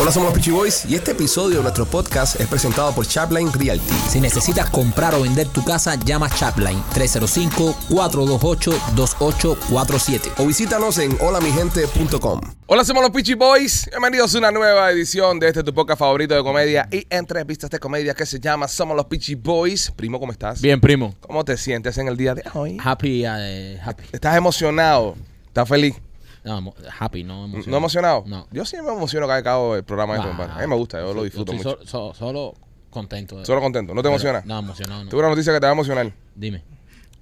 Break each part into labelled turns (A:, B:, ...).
A: Hola, somos los Peachy Boys y este episodio de nuestro podcast es presentado por Chapline Realty.
B: Si necesitas comprar o vender tu casa, llama Chapline 305-428-2847.
A: O visítanos en holamigente.com.
C: Hola, somos los Peachy Boys. Bienvenidos a una nueva edición de este tu podcast favorito de comedia y entrevistas de comedia que se llama Somos los Peachy Boys. Primo, ¿cómo estás?
D: Bien, primo.
C: ¿Cómo te sientes en el día de hoy?
B: Happy, eh, happy.
C: ¿Estás emocionado? ¿Estás feliz?
B: No, emo- happy, no emocionado.
C: ¿No emocionado?
B: No.
C: Yo siempre me emociono cada vez que hago el programa de
B: Wow.
C: compadre. A mí me gusta, yo lo disfruto
B: estoy
C: mucho.
B: so- so- solo contento. de-
C: Solo contento. ¿No te
B: pero-
C: emociona?
B: No, emocionado no.
C: Tuve una noticia que te va a emocionar.
B: Dime.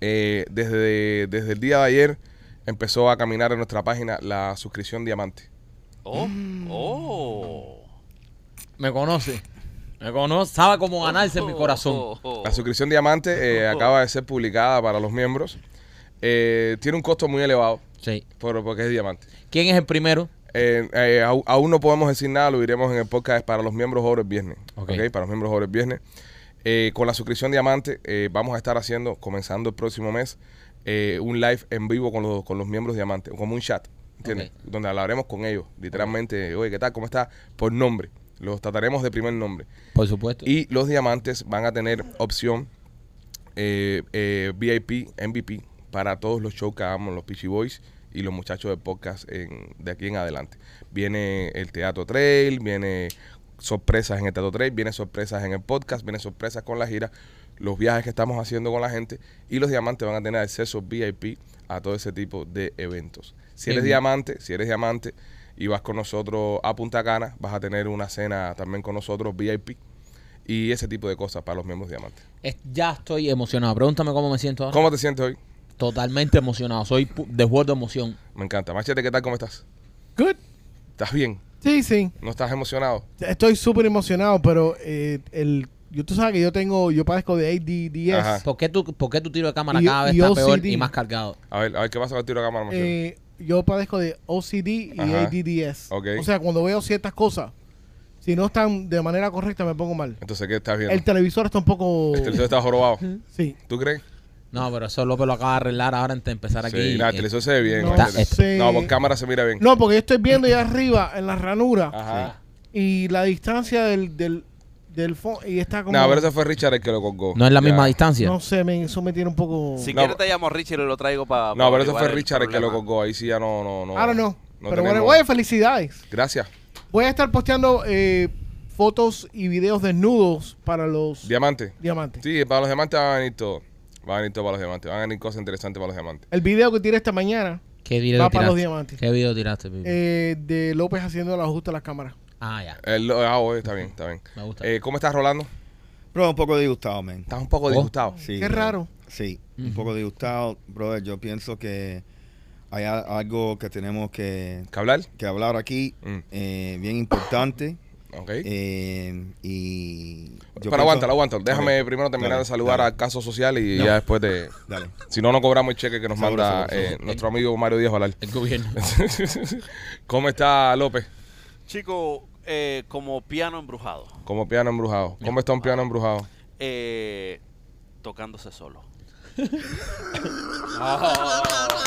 C: Eh, desde, desde el día de ayer empezó a caminar en nuestra página la suscripción diamante.
D: Oh, oh. Me conoce. Me conoce. Sabe cómo ganarse mi corazón.
C: La suscripción diamante eh, acaba de ser publicada para los miembros. Eh, tiene un costo muy elevado
B: Sí.
C: por- porque es diamante.
D: ¿Quién es el primero?
C: Eh, eh, au- aún no podemos decir nada, lo diremos en el podcast para los miembros ahora el viernes.
B: Ok.
C: ¿ok? Para los miembros ahora el viernes. Eh, con la suscripción diamante eh, vamos a estar haciendo, comenzando el próximo mes, eh, un live en vivo con los, con los miembros diamante, como un chat, ¿entiendes? Donde hablaremos con ellos, literalmente, oye, ¿qué tal? ¿Cómo está? Por nombre. Los trataremos de primer nombre.
B: Por supuesto.
C: Y los diamantes van a tener opción eh, eh, VIP, MVP, para todos los shows que hagamos los Peachy Boys y los muchachos de podcast en- de aquí en adelante. Viene el Teatro Trail, viene sorpresas en el Teatro Trail, viene sorpresas en el podcast, viene sorpresas con la gira, los viajes que estamos haciendo con la gente y los diamantes van a tener acceso VIP a todo ese tipo de eventos. Si eres
B: Bien.
C: diamante, si eres diamante y vas con nosotros a Punta Cana, vas a tener una cena también con nosotros VIP y ese tipo de cosas para los miembros diamantes.
B: Es- ya estoy emocionado. Pregúntame cómo me siento ahora.
C: ¿Cómo te sientes hoy?
B: Totalmente emocionado. Soy pu- desbordo de emoción.
C: Me encanta. Machete, ¿qué tal? ¿Cómo estás?
E: Good.
C: ¿Estás bien?
E: Sí, sí.
C: ¿No estás emocionado?
E: Estoy súper emocionado, pero eh, el, yo, tú sabes que yo tengo, yo padezco de ADDS.
C: Ajá.
B: ¿Por qué, tu, ¿Por qué tu tiro de cámara
E: Y-
B: cada vez
E: y
B: está
E: OCD.
B: peor y más cargado?
C: A ver, a ver qué pasa con el tiro de cámara, Machete.
E: Eh, yo padezco de OCD y
C: Ajá.
E: ADDS.
C: Ok.
E: O sea, cuando veo ciertas cosas, si no están de manera correcta, me pongo mal.
C: Entonces, ¿qué estás viendo?
E: El
C: El,
E: televisor está un poco...
C: televisor está jorobado.
E: Sí.
C: ¿Tú crees?
B: No, pero eso López lo acaba de arreglar ahora antes de empezar aquí.
C: Sí, nada, el
B: eh,
C: televisor se ve bien.
E: No
C: Machete.
E: sé.
C: No, por cámara se mira bien.
E: No, porque yo estoy viendo allá arriba, en la ranura,
C: Ajá.
E: y la distancia del, del, del fondo, y está como...
C: No, pero ese fue Richard el que lo colgó.
B: no es la
C: Ya.
B: misma distancia.
E: No sé, me, eso me tiene un poco...
F: Si
C: No, pero-
F: quieres te llamo a Richard y lo traigo para.
C: No, pero ese fue Richard el que lo colgó. Ahí sí ya no, no, no.
E: Ahora no. pero bueno,
C: tenemos-
E: oye, felicidades.
C: Gracias.
E: Voy a estar posteando eh, fotos y videos desnudos para los
C: Diamante.
E: diamantes.
C: Sí, para los diamantes va a venir todo. Va a venir todo para los diamantes. Van a venir cosas interesantes para los diamantes.
E: El video que tiré esta mañana
B: ¿Qué video
E: Va para
B: tiraste?
E: los diamantes.
B: ¿Qué video tiraste, Pipo?
E: eh, de López haciendo el ajuste a las cámaras.
B: Ah, ya.
C: El- ah, oye, está bien, está bien.
B: Me gusta.
C: Eh, ¿Cómo estás, Rolando?
G: Bro, un poco disgustado, man.
C: Estás un poco disgustado.
G: Sí,
E: Qué
G: bro.
E: raro.
G: Sí, un poco disgustado, brother. Yo pienso que hay a- algo que tenemos que,
C: ¿Que hablar?
G: que hablar aquí,
C: Mm.
G: eh, bien importante.
C: Ok.
G: eh, y yo
C: Pero aguántalo,
G: pienso-
C: aguántalo. Déjame
G: Ok,
C: primero terminar
G: Dale,
C: de saludar
G: dale.
C: al Caso Social y
G: No.
C: ya después de...
G: Dale.
C: Si no, no cobramos el cheque que nos
G: Seguro,
C: manda
G: seguro,
C: eh,
G: seguro.
C: nuestro amigo Mario Díaz Valar.
B: El gobierno.
C: ¿Cómo está López?
F: Chico, eh, como piano embrujado,
C: Como piano embrujado. ¿Cómo está un piano embrujado?
F: eh, tocándose solo.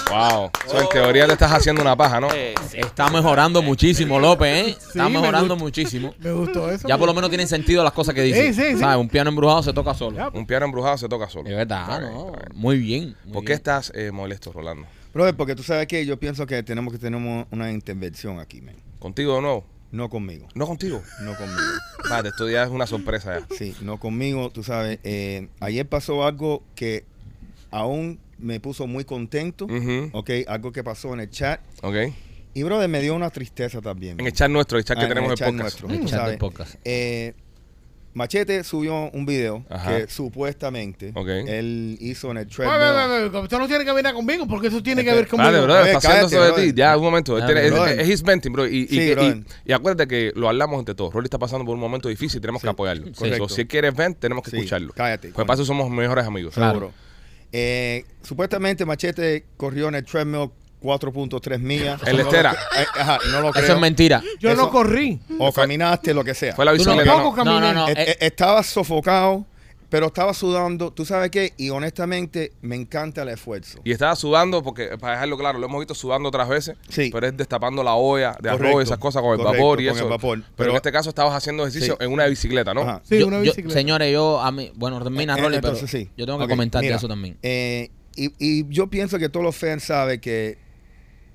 C: Wow. O sea, en teoría te estás haciendo una paja, ¿no?
F: Eh, sí.
B: Está mejorando muchísimo, López, ¿eh? Está
E: Sí, me
B: mejorando
E: gusta.
B: muchísimo.
E: Me gustó eso.
B: Ya por lo menos tienen sentido las cosas que dice.
E: Sí, sí, sí.
B: ¿Sabes? Un piano embrujado se toca solo.
E: Ya.
C: Un piano embrujado se toca solo.
B: De verdad,
C: Está bien,
B: ¿no?
C: está bien.
B: Muy bien. muy
C: ¿Por qué
B: bien.
C: estás eh, molesto, Rolando?
G: Brother, porque tú sabes que yo pienso que tenemos que tener un- una intervención aquí, man.
C: ¿Contigo de nuevo?
G: No conmigo,
C: No contigo.
G: no conmigo.
C: Vale, esto ya es una sorpresa ya.
G: Sí, no conmigo, tú sabes. eh, ayer pasó algo que aún me puso muy contento.
C: Ujú.
G: Ok, algo que pasó en el chat.
C: Ok.
G: Y brother, me dio una tristeza también.
C: En el chat nuestro, el chat
G: Ah,
C: que
G: en
C: tenemos
G: el
C: en
G: chat
C: podcast.
G: nuestro,
B: El
G: tú
B: chat del
G: sabes.
B: podcast.
G: Eh, Machete subió un video
C: Ajá.
G: que supuestamente
C: Ok.
G: él hizo en el
E: Oye, oye, oye,
G: treadmill.
E: oye, oye, Usted no tiene que venir conmigo porque eso tiene que
G: Este,
E: ver conmigo.
C: Vale, brother,
G: Oye,
C: está haciendo
G: cállate,
C: eso de ti.
G: brother.
C: Ya, un momento. Este
B: Dale,
C: es-
G: brother.
C: es, es his venting, bro. Y, y-
G: Sí,
C: y-
G: brother.
C: y acuérdate que lo hablamos entre todos. Rolly está pasando por un momento difícil y tenemos que apoyarlo.
G: correcto.
C: So, si él quiere vent, tenemos que
G: Sí,
C: escucharlo.
G: cállate.
C: Pues para eso somos mejores amigos.
G: Seguro. Eh, supuestamente Machete corrió en el treadmill 4.3 millas.
C: En la
G: No lo-
C: estera.
G: eh, ajá, no lo
B: Eso
G: creo.
B: es mentira.
E: Yo
G: Eso-
E: no corrí.
G: O caminaste, lo que sea.
C: Fue la
B: Tú no-
C: bicicleta.
E: tampoco
C: ¿no?
B: No,
E: caminé.
B: no, no.
G: Eh,
B: eh,
G: eh, estaba sofocado Pero estaba sudando, ¿tú sabes qué? Y honestamente me encanta el esfuerzo.
C: Y estaba sudando, porque para dejarlo claro, lo hemos visto sudando otras veces,
G: Sí.
C: pero es destapando la olla de
G: Correcto,
C: arroz y esas cosas con el
G: correcto,
C: vapor y
G: con
C: eso.
G: el vapor.
C: Pero,
G: Pero-
C: en este caso estabas haciendo ejercicio
G: Sí.
C: en una bicicleta, ¿no?
G: Ajá.
E: Sí,
D: Yo-
E: una
D: yo-
E: bicicleta.
D: señores, yo a mí, bueno, termina
G: Eh,
D: Rolly, pero
G: entonces sí.
D: yo tengo que
G: Ok,
D: comentar de
G: mira,
D: eso también.
G: eh, y, y yo pienso que todos los fans saben que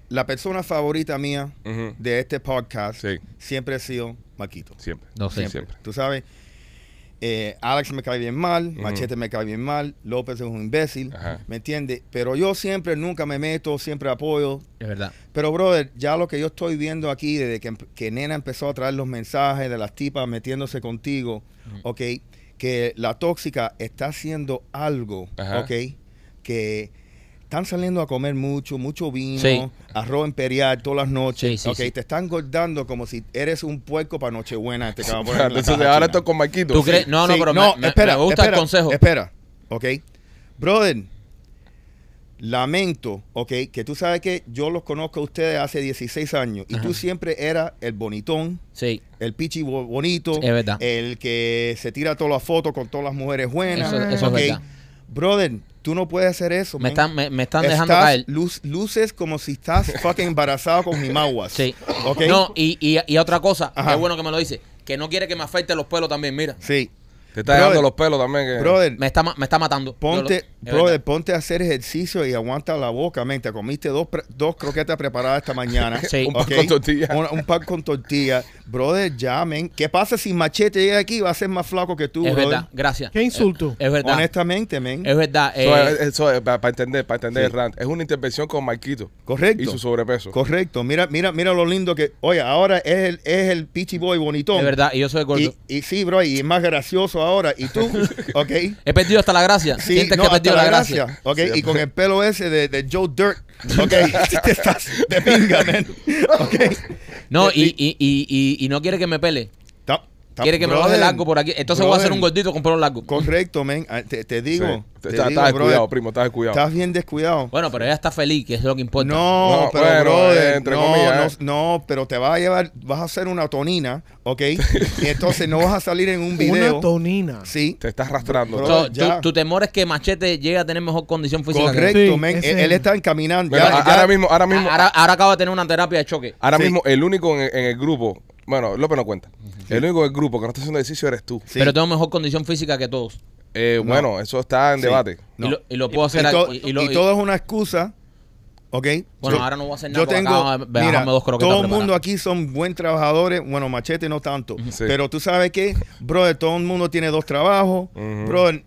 G: la persona favorita mía
C: Ujú.
G: de este podcast
C: Sí.
G: siempre ha sido Maquito.
C: Siempre.
D: No sé.
C: Siempre.
G: Tú sabes, eh, Alex me cae bien mal, Machete me cae bien mal, López es un imbécil,
C: Ajá.
G: ¿me entiendes? Pero yo siempre, nunca me meto, siempre apoyo.
D: Es verdad.
G: Pero, brother, ya lo que yo estoy viendo aquí, desde que, emp- que Nena empezó a traer los mensajes de las tipas metiéndose contigo, ¿ok? Que la tóxica está haciendo algo,
C: Ajá.
G: ¿ok? Que están saliendo a comer mucho, mucho vino,
D: Sí.
G: arroz imperial todas las noches,
D: Sí, sí,
G: ¿ok?
D: sí.
G: Te están engordando como si eres un puerco para Nochebuena. este Te acabo de poner en la
C: Entonces
G: caja
C: ahora
G: china.
C: estoy con Marquito.
D: ¿Tú crees? No, no,
G: Sí,
D: pero me- me,
G: espera,
D: me gusta
G: espera,
D: el consejo.
G: Espera, ok. Brother, lamento, ok, que tú sabes que yo los conozco a ustedes hace 16 años y tú siempre eras el bonitón,
D: Sí,
G: el pichi bo- bonito,
D: Es verdad.
G: el que se tira todas las fotos con todas las mujeres buenas.
D: Eso- eso es
G: ok.
D: verdad.
G: Brother, tú no puedes hacer eso.
D: me
G: man.
D: están, me, me están dejando
G: Estás
D: caer.
G: luz- luces como si estás fucking embarazado con jimaguas.
D: Sí.
G: ¿Ok?
D: No, y, y, y otra cosa,
G: Ajá.
D: es bueno que me lo dice, que no quiere que me afecte los pelos también, mira.
G: Sí.
C: Te está
G: Brother,
C: dejando los pelos también. eh. que-
G: Brother,
D: Me está, ma- me está matando.
G: Ponte,
D: Yo lo- es
G: brother,
D: verdad.
G: ponte a hacer ejercicio y aguanta la boca, mente. Te comiste dos, pre- dos croquetas preparadas esta mañana.
D: Sí.
C: Un
G: ¿ok?
C: pan con tortilla.
G: Un, un pan con tortilla. Brother, ya, men. ¿Qué pasa si Machete llega aquí? Va a ser más flaco que tú,
D: es
G: brother.
D: verdad, gracias.
E: Qué insulto.
D: Es verdad.
G: Honestamente, men.
D: Es verdad.
C: Eso
D: eh,
C: es- eso es, para entender, para entender
G: Sí.
C: el rant. Es una intervención con Marquito.
G: Correcto.
C: Y su sobrepeso.
G: Correcto. Mira, mira, mira lo lindo que. Oye, ahora es el, es el Pichi Boy bonitón.
D: es verdad, y yo soy gordo.
G: Y, y sí, bro, y es más gracioso ahora. Y tú, ok.
D: He perdido hasta la gracia.
G: Sí,
D: Sientes
G: no,
D: que he
G: hasta
D: perdido
G: la
D: la
G: gracia.
D: gracia.
G: Ok, y con el pelo ese de, de Joe Dirt. Ok, te estás de pinga, man. Ok. Eh,
D: No, y, y, y, y, y no quiere que me pele.
G: Ta- ta-
D: Quiere que me baje
G: brother,
D: largo por aquí. Entonces voy a hacer un
G: brother,
D: gordito con pelo largo.
G: Correcto, men. Ah, Te, te
C: Sí.
G: digo. te
C: Estás
G: digo,
C: estás
G: brother,
C: descuidado, primo, estás descuidado.
G: Estás bien descuidado.
D: Bueno, pero ella está feliz, que es lo que importa.
G: No,
C: No,
G: pero
C: bueno,
G: brother,
C: eh, entre
G: no,
C: comillas,
G: no, no, pero te vas a llevar, vas a hacer una tonina, ¿ok? y entonces no vas a salir en un video.
E: Una tonina.
G: sí,
C: Te estás arrastrando.
G: Bro,
D: So,
G: ya.
D: tu, tu temor es que Machete llegue a tener mejor condición física. que-
G: correcto,
E: Sí,
G: men.
E: ese
G: Él,
E: es.
G: él está encaminando.
C: Mira,
G: ya-
C: a-
G: ya- Ah,
C: ahora mismo, ahora mismo,
D: Ahora, ahora acaba de tener una terapia de choque.
C: ahora
G: sí.
C: mismo el único en, en el grupo, bueno, López no cuenta. El único del grupo que no está haciendo ejercicio eres tú.
G: sí.
D: Pero tengo mejor condición física que todos.
C: Eh,
G: No.
C: Bueno, eso está en
G: Sí.
C: debate.
G: No.
D: Y, lo, y lo puedo hacer.
G: y,
D: al-
G: to-
D: y- y lo-
G: y todo es una excusa. ¿Ok?
D: Bueno,
G: Yo-
D: ahora no voy a hacer nada.
G: Yo
D: porque
G: tengo.
D: acabo de bajarme
G: Mira,
D: dos croquetas
G: todo el mundo
D: preparadas.
G: aquí son buen trabajadores. Bueno, Machete no tanto.
C: Sí.
G: Pero tú sabes que, brother, todo el mundo tiene dos trabajos.
C: Ujú.
G: Brother,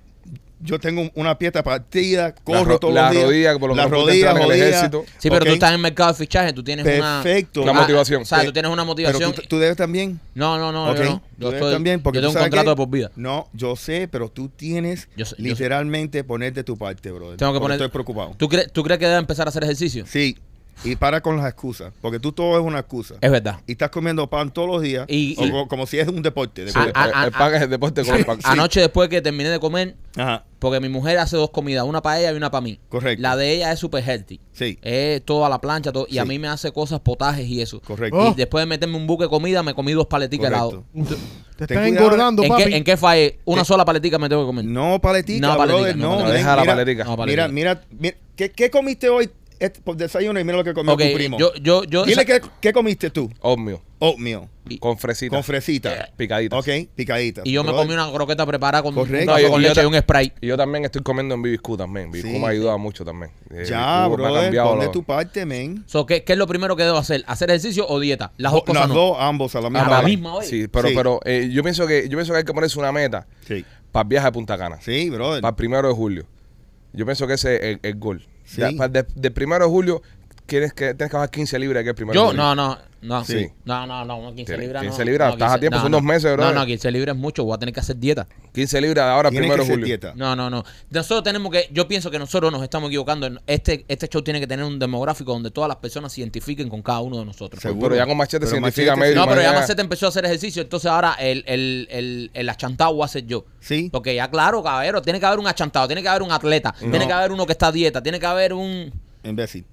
G: yo tengo una pieza partida, corro
C: ro-
G: todos
C: la
G: los días.
C: rodilla, por lo que
G: la
C: me cuentan,
G: rodilla,
C: en el
G: jodida.
C: ejército.
D: Sí, pero
G: Ok,
D: tú estás en el mercado de fichaje, tú tienes una.
G: Perfecto.
C: Una
D: Ah,
C: motivación.
D: O sea, tú
G: Pe-
D: tienes una
G: Pero
D: motivación.
G: tú, tú debes también.
D: no, no, no.
G: ok,
D: Yo, no.
G: tú
D: yo
G: debes
D: estoy-
G: también, porque
D: yo tengo
G: tú
D: un
G: sabes
D: contrato
G: que-
D: de por vida.
G: No, yo sé, pero tú tienes
D: Yo sé- yo sé.
G: literalmente poner de tu parte, brother.
D: Tengo que
G: porque
D: poner.
G: Estoy preocupado.
D: ¿Tú crees, ¿Tú crees que debe empezar a hacer ejercicio?
G: Sí, y para con las excusas, porque tú todo es una excusa.
D: Es verdad.
G: Y estás comiendo pan todos los días,
D: Eh. Y-
G: o
D: y-
G: co- como si es un deporte. de
C: Sí,
D: Ah,
C: el,
G: verdad.
D: ah, ah,
C: el pan es el deporte con el pan.
D: Anoche después que terminé de comer,
G: Ajá,
D: porque mi mujer hace dos comidas, una para ella y una para mí.
G: Correcto.
D: La de ella es super healthy.
G: sí,
D: Es todo a la plancha, todo. Y a
G: Sí.
D: mí me hace cosas, potajes y eso.
G: correcto.
E: Oh,
D: Y después de meterme un buque de comida, me comí dos paleticas de helado.
G: correcto.
E: Uf, te
G: Ten
E: estás
G: cuidado.
E: engordando,
D: ¿En
E: papi.
D: qué, ¿En qué fallé? Una
G: Eh,
D: sola paletica me tengo que comer.
G: No paletica,
D: No, paletica,
G: brother,
D: no,
G: no.
D: paletica.
G: ven,
C: Deja la
G: mira,
C: paletica.
D: No,
G: Mira,
D: paletica.
G: mira, mira, ¿qué, qué comiste hoy este, por desayuno y mira lo que comió
D: Ok,
G: tu primo?
D: yo, yo, yo.
G: Dile
D: esa-
G: qué, qué comiste tú.
C: Obvio.
G: Oatmeal,
D: Y-
C: Con fresita.
G: con fresita.
C: Picaditas.
G: Ok, picadita.
D: Eh, Y yo me comí una croqueta preparada con un
G: Correcto.
D: vaso
C: No,
D: con
C: yo- yo
D: leche y
C: ta-
D: un spray.
C: Y yo también estoy comiendo en Bibiscu también. Bibiscu
G: Sí.
C: me ha ayudado mucho también. Eh,
G: Ya,
C: Bibiscu me ha
G: brother,
C: cambiado
G: pon de
C: lo-
G: tu parte, men.
D: So, ¿qué, qué es lo primero que debo hacer? ¿Hacer ejercicio o dieta? Las
C: Oh,
D: dos cosas
G: Las
D: no.
G: dos, ambos a la
D: a
G: misma
D: la
G: vez.
D: misma hoy.
C: Sí, pero,
G: Sí.
C: pero eh, yo, pienso que, yo pienso que hay que ponerse una meta
G: Sí,
C: para el viaje a Punta Cana.
G: sí, brother.
C: Para el primero de julio. Yo pienso que ese es el, el gol.
G: Sí.
C: Ya, pa- de- del primero de julio tienes que, tienes que bajar 15 libras que es el primero de
D: Yo,
C: julio.
D: no, no, no.
C: Sí.
D: No, no, no, no, 15
C: Tiene-
D: libras.
C: 15
D: no,
C: libras,
D: no,
C: estás a tiempo, son dos meses,
D: No,
C: brother.
D: no, 15 libras es mucho, voy a tener que hacer dieta.
C: 15 libras de ahora al
G: Tiene
C: primero
G: que
C: de
G: ser
C: julio. Pues,
G: dieta.
D: No, no, no. Nosotros tenemos que, yo pienso que nosotros nos estamos equivocando. Este, este show tiene que tener un demográfico donde todas las personas se identifiquen con cada uno de nosotros.
G: Seguro.
C: Pero ya con machete
G: Pero
C: significa
G: machete-
C: medio.
D: No, pero ya
C: mañana.
D: Macete empezó a hacer ejercicio, entonces ahora el, el, el, el achantado voy a ser yo.
G: Sí.
D: Porque ya, claro, caballero, tiene que haber un achantado, tiene que haber un atleta, tiene que haber uno que está a dieta, tiene que haber un
G: Imbécil.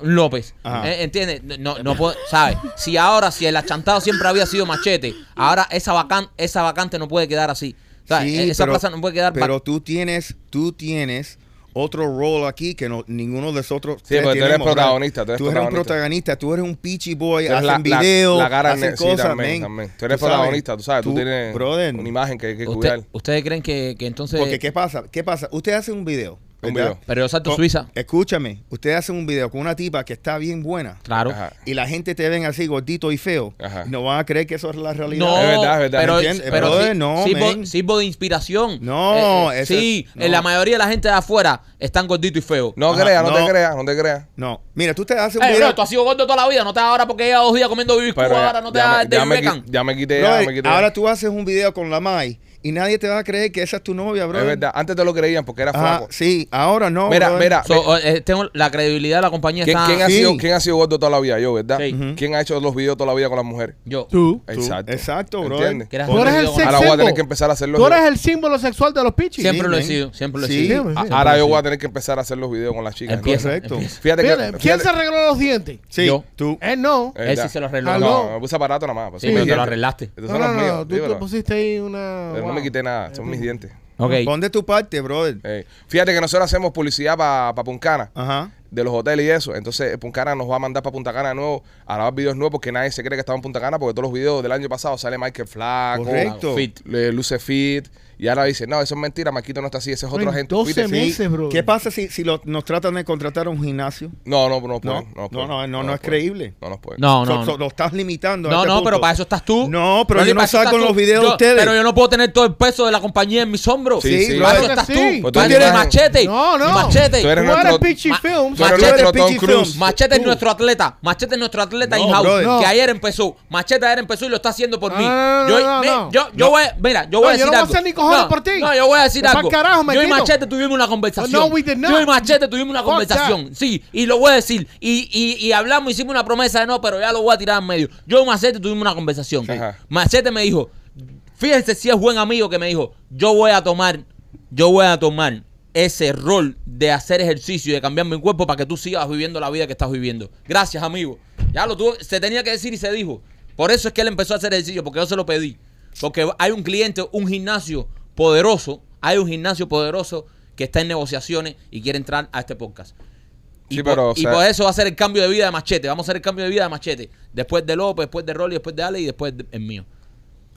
D: López.
G: Ajá.
D: ¿eh? ¿Entiendes? No, no puedo, ¿sabes? Si ahora, si el achantado siempre había sido machete, ahora esa, vacan- esa vacante no puede quedar así. sea, e,
G: Sí,
D: esa
G: pero-
D: plaza no puede quedar vac-
G: Pero tú tienes, tú tienes otro rol aquí que no, ninguno de nosotros.
C: Sí,
G: tres
C: porque tú eres
G: tenemos, ¿verdad?
C: protagonista, tú eres
G: un protagonista, tú eres un peachy boy,
C: Tú eres
G: hacen
C: la- la-
G: videos,
C: la cara
G: hacen
C: ne- sí,
G: cosas,
C: también,
G: men.
C: también. Tú eres
G: sabes,
C: protagonista, tú sabes, tú, tienes
G: brother,
C: una imagen que hay que
D: Usted-
C: cuidar.
D: ¿Ustedes creen que, que entonces...
G: Porque qué pasa, qué pasa, usted hace un video,
C: Un
G: ¿verdad?
C: video.
D: Pero yo salto
G: Con-
D: Suiza.
G: Escúchame, usted hace un video con una tipa que está bien buena
D: Claro.
C: Ajá.
G: y la gente te ven así gordito y feo,
C: Ajá.
G: y no van a creer que eso es la realidad.
D: No,
C: Es verdad, es verdad.
D: pero,
G: Entiende,
D: pero
G: brother,
D: sí-
G: no,
D: sirvo,
G: man.
D: sirvo de inspiración.
G: No,
D: Eh, eh,
G: eso
D: sí,
G: es- no.
D: eh, la mayoría de la gente de afuera están gordito y feo.
C: No
G: Ajá,
C: creas, no,
G: no.
C: te creas, no te creas.
G: No, mira, tú te haces un
D: Eh,
G: video.
D: bro, tú has sido gordo toda la vida, no te hagas ahora porque llevas dos días comiendo bibisco,
C: Pero
D: ahora no te
C: ya,
D: hagas
C: me- ya,
D: David
C: me,
D: Beckham.
C: qui- ya me quité, ya
G: Brother,
C: me quité.
G: eh, ahora tú haces un video con la Mai y nadie te va a creer que esa es tu novia, bro.
C: es verdad, antes te lo creían porque era
G: Ajá,
C: flaco.
G: sí, ahora no.
C: Mira,
G: brother.
C: mira,
D: So, eh, tengo la credibilidad de la compañía
C: ¿quién,
D: está...
C: quién ha
G: Sí.
C: sido, ¿quién ha sido gordo toda la vida? Yo, ¿verdad?
D: Sí.
G: Ujú.
C: ¿Quién ha hecho los videos toda la vida con las mujeres?
D: Yo.
E: Tú.
G: Tú,
C: Exacto.
G: exacto, brother.
C: ¿Entiendes?
D: Que eras
E: Tú eres el
D: gordo con-
E: sexo.
C: Ahora voy a tener
E: símbolo.
C: que empezar a hacer los
E: Tú eres
C: videos.
E: el símbolo sexual de los pichis.
D: Siempre
G: Sí,
D: lo he
G: man.
D: sido, siempre lo he
G: Sí,
D: sido.
E: man.
C: A-
E: Sí,
C: Ahora
D: sí.
C: yo voy a tener que empezar a hacer los videos con las chicas.
D: Empieza.
G: Correcto.
D: empieza.
C: Fíjate que.
E: Fíjate, ¿Quién se arregló los dientes?
G: Sí,
D: Yo.
G: tú.
E: Él no.
C: Es
D: Él sí
C: verdad.
D: se lo arregló.
E: Aló.
C: Ah, No, me puse aparato nada más. pues,
E: Sí,
C: son mis
E: pero
D: te lo
C: dientes.
D: arreglaste.
C: Estos
E: No,
C: son
E: no,
C: los
E: no,
C: míos,
E: tú,
C: dímelo.
E: tú pusiste ahí una...
C: Pero no
E: wow.
C: me quité nada, son mis dientes.
D: Ok.
G: Pon de tu parte, brother.
C: Eh, fíjate que nosotros hacemos publicidad para Puncana,
G: Ajá.
C: de los hoteles y eso. Entonces eh, Puncana nos va a mandar para Punta Cana de nuevo a grabar videos nuevos porque nadie se cree que estaba en Punta Cana porque todos los videos del año pasado sale Michael Flaco,
G: Correcto.
C: Ah, fit, le- luce fit. Y ahora dicen, no, eso es mentira, Maquito no está así, ese es otro
E: Ay,
C: agente.
E: 12
C: Fuiste-
E: meses. Ese, brother.
G: ¿Qué pasa si, si lo- nos tratan de contratar a un gimnasio?
C: No, no, no,
G: No,
C: pueden,
G: no, no,
C: pueden,
G: no, no,
C: nos pueden.
G: es creíble.
C: No nos pueden.
D: No, no,
G: So- so-
D: no.
G: lo estás limitando. a
D: No,
G: este
D: no, pero
G: punto.
D: para eso estás tú.
G: No, pero
D: Oye,
G: yo no
D: para eso
G: salgo
D: estás
G: en los
D: tú.
G: videos de
D: Yo-
G: ustedes.
D: Pero yo no puedo tener todo el peso de la compañía en mis hombros.
C: Sí, sí,
D: Para eso
E: brother.
D: estás tú.
E: Sí.
C: Pues tú
D: Para
C: eres-
D: machete.
E: No, no.
D: Machete.
C: Tú eres
E: Tú eres
C: nuestro-
E: Pichi
D: Ma-
E: Films.
C: Tú eres
D: Machete.
C: nuestro Tom
G: Pichi
C: Cruise.
G: Films.
D: Machete es nuestro atleta. Machete es nuestro atleta
G: No,
D: in-house.
G: brother.
E: No.
D: Que ayer empezó. Machete ayer empezó y lo está haciendo por
E: No,
D: mí.
E: no, no,
D: yo,
E: no,
D: me-
E: no.
D: yo, yo voy. Mira, yo voy
E: No,
D: a
E: yo
D: decir
E: no voy a
D: algo.
E: hacer ni cojones por ti.
D: No, yo voy a decir
E: Pa'l
D: algo.
E: carajo,
D: yo y
E: Maquito.
D: Machete tuvimos una conversación.
E: No, we did not.
D: Yo y Machete tuvimos una
E: Fuck
D: conversación. Sí, y lo voy a decir. Y, y, y hablamos, hicimos una promesa de no, pero ya lo voy a tirar en medio. Yo y Machete tuvimos una conversación.
C: Ajá.
D: Machete me dijo, fíjense si es buen amigo que me dijo, yo voy a tomar, yo voy a tomar ese rol de hacer ejercicio y de cambiar mi cuerpo para que tú sigas viviendo la vida que estás viviendo. Gracias, amigo. Ya lo tuvo, se tenía que decir y se dijo. Por eso es que él empezó a hacer ejercicio, porque yo se lo pedí. Porque hay un cliente, un gimnasio poderoso, hay un gimnasio poderoso que está en negociaciones y quiere entrar a este podcast. Y,
C: Sí,
D: por,
C: pero, o
D: y
C: sea-
D: por eso va a ser el cambio de vida de Machete. Vamos a hacer el cambio de vida de Machete. Después de López, después de Rolly, después de Ale y después de- el mío.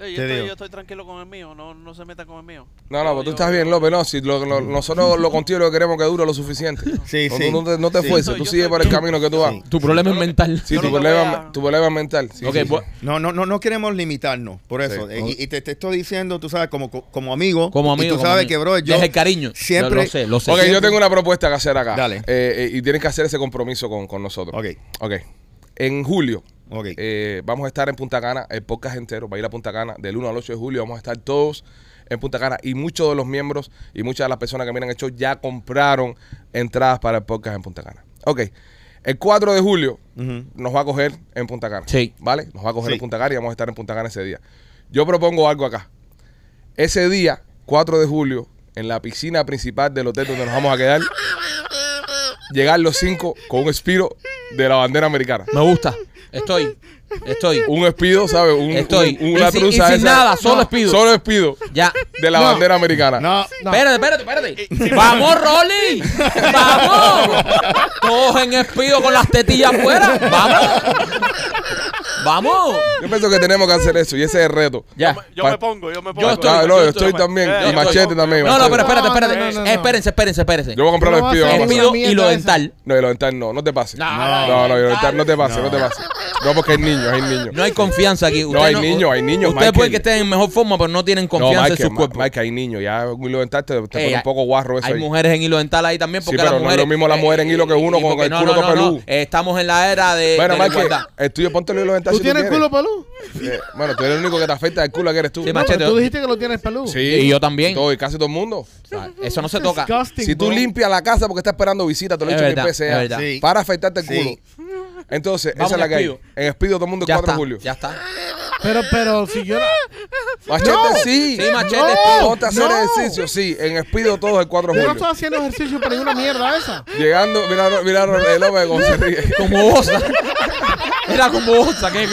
F: Eh,
G: Te
F: yo,
G: digo.
F: estoy, yo estoy tranquilo con el mío, no, no se metan con el mío.
C: No,
F: Yo-
C: no, pero tú
F: yo-
C: estás bien, López. No, si lo- lo- nosotros lo contigo lo que queremos que dure lo suficiente.
G: Sí,
C: no,
G: sí.
C: No, te, no te
G: Sí.
C: esfuerces,
F: Yo
C: tú
F: soy-
C: sigues por el
F: yo-
C: camino que tú vas.
G: Sí.
D: Tu problema
F: Yo
D: es
F: lo que-
D: mental.
C: Sí,
F: Yo
C: tu,
F: no lo
C: problema,
F: voy a-
C: tu problema es mental. Sí,
D: Ok,
C: sí, sí.
D: pues,
G: No, no, no, no queremos limitarnos por eso.
C: Sí.
G: Eh, Y, y te, te estoy diciendo, tú sabes, como, como amigo.
D: como amigo.
G: Y tú
D: como
G: sabes
D: amigo.
G: que, bro, yo.
D: Desde el cariño.
G: Siempre.
D: Lo, lo sé, lo sé.
C: Ok,
G: siempre-
C: yo tengo una propuesta que hacer acá.
G: Dale.
C: Eh, eh, y tienes que hacer ese compromiso con, con nosotros.
G: Ok.
C: Ok. En julio
G: Ok.
C: eh, vamos a estar en Punta Cana, el podcast entero va a ir a Punta Cana del 1 al 8 de julio. Vamos a estar todos en Punta Cana y muchos de los miembros y muchas de las personas que miran el show ya compraron entradas para el podcast en Punta Cana. Ok. El 4 de julio
G: Ujú.
C: nos va a coger en Punta Cana.
D: Sí.
C: ¿Vale? Nos va a coger
G: Sí.
C: en Punta Cana y vamos a estar en Punta Cana ese día. Yo propongo algo acá. Ese día, 4 de julio, en la piscina principal del hotel donde nos vamos a quedar, llegar los cinco con un espiro de la bandera americana.
D: Me gusta. Estoy. Estoy.
C: Un espido, ¿sabes? Un,
D: Estoy.
C: un-
D: Y
C: una
D: sin- y
C: truza
D: sin
C: esa.
D: nada, solo espido.
C: Solo espido
D: Ya.
C: de la
E: No.
C: bandera americana.
G: No,
E: No.
D: Espérate, espérate, espérate. ¡Vamos, Rolly! ¡Vamos! Todos en espido con las tetillas afuera. ¡Vamos! ¡Vamos!
C: Yo pienso que tenemos que hacer eso y ese es el reto.
D: Ya.
F: Yo
C: Pa-
F: me pongo, yo me pongo.
D: Yo estoy-
C: Ah, no,
D: yo
C: yo
D: estoy-
C: estoy también.
F: Eh,
C: Y
F: yo estoy-
C: Machete también.
D: No, no, pero
C: Machete.
D: espérate, espérate.
E: No, no, no, no.
D: Espérense, espérense, espérense.
C: Yo voy a comprar
E: No
C: el
E: va a
C: espido.
E: ser
C: vamos a hacer.
D: Espido y lo
E: Esa mierda
D: dental.
C: No, y lo dental no, no te pases.
D: No,
C: No,
D: no,
C: no, y lo dental no te pases, no,
G: No.
C: te pases. No, porque hay niños, hay niños.
D: No hay confianza aquí. Ustedes
C: hay niños, hay niños,
D: Ustedes
C: Michael.
D: pueden que estén en mejor forma, pero no tienen confianza
C: no,
D: en
C: Mike,
D: sus cuerpos.
C: Mike, hay niños. Ya lo dental te, te
D: Ey,
C: pone
D: hay-
C: un poco guarro eso
D: Eh, Hay
C: ahí.
D: mujeres en hilo dental ahí también,
C: Sí,
D: porque
C: pero
D: las
C: no es lo
D: mujeres. eh,
C: mismo la mujer en hilo que uno
D: y
C: con
D: porque-
C: el culo todo peludo.
D: eh, Estamos en la era de.
C: Bueno,
D: de la
C: Mike,
D: igualdad.
C: el tuyo ponte el hilo dental
E: ¿Tú
C: si
E: tienes
C: tú
E: el
C: quieres.
E: culo pelú?
C: Eh, bueno, tú eres el único que te afecta el culo que eres tú.
D: Sí,
E: No,
D: Machete.
E: pero tú dijiste que lo tienes pelú.
C: Sí.
D: Y yo también.
C: Todo, y casi todo el mundo.
D: Ah, Eso no se toca.
E: Disgusting,
C: Si tú
E: bro.
C: limpias la casa porque estás esperando visita, te lo he
D: Es
C: dicho mil
D: verdad,
C: veces
D: es
C: ya,
D: verdad.
G: Sí.
C: Para afectarte el
G: Sí.
C: culo. Entonces,
D: Vamos
C: esa es la
D: en
C: que hay.
D: Espido.
C: En Espido todo el mundo el
D: Ya
C: 4
D: está.
C: de julio.
D: Ya está.
E: Pero, pero si yo...
C: Machete sí.
D: Sí, machete,
E: No.
D: espido.
C: Ponte a hacer
E: No.
C: ejercicio, sí. En Espido todos el 4 de
E: Yo no
C: julio.
E: estoy haciendo ejercicio para ninguna mierda esa.
C: Llegando, mira, mira, mira López cómo se ríe.
D: Como osa. Era como osa. Que,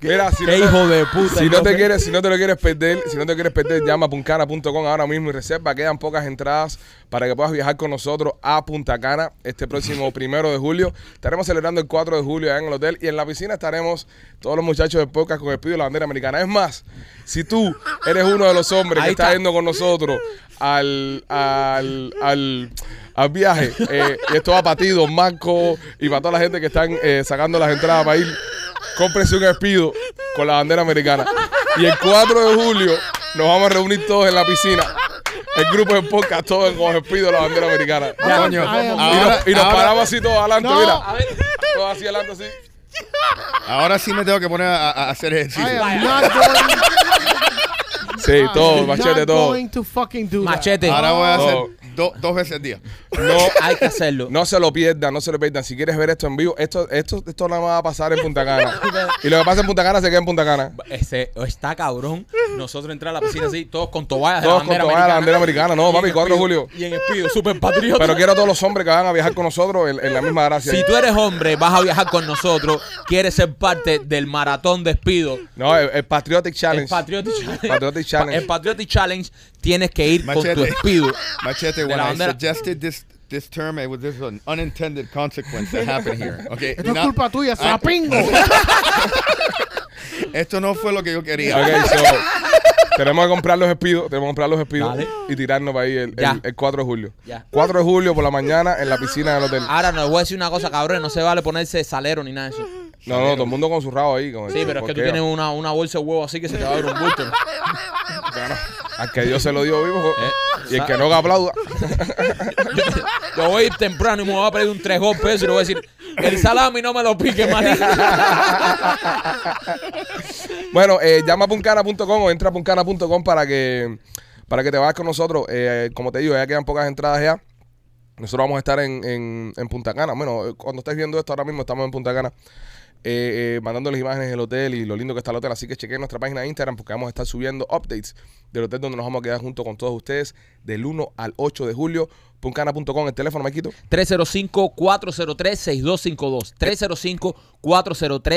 C: Mira, si no,
D: Qué
C: te-
D: hijo de puta.
C: si no te
D: entonces.
C: quieres, si no te lo quieres perder, si no te quieres perder, llama a puncana.com ahora mismo y reserva. Quedan pocas entradas para que puedas viajar con nosotros a Punta Cana este próximo primero de julio. Estaremos celebrando el 4 de julio allá en el hotel y en la piscina estaremos todos los muchachos de podcast con el pido de la bandera americana. Es más, si tú eres uno de los hombres que
D: Ahí
C: está,
D: está.
C: yendo con nosotros al al, al al viaje, eh, y esto va para ti, Don Marco, y para toda la gente que están eh, sacando las entradas para ir cómprese un espido con la bandera americana. Y el 4 de julio nos vamos a reunir todos en la piscina. El grupo de podcast, todos con los espidos de la bandera americana.
E: Ya,
G: coño.
E: ay,
C: Y nos-
G: Ahora,
C: y nos,
G: ahora-
C: paramos así todos adelante,
E: No.
C: mira. Todos así adelante, así.
G: ahora sí me tengo que poner a, a hacer ejercicio.
E: I am not going-
C: Sí, todo,
E: I'm
C: machete,
E: not
C: todo.
E: going to fucking do that.
D: Machete.
G: Ahora voy a hacer
C: Oh.
G: do- dos veces al día.
C: No,
D: Hay que hacerlo.
C: No se lo pierdan, no se lo pierdan. Si quieres ver esto en vivo, esto, esto, esto nada más va a pasar en Punta Cana. Y lo que pasa en Punta Cana se queda en Punta Cana.
D: Ese- está cabrón. Nosotros entrar a la piscina así, todos con toallas
C: Todos
D: de
C: con
D: la bandera
C: toda la bandera
D: americana.
C: americana. No, papi, 4 de julio.
D: Y en espido, super patriota.
C: Pero quiero a todos los hombres que van a viajar con nosotros en, en la misma gracia.
D: Si tú eres hombre, vas a viajar con nosotros, quieres ser parte del maratón de espido.
C: No, el, el Patriotic Challenge.
D: El Patriotic Challenge.
C: Patriotic Challenge.
D: El Patriotic Challenge tienes que ir con tu
G: Machete.
D: espido.
G: Machete,
D: De
G: when
D: la
G: I
D: bandera.
G: suggested this this term, it was this is an unintended consequence that happened here. Okay,
E: Esto es
G: not-
E: culpa
D: Ah,
E: tuya, sapingo.
G: esto no fue lo que yo quería.
C: Ok, so, tenemos que comprar los espidos, tenemos que comprar los espidos
D: Dale.
C: y tirarnos para ahí el, el-
D: Ya.
C: el 4 de julio.
D: Ya. Ah.
C: 4 de julio por la mañana en la piscina del hotel.
D: Ahora no les voy a decir una cosa, cabrón, no se vale ponerse salero ni nada de eso.
C: No, no, todo el mundo con su rabo ahí. Con el
D: Sí, pero es que tú
C: porqueo.
D: tienes una, una bolsa de huevo así que se te va a abrir un bulto. ¿no?
C: Al que Dios se lo dio vivo.
D: Eh,
C: Y el que no que aplauda.
D: Yo voy a ir temprano y me voy a pedir un tres gol peso y le voy a decir, el salami no me lo pique, manito.
C: Bueno, eh, llama a puncana.com o entra a puncana.com para que, para que te vayas con nosotros. Eh, como te digo, ya quedan pocas entradas ya. Nosotros vamos a estar en, en- en Punta Cana. Bueno, eh, cuando estés viendo esto ahora mismo estamos en Punta Cana. eh, eh, mandándoles imágenes del hotel y lo lindo que está el hotel. Así que chequen nuestra página de Instagram porque vamos a estar subiendo updates del hotel donde nos vamos a quedar junto con todos ustedes del 1 al 8 de julio. Puncana.com, el teléfono, Maquito.
D: 305-403-6252.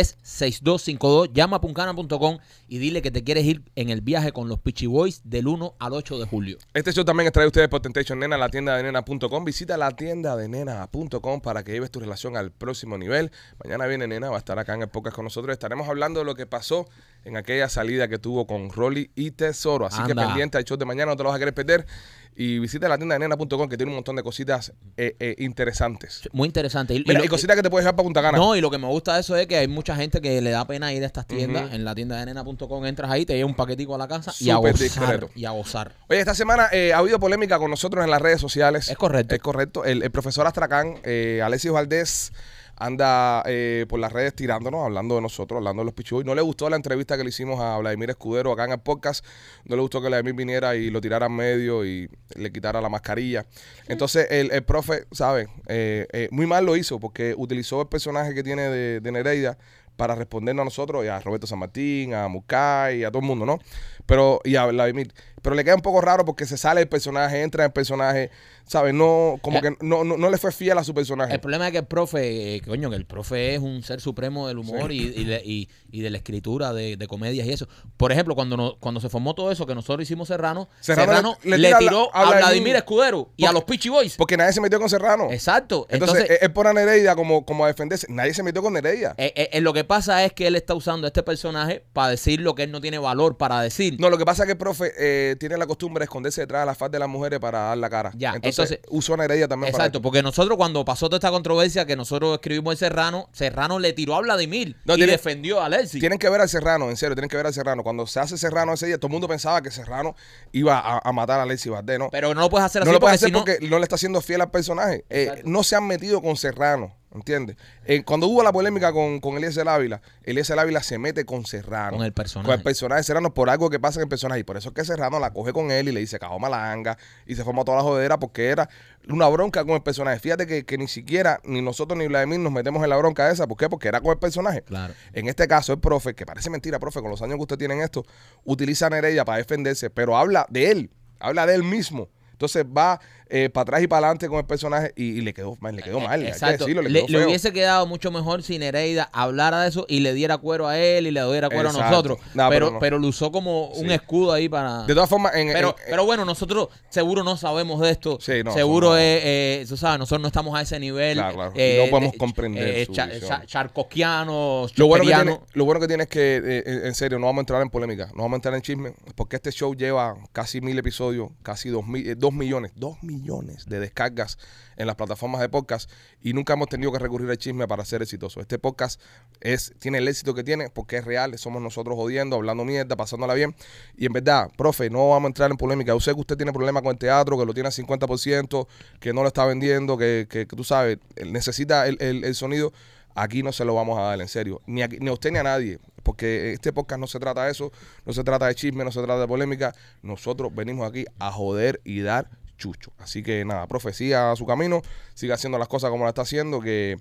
D: 305-403-6252. Llama a puncana.com y dile que te quieres ir en el viaje con los Pichi Boys del 1 al 8 de julio.
C: Este show también es traído a ustedes por Temptation Nena, la tienda de nena.com. Visita la tienda de nena.com para que lleves tu relación al próximo nivel. Mañana viene Nena, va a estar acá en el podcast con nosotros. Estaremos hablando de lo que pasó en aquella salida que tuvo con Rolly y Tesoro. Así que
D: Anda.
C: pendiente al show de mañana, no te lo vas a querer perder. Y visita la tienda de nena.com que tiene un montón de cositas eh, eh, interesantes.
D: Muy interesante. Y- y
C: Y,
D: lo-
C: y cositas que te puedes dejar para Punta Cana.
D: No, y lo que me gusta de eso es que hay mucha gente que le da pena ir a estas tiendas. En la tienda de nena.com entras ahí, te lleva un paquetico a la casa y a
C: Súper
D: gozar.
C: discreto.
D: Y a gozar.
C: Oye, esta semana eh, ha habido polémica con nosotros en las redes sociales.
D: Es correcto.
C: Es correcto. El, el profesor Astracán, eh, Alexis Valdés, anda eh, por las redes tirándonos, hablando de nosotros, hablando de los pichuy. No le gustó la entrevista que le hicimos a Vladimir Escudero acá en el podcast. No le gustó que Vladimir viniera y lo tirara en medio y le quitara la mascarilla. Entonces, el, el profe, ¿sabes? Eh, eh, muy mal lo hizo porque utilizó el personaje que tiene de, de Nereida para respondernos a nosotros, y a Roberto San Martín, a Mukai, a todo el mundo, ¿no? Pero, y a Vladimir. Pero le queda un poco raro porque se sale el personaje, entra en el personaje, ¿sabes? No, como
D: Eh.
C: que no, no, no le fue fiel a su personaje.
D: El problema es que el profe, eh, coño, que el profe es un ser supremo del humor y, y de, y- y de la escritura de, de comedias y eso. Por ejemplo, cuando no- cuando se formó todo eso, que nosotros hicimos Serrano,
C: Serrano
D: Serrano,
C: le- le
D: le,
C: tira a la-
D: tiró
C: a
D: a,
C: Vladimir.
D: Vladimir Escudero y a los Pichi Boys.
C: Porque nadie se metió con Serrano.
D: Exacto.
C: Entonces, eh,
D: Entonces,
C: es, por a Nereida como, como a defenderse. Nadie se metió con Nereida.
D: eh, eh, eh, lo que pasa es que él está usando a este personaje para decir lo que él no tiene valor para decir.
C: No, lo que pasa es que el profe eh, tiene la costumbre de esconderse detrás de la faz de las mujeres para dar la cara.
D: Ya,
C: entonces,
D: entonces-
C: usó a Nereida también para
D: Exacto,
C: esto.
D: porque nosotros cuando pasó toda esta controversia que nosotros escribimos el Serrano, Serrano le tiró a Vladimir
C: No,
D: y
C: tiene-
D: defendió a Alexis.
C: Tienen que ver al Serrano, en serio, tienen que ver al Serrano. Cuando se hace Serrano ese día, todo el mundo pensaba que Serrano iba a, a matar a Alexis Valdés, ¿no?
D: Pero no lo puedes hacer
C: no
D: así
C: lo puede
D: porque
C: hacer
D: si no...
C: porque no le está siendo fiel al personaje. Eh, no se han metido con Serrano, ¿entiendes? Eh, cuando hubo la polémica con, con Eliezer Ávila, Eliezer Ávila se mete con Serrano.
D: Con el personaje.
C: Con el personaje de Serrano por algo que pasa en el personaje. Y por eso es que Serrano la coge con él y le dice, cajó malanga. Y se forma toda la jodera porque era una bronca con el personaje. Fíjate que, que ni siquiera, ni nosotros ni Vladimir nos metemos en la bronca esa. ¿Por qué? Porque era con el personaje.
D: Claro.
C: En este caso, el profe, que parece mentira, profe, con los años que usted tiene en esto, utiliza a Nereida para defenderse, pero habla de él, habla de él mismo. Entonces va, eh, para atrás y para adelante con el personaje y, y le quedó mal, le quedó mal. hay que
D: Eh, Exacto.
C: decirlo,
D: le,
C: le quedó
D: le
C: feo.
D: hubiese quedado mucho mejor si Nereida hablara de eso y le diera cuero a él y le diera cuero a
C: Exacto.
D: nosotros.
C: No, pero
D: pero, pero,
C: no.
D: lo usó como un
C: Sí.
D: escudo ahí para.
C: De todas formas, en,
D: pero,
C: en-
D: pero bueno, nosotros seguro no sabemos de esto.
C: Sí, no,
D: seguro
C: somos-
D: es, eh, tú sabes, nosotros no estamos a ese nivel.
C: Claro, claro.
D: eh,
C: No podemos
D: de-
C: comprender
D: Eh,
C: su
D: cha-
C: visión.
D: cha- charcosquiano,
C: Lo bueno, que
D: choperiano.
C: tiene, lo bueno que tiene es que, eh, en- en serio, no vamos a entrar en polémica, no vamos a entrar en chisme, porque este show lleva casi mil episodios, casi dos, mil, eh, dos millones, dos millones de descargas en las plataformas de podcast y nunca hemos tenido que recurrir al chisme para ser exitoso. Este podcast es, tiene el éxito que tiene porque es real, somos nosotros jodiendo, hablando mierda, pasándola bien. Y en verdad, profe, no vamos a entrar en polémica. Yo sé que usted tiene problemas con el teatro, que lo tiene al 50%, que no lo está vendiendo, que, que- que tú sabes, él necesita el- el- el sonido. Aquí no se lo vamos a dar, en serio. Ni a, ni a usted ni a nadie. Porque este podcast no se trata de eso, no se trata de chisme, no se trata de polémica. Nosotros venimos aquí a joder y dar chucho. Así que nada, profecía a su camino, siga haciendo las cosas como la está haciendo. Que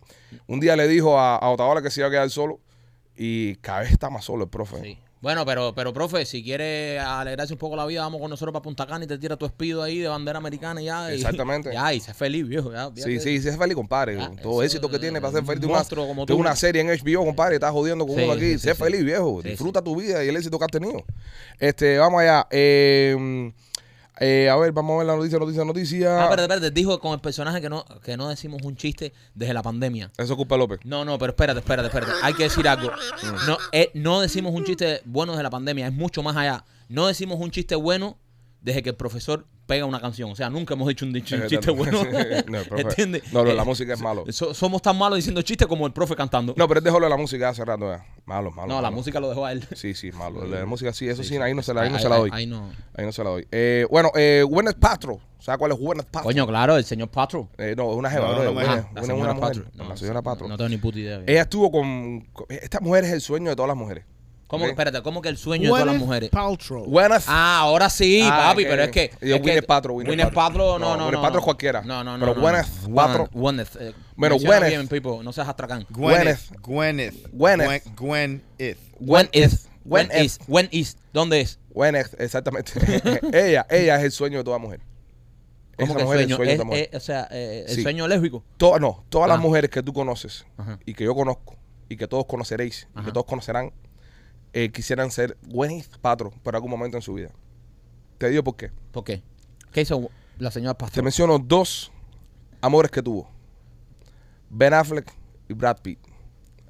C: un día le dijo a, a Otaola que se iba a quedar solo y cada vez está más solo el profe.
D: Sí. Bueno, pero, pero profe, si quiere alegrarse un poco la vida, vamos con nosotros para Punta Cana y te tira tu espido ahí de bandera americana y ya. y-
C: Exactamente.
D: Ya, y sé feliz, viejo. ya, olvídate.
C: Sí, sí, sí, es feliz, compadre.
D: Ah,
C: con todo
D: eso
C: éxito que tiene para ser
D: es
C: feliz.
D: un
C: de una-
D: monstruo como
C: de
D: tú.
C: una serie en HBO, compadre. Estás jodiendo con
D: Sí,
C: uno aquí.
D: sí, sí,
C: sé
D: sí.
C: feliz, viejo.
D: Sí,
C: Disfruta tu vida y el éxito que has tenido. Este, vamos allá. Eh, eh, a ver, vamos a ver la noticia, noticia, noticia.
D: Ah, espérate, espérate, dijo con el personaje que no, que no decimos un chiste desde la pandemia.
C: Eso es culpa de López.
D: No, no, pero espérate, espérate, espérate. Hay que decir algo.
C: Mm.
D: No, eh, no decimos un chiste bueno desde la pandemia, es mucho más allá. No decimos un chiste bueno desde que el profesor pega una canción. O sea, nunca hemos dicho un, dicho- un
C: Es
D: chiste
C: verdad.
D: bueno.
C: No, profe.
D: ¿Entiendes?
C: No, lo de la
D: Eh,
C: música es malo.
D: so- somos tan malos diciendo chistes como el profe cantando.
C: No, pero él dejó lo de la música hace rato ya. Malo, malo.
D: No, la
C: malo.
D: música lo dejó a él.
C: Sí, sí, malo. La música sí, eso sí, ahí no se la, ahí no
D: Ahí-
C: se la
D: ahí-
C: doy.
D: ahí no.
C: Ahí no se la doy. Eh, bueno, eh, Gwyneth Paltrow. ¿Sabes cuál es Gwyneth Paltrow?
D: Coño, claro, el señor Patro.
C: Eh, no, es una jeva,
G: No,
C: bro.
G: no,
C: una,
G: no,
C: una- una mujer.
D: No,
C: la señora Patro.
D: No tengo ni puta idea.
C: Ella estuvo con, con- Esta mujer es el sueño de todas las mujeres.
D: ¿Cómo, que-
C: ¿ok?
D: espérate, ¿cómo que el sueño de todas las
E: Gwyneth
D: mujeres?
E: Paltrow.
C: Gwyneth-
D: Ah, ahora sí,
C: Ah,
D: papi,
C: ok.
D: pero es que. es
C: Yo,
D: que-
C: Gwyneth Paltrow, Gwyneth
D: Gwyneth Paltrow, no,
C: No,
D: no. no
C: Gwyneth
D: no.
C: Paltrow cualquiera.
D: No, no, no.
C: Pero
D: no,
C: Gwyneth
D: no.
C: Paltrow.
D: Gwyneth. eh,
C: Bueno,
D: menciona
C: Gwyneth.
D: bien, Pipo, no seas atracán.
G: Gwyneth. Gwyneth.
C: Gwyneth.
G: Gwen- Gwyneth.
D: When is. When
C: Gwyneth.
D: is. When is. ¿Dónde es?
C: Gwyneth, exactamente. ella, ella es el sueño de toda mujer.
D: ¿Cómo
C: Esa
D: que el sueño?
C: mujer es el sueño de
D: Es-
C: toda mujer.
D: es- o sea, eh, el
C: Sí.
D: sueño lésbico.
C: To- no, todas las
D: Ajá.
C: mujeres que tú conoces
D: Ajá.
C: y que yo conozco y que todos conoceréis y que
D: Ajá.
C: todos conocerán eh, quisieran ser Gwyneth Paltrow por algún momento en su vida. Te digo por qué.
D: ¿Por qué? ¿Qué hizo la señora
C: Te
D: Pastor?
C: menciono dos amores que tuvo. Ben Affleck y Brad Pitt.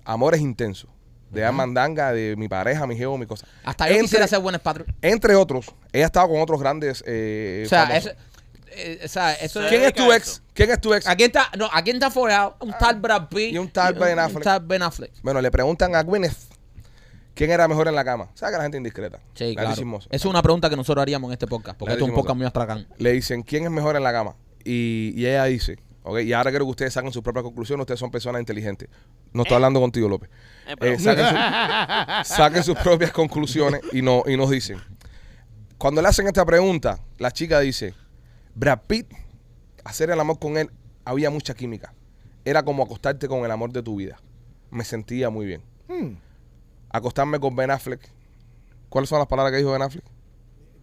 C: Amores intensos. De dar mandanga, de mi pareja, mi jevo, mi cosa.
D: Hasta yo
C: Entre-
D: quisiera ser buen Patro.
C: Entre otros, ella estaba con otros grandes eh,
D: O sea,
C: famosos.
D: eso. eh, o sea, eso
C: ¿Quién es tu
F: Dedica
C: ex?
F: eso.
C: ¿Quién es tu ex?
D: ¿A quién está, no, ¿a quién está follado? Un tal Brad Pitt.
C: y un tal Ben Affleck.
D: Un tal Ben Affleck.
C: Bueno, le preguntan a Gwyneth quién era mejor en la cama. ¿Sabes que la gente indiscreta?
D: Sí,
C: La
D: claro.
C: chismosa.
D: Es una pregunta que nosotros haríamos en este podcast, porque esto es un
C: Clarísimo.
D: podcast muy astracán.
C: Le dicen, ¿quién es mejor en la cama? Y, y ella dice, ok, y ahora quiero que ustedes saquen sus propias conclusiones, ustedes son personas inteligentes. No estoy hablando contigo, López.
F: Eh, pero-
C: Eh, saquen, su- saquen sus propias conclusiones y, no, y nos dicen. Cuando le hacen esta pregunta, la chica dice, Brad Pitt, hacer el amor con él, había mucha química. Era como acostarte con el amor de tu vida. Me sentía muy bien.
E: Hmm.
C: Acostarme con Ben Affleck. ¿Cuáles son las palabras que dijo Ben Affleck?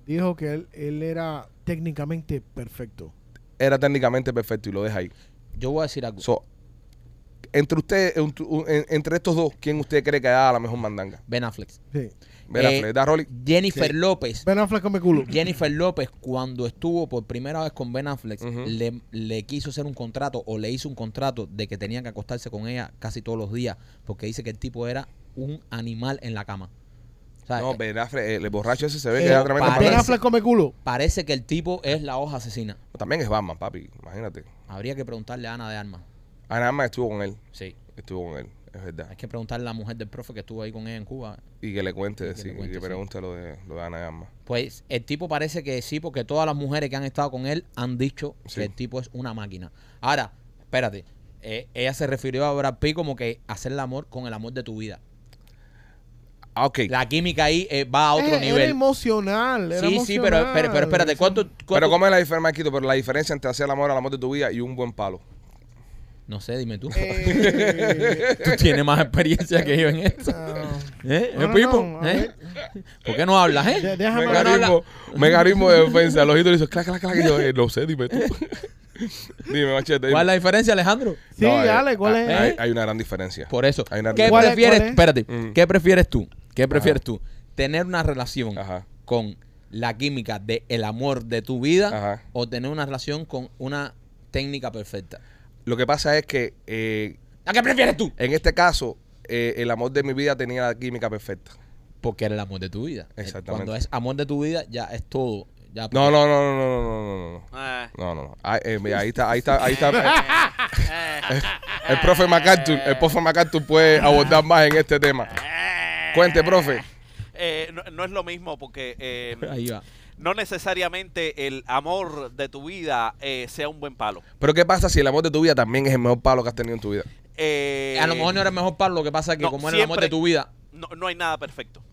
E: Dijo que él, él era técnicamente perfecto.
C: Era técnicamente perfecto y lo deja ahí.
D: Yo voy a decir algo.
C: So, entre usted, entre- en- entre estos dos, ¿quién usted cree que da la mejor mandanga?
D: ben Affleck.
E: Sí.
C: Ben
D: Eh,
C: Affleck, da Rolly.
D: Jennifer López.
E: Ben Affleck come culo.
D: Jennifer López, cuando estuvo por primera vez con Ben Affleck,
C: Ujú.
D: le, le quiso hacer un contrato o le hizo un contrato de que tenía que acostarse con ella casi todos los días, porque dice que el tipo era un animal en la cama. O sea,
C: No, Ben Affleck, eh, el borracho ese se ve
D: Eh,
C: que da tremenda
D: parece-
E: Ben
C: mandanga.
E: Affleck come culo.
D: parece que el tipo es la hoja asesina.
C: También es Batman, papi, imagínate.
D: Habría que preguntarle a Ana de Armas.
C: Ana Armas estuvo con él,
D: Sí.
C: estuvo con él, es verdad.
D: Hay que preguntarle a la mujer del profe que estuvo ahí con ella en Cuba.
C: Y que le cuente,
D: Y que
C: sí,
D: le
C: y
D: cuente,
C: que
D: sí.
C: pregunte lo de, lo de Ana Armas.
D: Pues el tipo parece que sí, porque todas las mujeres que han estado con él han dicho
C: Sí.
D: que el tipo es una máquina. Ahora, espérate, eh, ella se refirió a Brad Pitt como que hacer el amor con el amor de tu vida.
C: Ah, ok.
D: La química ahí eh, va a otro
E: Eh, Era
D: nivel.
E: emocional. era
D: sí, sí, pero, pero, pero espérate,
E: emocional.
D: ¿cuánto, cuánto-
C: pero ¿cómo es la diferencia, Marquito? Pero la diferencia entre hacer el amor al amor de tu vida y un buen palo.
D: No sé, dime tú.
E: Eh,
D: Tú tienes más experiencia que yo en esto.
E: ah,
D: ¿Eh?
E: No, no,
D: ¿Eh, Pipo?
E: no, a
D: ¿Eh?
E: ver.
D: ¿Por qué no hablas, eh?
E: De- déjame
D: ¿Por qué no hablas?
C: Mecanismo, mecanismo de defensa. Los ídolos dicen, clac, clac, clac. Y yo, eh, no sé, dime tú. dime, machete.
D: ¿Cuál es
C: dime.
D: la diferencia, Alejandro?
E: Sí,
C: No, eh,
E: dale, ¿cuál es?
C: hay- Hay, hay una gran diferencia.
D: Por eso.
C: Hay una
D: ¿Qué
E: ¿Cuál es-
D: prefieres?
E: cuál es?
D: Espérate.
C: Mm.
D: ¿Qué prefieres tú? ¿Qué prefieres tú? ¿Tener una relación
C: Ajá.
D: con la química de el amor de tu vida
C: Ajá.
D: o tener una relación con una técnica perfecta?
C: Lo que pasa es que eh,
D: ¿A qué prefieres tú?
C: en este caso, eh, el amor de mi vida tenía la química perfecta.
D: Porque era el amor de tu vida. Eh,
C: Exactamente.
D: Cuando es amor de tu vida, ya es todo. Ya
C: No, no, no, no, no, no, no, no.
F: Eh,
C: No, no, no. Ah, eh, mira, ahí está, ahí está, ahí está. eh,
F: eh,
C: El profe MacArthur, el profe MacArthur puede abordar más en este tema.
F: eh.
C: Cuente, profe.
F: Eh, no, no es lo mismo porque eh,
D: pues, Ahí va.
F: no necesariamente el amor de tu vida eh, sea un buen palo.
C: Pero ¿qué pasa si el amor de tu vida también es el mejor palo que has tenido en tu vida?
F: Eh,
D: a lo mejor no era el mejor palo, lo que pasa es que
F: no,
D: como era el amor
F: siempre-
D: de tu vida,
F: no, no hay nada perfecto.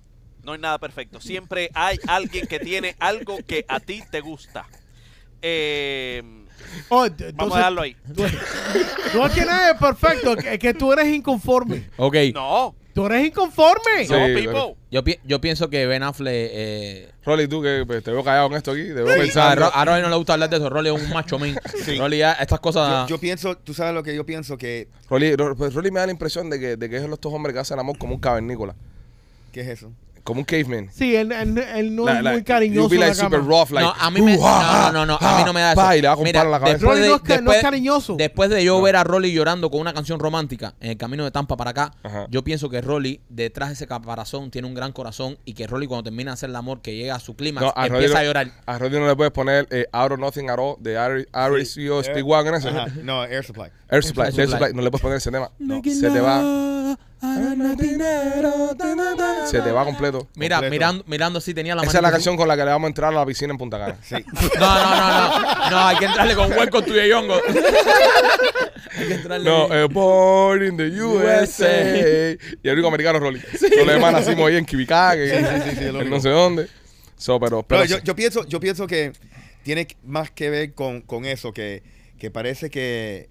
F: No hay nada perfecto. Siempre hay alguien que tiene algo que a ti te gusta. Eh,
E: Oh, d-
F: vamos
E: entonces,
F: a dejarlo ahí.
E: tú- no es que nada es perfecto, es que tú eres inconforme.
D: ok.
F: No,
E: Tú eres inconforme.
C: Sí.
F: no, Pipo.
D: Yo, pi- yo pienso que Ben Affleck. eh,
C: Rolly, tú que pues, te veo callado en esto aquí, te veo
D: o sea, a,
C: pensando.
D: Ah, Ro- a Rolly no le gusta hablar de eso. Rolly es un macho man. Rolly, ya, estas
G: Yo,
C: Ah.
D: cosas.
G: yo pienso, tú sabes lo que yo pienso, que,
C: Rolly, Ro- pues, Rolly me da la impresión de que, de que es de estos hombres que hacen amor como un cavernícola,
G: que es eso.
C: como un caveman.
E: Sí, él, él- él no
C: La-
E: es
C: la-
E: muy cariñoso.
C: you be
E: en la
C: like super
E: cama.
C: rough, like,
D: no, a mí me.
C: "Uh, ah,
D: No, no, no, a mí no me da eso.
C: Pa, y le da con
D: Mira,
C: palo a la cabeza.
D: Después
E: Rolly
D: de,
E: no es ca- no es
D: después-
E: cariñoso.
D: Después de yo ver a Rolly llorando con una canción romántica en el camino de Tampa para acá,
C: Ajá.
D: yo pienso que Rolly, detrás de ese caparazón, tiene un gran corazón y que Rolly, cuando termina de hacer el amor, que llega a su clímax,
C: No, a Rolly,
D: empieza
C: no-
D: a llorar.
C: a Rolly no le puedes poner eh, Out of Nothing at All de Ari- RCO
G: Sí.
C: Speedwagon ese.
G: Ajá, No, Air Supply.
C: Air Supply,
D: Air
C: Air
D: Supply.
C: Supply, no le puedes poner ese tema. Se te va, se te va completo.
D: Mira,
G: Completo.
D: mirando, mirando así tenía la mano.
C: Esa es la canción con la que le vamos a entrar a la piscina en Punta Cana.
G: Sí.
D: No, no, no, no. No, hay que entrarle con hueco tuyo y hongo. hay que entrarle.
C: No, eh, born in the USA. y el único americano es Rolly. Los demás nacimos ahí en Kibikague,
G: sí, sí, sí, el
C: en
G: único.
C: no sé dónde. So, pero, pero
G: Pero yo,
C: sí.
G: yo pienso, yo pienso que tiene más que ver con, con eso, que, que parece que,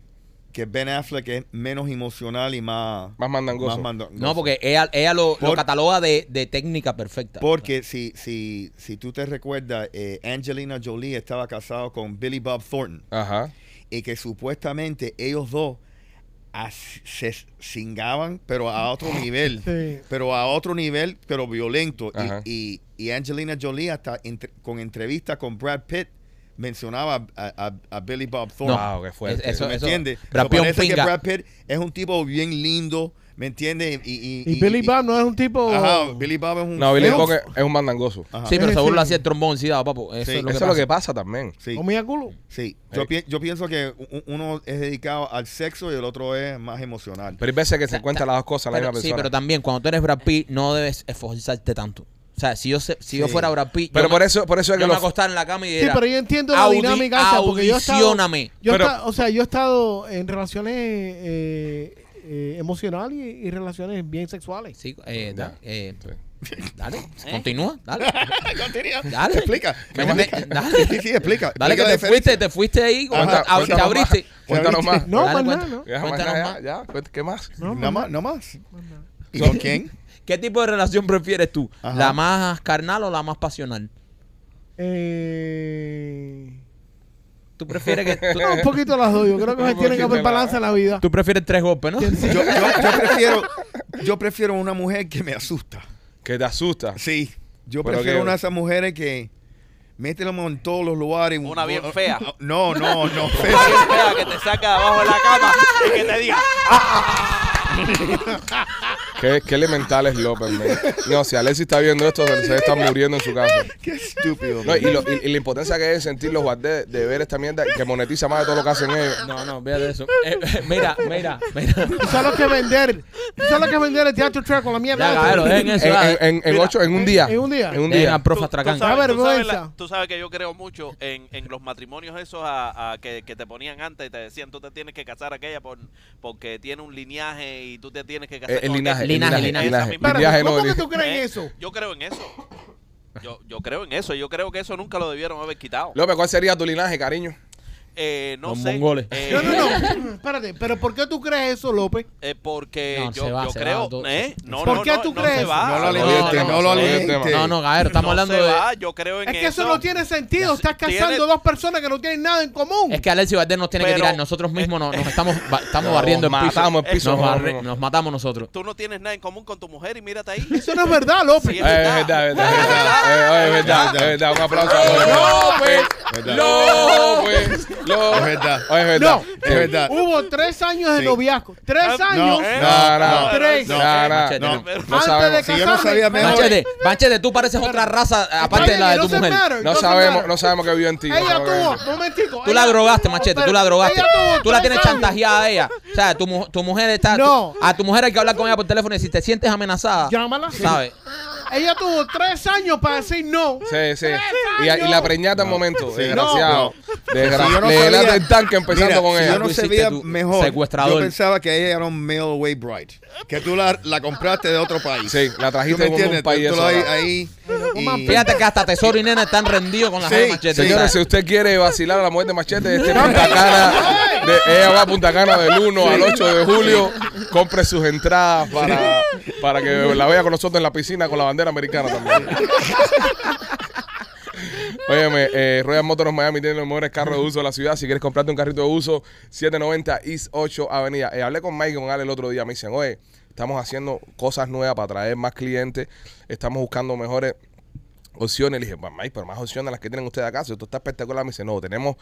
G: que Ben Affleck es menos emocional y más...
C: Más mandangoso.
G: más mandangoso.
D: no, porque ella, ella lo, lo
G: Por-
D: cataloga de, de técnica perfecta.
G: Porque si, si, si tú te recuerdas, eh, Angelina Jolie estaba casado con Billy Bob Thornton
C: Ajá.
G: y que supuestamente ellos dos as- se cingaban, pero a otro nivel.
E: Sí.
G: Pero a otro nivel, pero violento. Y-
C: Ajá.
G: Y, y Angelina Jolie, hasta entre- con entrevista con Brad Pitt, mencionaba a, a- a Billy Bob Thornton.
C: Wow, qué fuerte.
D: Es- Ah, eso-
G: ¿Me
D: eso-
G: entiendes?
D: Brad
G: So
D: Pitt un
G: parece que
D: pinga.
G: Brad Pitt es un tipo bien lindo, ¿me entiendes? Y, y-
E: Y
G: y-
E: Billy
G: y-
E: Bob no es un tipo.
G: Ajá, Billy Bob es un.
C: No, Billy
G: feo.
C: Bob es, es un mandangoso.
G: Ajá.
D: Sí, pero
E: Es
D: seguro lo
E: decir-
D: hacía el trombón, sí, dado, papo. Eso
G: Sí,
D: es lo que
C: Eso es lo que
D: pasa.
C: pasa también.
G: Sí,
E: Comía culo.
G: sí.
C: Sí.
G: Yo, pi- yo pienso que u- u- uno es dedicado al sexo y el otro es más emocional.
C: Pero hay veces que se encuentran las dos cosas en la
D: Pero-
C: misma
D: sí,
C: persona.
D: pero también cuando tú eres Brad Pitt no debes esforzarte tanto. O sea, si yo se- si yo
G: Sí.
D: fuera Brad Pitt,
C: Pero
D: yo
C: por
D: me,
C: eso, por eso es que
D: yo me
C: los-
D: acostara en la cama y
E: Sí,
D: diría,
E: pero yo entiendo la
D: "Audi-
E: dinámica esa, porque yo he estado-
D: audicióname.
E: Yo he
C: Pero-
E: estado- o sea, yo he estado en relaciones eh, eh, emocionales y, y relaciones bien sexuales.
D: Sí, eh, da-
C: Ya.
D: eh,
C: Sí.
D: dale,
F: ¿Eh?
D: continúa, dale,
G: Continúa.
D: dale.
G: Explica.
D: Me- me-
G: Sí,
D: dale,
G: sí,
D: dale que
G: explica. Explica la
D: te
G: diferencia.
D: fuiste, te fuiste ahí,
G: Ajá,
D: ab- te
G: cuéntanos más.
D: abriste.
C: Cuéntanos más.
E: No,
D: Dale,
E: más
D: cuenta.
E: nada, no.
C: Ya,
D: Cuéntanos
C: ya,
D: más.
C: ya, cuént- ¿Qué más?
E: No,
G: No
E: más nada.
G: más, no más. ¿Y con quién?
D: ¿Qué tipo de relación prefieres tú?
G: Ajá.
D: ¿La más carnal o la más pasional?
E: Eh,
D: ¿Tú prefieres que tú,
E: no, un poquito las dos. Yo creo que
C: Un
E: se tiene que
C: poquito
E: haber
C: la-
E: balance en la vida.
D: tú prefieres tres golpes, no?
G: Yo, yo- yo prefiero, yo prefiero una mujer que me asusta.
C: Que te asusta.
G: Sí. Yo
C: Pero
G: prefiero
C: que-
G: una de esas mujeres que mete la mano en todos los lugares. Oh,
F: Una bien fea.
G: No, no, no.
F: Una
G: fea.
F: bien fea que te saca de abajo de la cama y que te diga,
C: Qué, qué elemental es López, man. No, si Alexis está viendo esto, se se está muriendo en su casa.
G: Qué estúpido.
C: No, y, lo- y- y la impotencia que es sentir los guardés de ver esta mierda y que monetiza más de todo lo que hacen ellos.
D: No, no, vea de eso. Eh, eh, mira, mira, mira.
E: Tú sabes lo que es vender. Tú sabes lo que es vender el teatro track con la mierda.
D: Ya,
E: esa.
D: cabrón, dejen eso.
C: En,
D: ah,
C: en- en- en ocho, en un día.
E: En un día.
C: En un
D: dejen
C: día.
D: al profe
F: Tú- tú
D: atracán.
F: sabes-
E: Da
F: tú sabes
E: vergüenza.
F: la- Tú sabes que yo creo mucho en, en los matrimonios esos a- a que, que te ponían antes y te decían, tú te tienes que casar aquella por, porque tiene un linaje y tú te tienes que casar
C: Eh, El,
F: con
C: linaje, el
D: Linaje,
C: linaje,
D: linaje.
C: linaje.
E: Espérate,
C: Linaje no,
E: ¿Cómo que
C: linaje.
E: tú crees en
F: Eh,
E: eso?
F: Yo creo en eso. Yo, yo creo en eso. Yo creo que eso nunca lo debieron haber quitado.
C: López, ¿cuál sería tu linaje, cariño?
F: eh, no
B: Los
F: sé.
B: mongoles.
F: eh,
E: No, no, no. Espérate, pero ¿por qué tú crees eso, López?
F: eh, porque
D: No,
F: yo,
D: se va,
F: yo
D: se va,
F: creo.
D: do-
F: ¿eh? No,
E: ¿Por
F: no,
E: qué
F: no,
E: tú
F: no
E: crees?
F: se va.
C: Ah,
G: No lo
F: se
G: alimente,
F: va,
G: no lo
F: se-
G: alimente.
D: No, no, Gabriel, estamos
F: no
D: hablando
F: se
D: de.
F: va, yo creo en
E: Es que eso no tiene sentido. Estás
F: Tiene-
E: casando dos personas que no tienen nada en común.
D: Es que Alexis Valdés nos tiene que
F: Pero-
D: tirar. Nosotros mismos no- nos, estamos, ba- estamos
C: Nos
D: barriendo el piso.
C: matamos el piso
D: Nos,
C: nosotros
D: barre-
C: mismos.
D: nos matamos nosotros.
F: Tú no tienes nada en común con tu mujer y mírate ahí.
E: Eso no es verdad, López.
C: Eh,
F: Sí,
C: Es verdad, es verdad, es verdad. Eh, Es verdad, es verdad. Un aplauso.
B: López,
G: ¿Verdad?
B: López.
C: López.
G: Es verdad.
C: Oh, es verdad.
E: pues, No. pues,
G: Es verdad.
E: Hubo tres años de
G: Sí.
E: noviazgo. Tres
F: Ah,
E: años.
G: no, eh.
C: No, no,
E: Tres.
C: no,
D: Machete,
C: no, no,
F: no.
C: no
E: Antes
C: sabemos,
E: de
G: Si yo no sabía
E: casarme.
G: menos.
D: Machete, Machete, tú pareces otra raza aparte de la de
E: Oye,
D: tu
E: que no se
D: mujer.
E: matter,
C: no
E: se
C: sabemos,
E: matter.
C: no sabemos que vio en ti. no
E: Ella
C: sabemos qué vio en ti.
E: tuvo, momentico.
D: Tú la
E: ella-
D: drogaste, machete, tú la drogaste.
E: Ella tuvo
D: Tú la
E: tres
D: tienes
E: años.
D: chantajeada a ella. O sea, tu, mu- tu mujer está.
E: No.
D: A tu mujer hay que hablar con ella por teléfono y si te sientes amenazada.
E: Llámala.
D: ¿Sabes?
E: Ella tuvo tres años para decir no.
C: Sí, sí.
E: Tres
C: Y, y la
E: años.
C: preñata un momento,
G: Sí.
C: desgraciado.
G: Si yo
C: Desgraciado.
G: no
C: Le
G: sabía-
C: delata el tanque empezando
G: Mira,
C: con
G: si
C: ella.
G: Yo no
D: Tú hiciste
G: sabía
D: tu
G: mejor.
D: secuestrador.
G: Yo pensaba que ella era un Away Bride. Que tú la, la compraste de otro país.
C: Sí, la
G: ¿Tú me
C: trajiste con
G: entiendes?
C: un país.
G: Tú
C: eso
G: la
C: era.
G: ahí. y-
D: Fíjate que hasta Tesoro y Nena están rendidos con las
G: Sí,
D: de machete.
C: Señores, si
D: ¿sabes?
C: usted quiere vacilar a la mujer de Machete, este Punta Cana, de- ella va a Punta Cana del 1 al 8 de julio. Compre sus entradas para, para que la vea con nosotros en la piscina con la bandera americana también. Óyeme, eh, Royal Motors Miami tiene los mejores carros de uso de la ciudad. Si quieres comprarte un carrito de uso, 790 East 8 Avenida. Eh, hablé con Mike y con Ale el otro día. Me dicen, oye, estamos haciendo cosas nuevas para atraer más clientes. Estamos buscando mejores opciones. Le dije, "Pues, Mike, pero más opciones las que tienen ustedes acá. Si esto está espectacular, me dice, no, tenemos.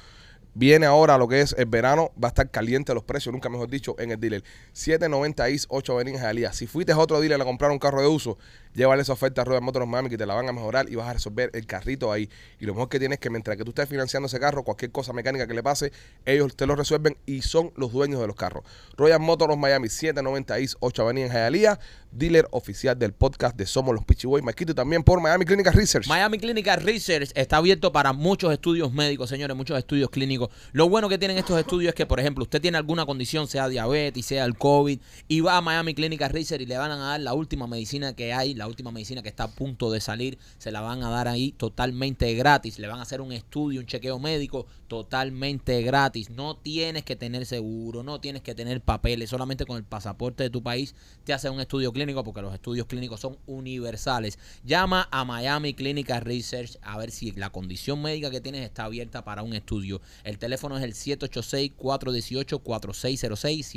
C: Viene ahora lo que es el verano, va a estar caliente los precios, nunca mejor dicho, en el dealer. 790 is 8 Avenidas Jalía. Si fuiste a otro dealer a comprar un carro de uso, llévale esa oferta a Rueda Motors Miami que te la van a mejorar y vas a resolver el carrito ahí. Y lo mejor que tienes es que mientras que tú estés financiando ese carro, cualquier cosa mecánica que le pase, ellos te lo resuelven y son los dueños de los carros. Royal Motors Miami, 790 is 8 Avenida en Hialeah, dealer oficial del podcast de Somos los Pitchy Boys. Maquito también por Miami Clinic Research.
D: Miami Clinical Research está abierto para muchos estudios médicos, señores, muchos estudios clínicos. Lo bueno que tienen estos estudios es que, por ejemplo, usted tiene alguna condición, sea diabetes, sea el COVID, y va a Miami Clinical Research y le van a dar la última medicina que hay, la última medicina que está a punto de salir, se la van a dar ahí totalmente gratis. Le van a hacer un estudio, un chequeo médico totalmente gratis. No tienes que tener seguro, no tienes que tener papeles, solamente con el pasaporte de tu país te hace un estudio clínico porque los estudios clínicos son universales. Llama a Miami Clinical Research a ver si la condición médica que tienes está abierta para un estudio. El teléfono es el 786-418-4606,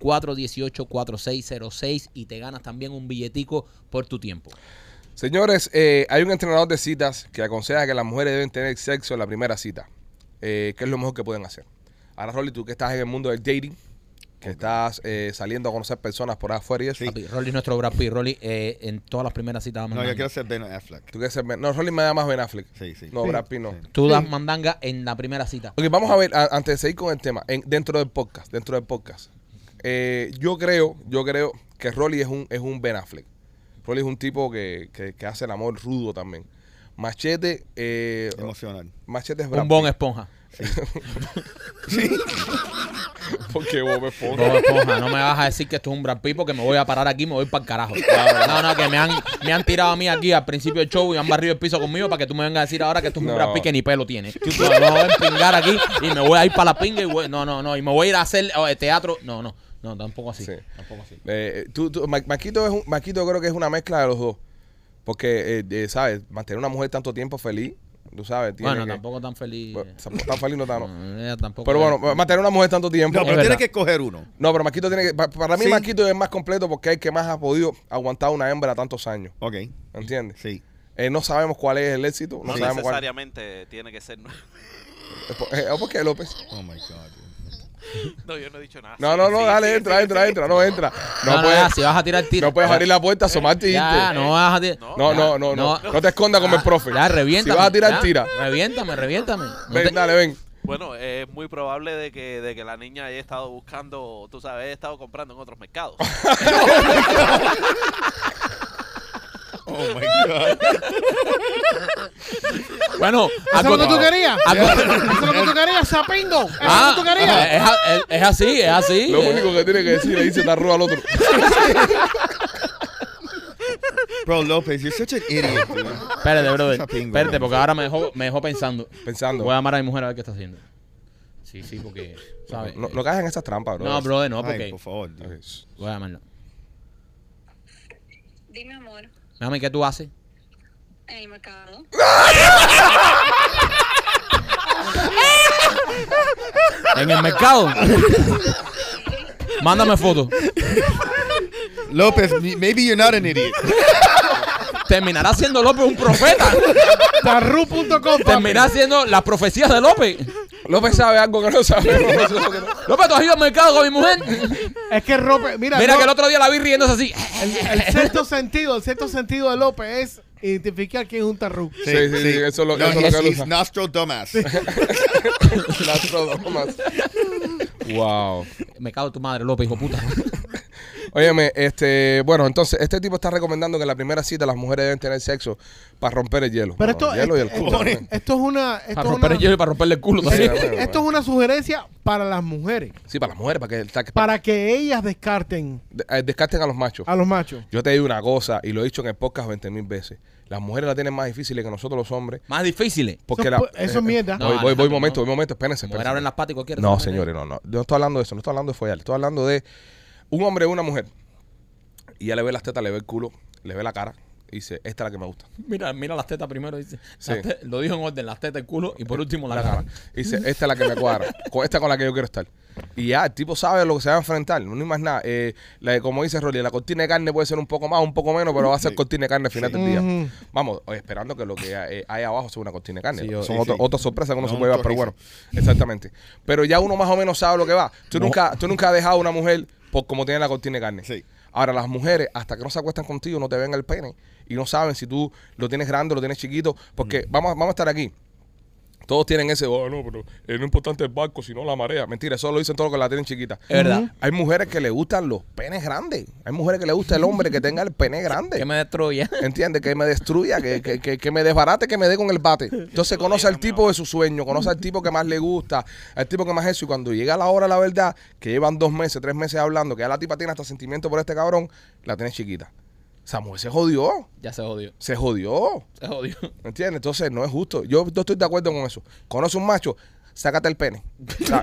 D: 786-418-4606 y te ganas también un billetico por tu tiempo.
C: Señores, eh, hay un entrenador de citas que aconseja que las mujeres deben tener sexo en la primera cita, eh, que es lo mejor que pueden hacer. Ahora, Rolly, tú que estás en el mundo del dating, que estás eh, saliendo a conocer personas por afuera y eso.
D: Papi, Rolly es nuestro Brad Pitt. Rolly, eh, en todas las primeras citas damos
G: No, yo
D: mandanga.
G: quiero ser Ben Affleck.
C: ¿Tú quieres ser Ben- No, Rolly me da más Ben Affleck.
G: Sí, sí.
C: No, Brad Pitt no.
D: Tú das mandanga en la primera cita.
C: Ok, vamos a ver, a- antes de seguir con el tema, en- dentro del podcast, dentro del podcast. eh, yo creo, yo creo que Rolly es un, es un Ben Affleck. Rolly es un tipo que, que- que hace el amor rudo también. Machete, eh,
G: Emocional.
C: Machete es Brad
D: Un bon
C: Pitt.
D: esponja.
C: Porque Bob Esponja.
D: Bob Esponja, no me vas a decir que esto es un Brad Pitt porque me voy a parar aquí y me voy para el carajo. No, no, que me han, me han tirado a mí aquí al principio del show y han barrido el piso conmigo para que tú me vengas a decir ahora que esto es un
C: No.
D: Brad Pitt que ni pelo tiene. No, me voy a empingar aquí y me voy a ir para la pinga y voy- no, no, no, y me voy a ir a hacer eh, teatro. No, no, no, tampoco así.
C: Sí.
D: Tampoco así.
C: Eh, tú, tú- Ma- Maquito, es un, Maquito creo que es una mezcla de los dos. Porque, eh, eh, ¿sabes? Mantener una mujer tanto tiempo feliz, tú sabes. Tiene
D: Bueno,
C: que-
D: tampoco tan feliz.
C: Bueno, Tan feliz no está, no.
D: No, ella tampoco
C: Pero bueno, mantener una mujer tanto tiempo.
G: No,
D: Es
G: pero
D: verdad.
G: tienes que escoger uno.
C: No, pero Maquito tiene que. pa- Para mí,
G: Sí.
C: Maquito es más completo porque es el que más ha podido aguantar una hembra tantos años.
G: Ok,
C: ¿Entiendes?
G: sí.
C: Eh, no sabemos cuál es el éxito. No,
F: No
C: sabemos cuál.
F: necesariamente tiene que ser. No,
C: Eh, por- eh, ¿Por qué, López?
G: Oh my God.
F: yo no he dicho nada.
C: No,
F: Sigue,
C: no, no,
F: sigue,
C: dale,
F: sigue,
C: entra,
F: sigue,
C: entra,
F: sigue.
C: entra, no entra.
D: No, no, ya,
C: No, puedes,
D: si vas a tirar tiro.
C: no puedes
D: ya,
C: abrir la puerta, asomarte y
D: Ya,
C: irte.
D: no vas a tirar.
F: No.
C: No, no, no, no.
D: No. Ah,
C: No te escondas como el profe.
D: Ya, reviéntame.
C: Si vas a tirar,
D: ya.
C: tira.
D: Reviéntame, reviéntame. No
C: Ven,
D: te-
C: dale, ven.
F: Bueno, es muy probable de que, de que la niña haya estado buscando, tú sabes, haya estado comprando en otros mercados.
G: Oh my God.
D: Bueno,
E: ¿Eso es lo que
D: algo-
E: tú querías?
D: algo-
E: ¿Eso es lo que tú querías, sapingo? ¿Eso
D: Ah,
E: es lo que tú querías?
D: Es, a- es- es así, es así.
C: Lo único que tiene que decir le dice tarro al otro.
G: Bro, López, you're such an idiot, dude.
D: Eh, Espérate, brother.
G: Sapingo.
D: Espérate, porque ahora me dejó, me dejó pensando.
C: Pensando.
D: Voy a llamar a mi mujer a ver qué está haciendo. Sí, sí, porque. ¿sabes?
C: No, no caes en esas trampas, bro.
D: No, brother, no,
G: Ay,
D: porque.
G: por favor. Dios.
C: Es-
D: voy a llamarlo.
H: Dime, amor,
D: Mami, ¿qué tú haces?
H: en el mercado.
D: ¿En el mercado? Mándame fotos.
G: López, m- maybe you're not an idiot.
D: Terminará siendo López un profeta.
E: Tarru.com.
D: Terminará siendo las profecías de López.
C: López sabe algo que no sabemos. Eso es lo que no-
D: López, ¿tú has ido al mercado con mi mujer?
E: Es que López, mira,
D: Mira
E: no,
D: que el otro día la vi riéndose así.
E: el, el sexto sentido, el sexto sentido de López es identificar quién es un tarru.
C: Sí, sí, sí, eso es lo-
G: no,
C: eso es lo
G: he's-
C: que él
G: he's
C: usa.
G: nostril dumbass.
C: Las trodomas. Wow.
D: Me cago en tu madre, López, hijo puta.
C: Óyeme, este, bueno, entonces, este tipo está recomendando que en la primera cita las mujeres deben tener sexo para romper el hielo. Bueno,
E: Pero esto,
C: el hielo y el
E: esto-
C: culo. también.
E: esto, es una, esto
D: Para
E: es
D: romper
E: una-
D: el hielo y para romperle el culo.
E: Sí,
D: también.
C: bueno, bueno.
E: esto es una sugerencia para las mujeres,
C: Sí, para las mujeres, para que el tac-
E: para que ellas descarten
C: de- eh, descarten a los machos.
E: a los machos.
C: Yo te digo una cosa, y lo he dicho en el podcast 20 mil veces. Las mujeres la tienen más difíciles que nosotros los hombres.
D: Más difíciles.
C: Porque
E: Eso
C: la- eh,
E: pu- eso es mierda.
C: Voy,
D: No,
C: voy, voy,
D: Alejandro,
C: momento,
D: no.
C: voy, momento, espérense.
D: Mover
C: espérense.
D: abren las patas y cualquier
C: No, señores, no, no. Yo no estoy hablando de eso, no estoy hablando de follar. Estoy hablando de un hombre o una mujer. Y ya le ve las tetas, le ve el culo, le ve la cara. Y dice, esta es la que me gusta.
D: Mira, mira las tetas primero. Dice.
C: Sí. Eh,
D: Las te- lo dijo en orden, las tetas, el culo y por último la,
C: la
D: cara.
C: cara. Y dice, esta es la que me cuadra. Con esta con la que yo quiero estar. Y ya, el tipo sabe lo que se va a enfrentar. No hay más nada. Eh, la- como dice Rolly, la cortina de carne puede ser un poco más, un poco menos, pero va a ser cortina de carne al final del día.
E: Ujú.
C: Vamos, eh, esperando que lo que hay eh, hay abajo sea una cortina de carne.
G: Sí, yo-
C: Son
G: sí,
C: otro-
G: sí.
C: otras sorpresas que uno
G: No,
C: se puede llevar,
G: un
C: pero bueno.
G: chorizo.
C: Exactamente. Pero ya uno más o menos sabe lo que va. Tú, nunca, tú nunca has dejado a una mujer por como tiene la cortina de carne.
G: Sí.
C: Ahora, las mujeres, hasta que no se acuestan contigo, no te ven el pene y no saben si tú lo tienes grande, lo tienes chiquito. Porque
G: Mm.
C: vamos, vamos a estar aquí. Todos tienen ese, oh, no, pero eh, no es importante el barco, sino la marea. Mentira, eso lo dicen todos los que la tienen chiquita.
D: Es verdad.
C: Hay mujeres que le gustan los penes grandes. Hay mujeres que le gusta el hombre que tenga el pene grande.
D: Que me destruya.
C: ¿Entiendes? Que me destruya, que, que, que, que me desbarate, que me dé con el bate. Entonces conoce al tipo de su sueño, conoce al tipo que más le gusta, al tipo que más eso. Y cuando llega la hora, la verdad, que llevan dos meses, tres meses hablando, que ya la tipa tiene hasta sentimiento por este cabrón, la tiene chiquita. Esa mujer se jodió,
D: Ya se jodió.
C: se jodió.
D: Se jodió.
C: ¿Entiendes? Entonces no es justo. Yo, yo estoy de acuerdo con eso. Conoce un macho, sácate el pene. Sa-